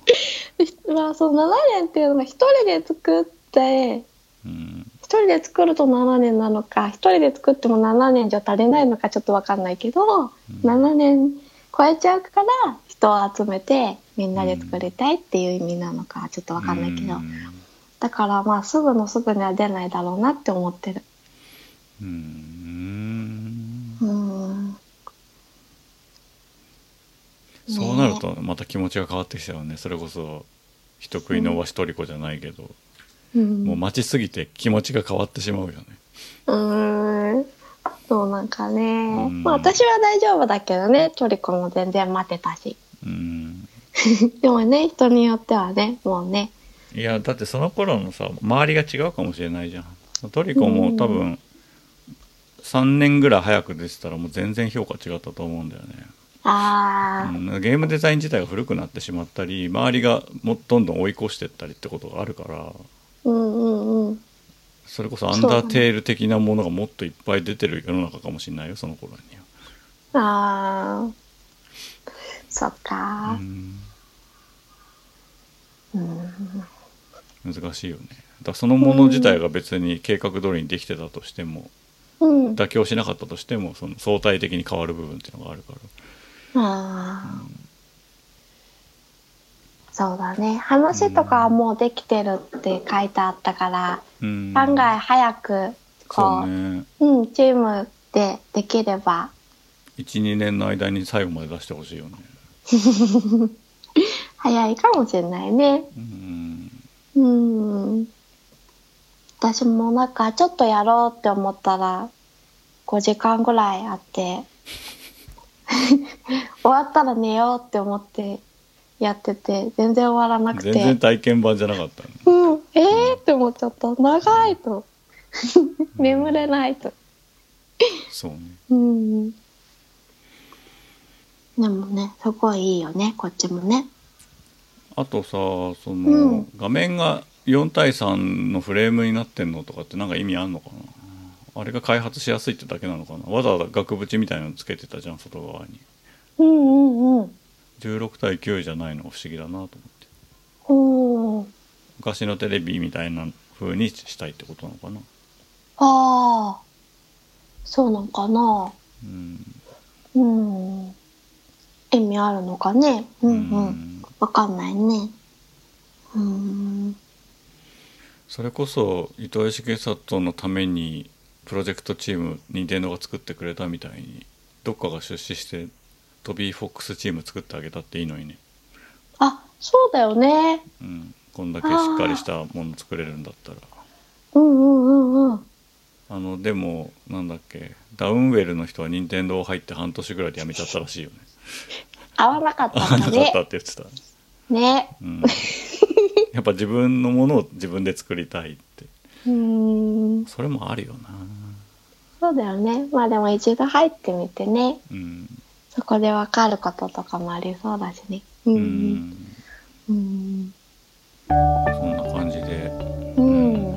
S1: まあその7年っていうのが一人で作って
S2: う。うん。
S1: 一人で作ると7年なのか一人で作っても7年じゃ足りないのかちょっとわかんないけど、
S2: ん
S1: 7年超えちゃうから一人を集めてみんなで作りたいっていう意味なのかちょっとわかんないけど、
S2: うん
S1: だからまあすぐのすぐには出ないだろうなって思ってる
S2: うーん
S1: うん
S2: そうなるとまた気持ちが変わってきちゃうねそれこそ人食いのわしとりこじゃないけど、
S1: うん
S2: もう待ちすぎて気持ちが変わってしまうよね
S1: うーんそうなんかね
S2: うん
S1: まあ私は大丈夫だけどねトリコも全然待ってたし
S2: うん
S1: でもね人によってはねもうね
S2: いやだってその頃のさ周りが違うかもしれないじゃんトリコも多分3年ぐらい早く出てたらもう全然評価違ったと思うんだよね、
S1: ああ
S2: うん、ゲームデザイン自体が古くなってしまったり周りがもうどんどん追い越してったりってことがあるから
S1: うんうんうん
S2: それこそアンダーテール的なものがもっといっぱい出てる世の中かもしれないよその頃に
S1: ああそっ
S2: は
S1: か、うん
S2: うん難しいよねだからそのもの自体が別に計画通りにできてたとしても
S1: うん、
S2: 妥協しなかったとしてもその相対的に変わる部分っていうのがあるから
S1: あーそうだね話とかはもうできてるって書いてあったから、
S2: うん
S1: 案外早くこ
S2: そう
S1: う
S2: ね
S1: うん、チームでできれば、
S2: 12年の間に最後まで出してほしいよね
S1: 早いかもしれないね。
S2: うん
S1: うん。私もなんか、ちょっとやろうって思ったら、5時間ぐらいあって、 [laughs] 終わったら寝ようって思ってやってて、全然終わらなく
S2: 全然
S1: て。
S2: 体験版じゃなかったね
S1: うん、えーって思っちゃった。長いと。眠れないと。
S2: そうね
S1: うん。でもね、すごいいいよね、こっちもね。
S2: あとさその、
S1: うん
S2: 画面が4対3のフレームになってんのとかってなんか意味あんのかなあれが開発しやすいってだけなのかなわざわざ額縁みたいなのつけてたじゃん外側に
S1: うんうんうん。
S2: 16対9じゃないのが不思議だなと思って
S1: おー
S2: 昔のテレビみたいな風にしたいってことなのかな
S1: ああ、そうなんかな。
S2: うん
S1: うん。意味あるのかね。うんう。
S2: うんん
S1: わかんないね。うん。
S2: それこそ糸井重里のためにプロジェクトチーム任天堂が作ってくれたみたいにどっかが出資してトビー・フォックスチーム作ってあげたっていいのにね、
S1: あ、そうだよね。
S2: うん、こんだけしっかりしたもの作れるんだったら
S1: うんうんうんうん。
S2: あのでもなんだっけダウンウェルの人は任天堂入って半年ぐらいで辞めちゃったらしいよね
S1: 合わなかった
S2: あなん
S1: だ
S2: かったって
S1: ね。
S2: 言ってた、
S1: ね。
S2: うん、 [laughs] やっぱ自分のものを自分で作りたいって
S1: うん。
S2: それもあるよな
S1: そうだよね。まあでも一度入ってみてね。
S2: うん
S1: そこでわかることとかもありそうだしね。う。
S2: うんん
S1: うん。
S2: そんな感じで
S1: うん。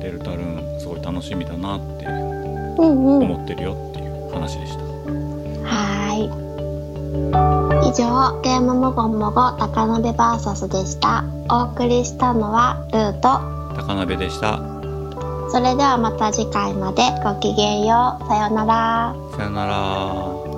S2: デルタルーンすごい楽しみだなって
S1: うんうん。
S2: 思ってるよっていう話でした。
S1: はい。以上、ゲームもごもご高鍋バーサスでした。お送りしたのはルート。
S2: 高鍋でした。
S1: それではまた次回までごきげんよう。さようなら。
S2: さよなら。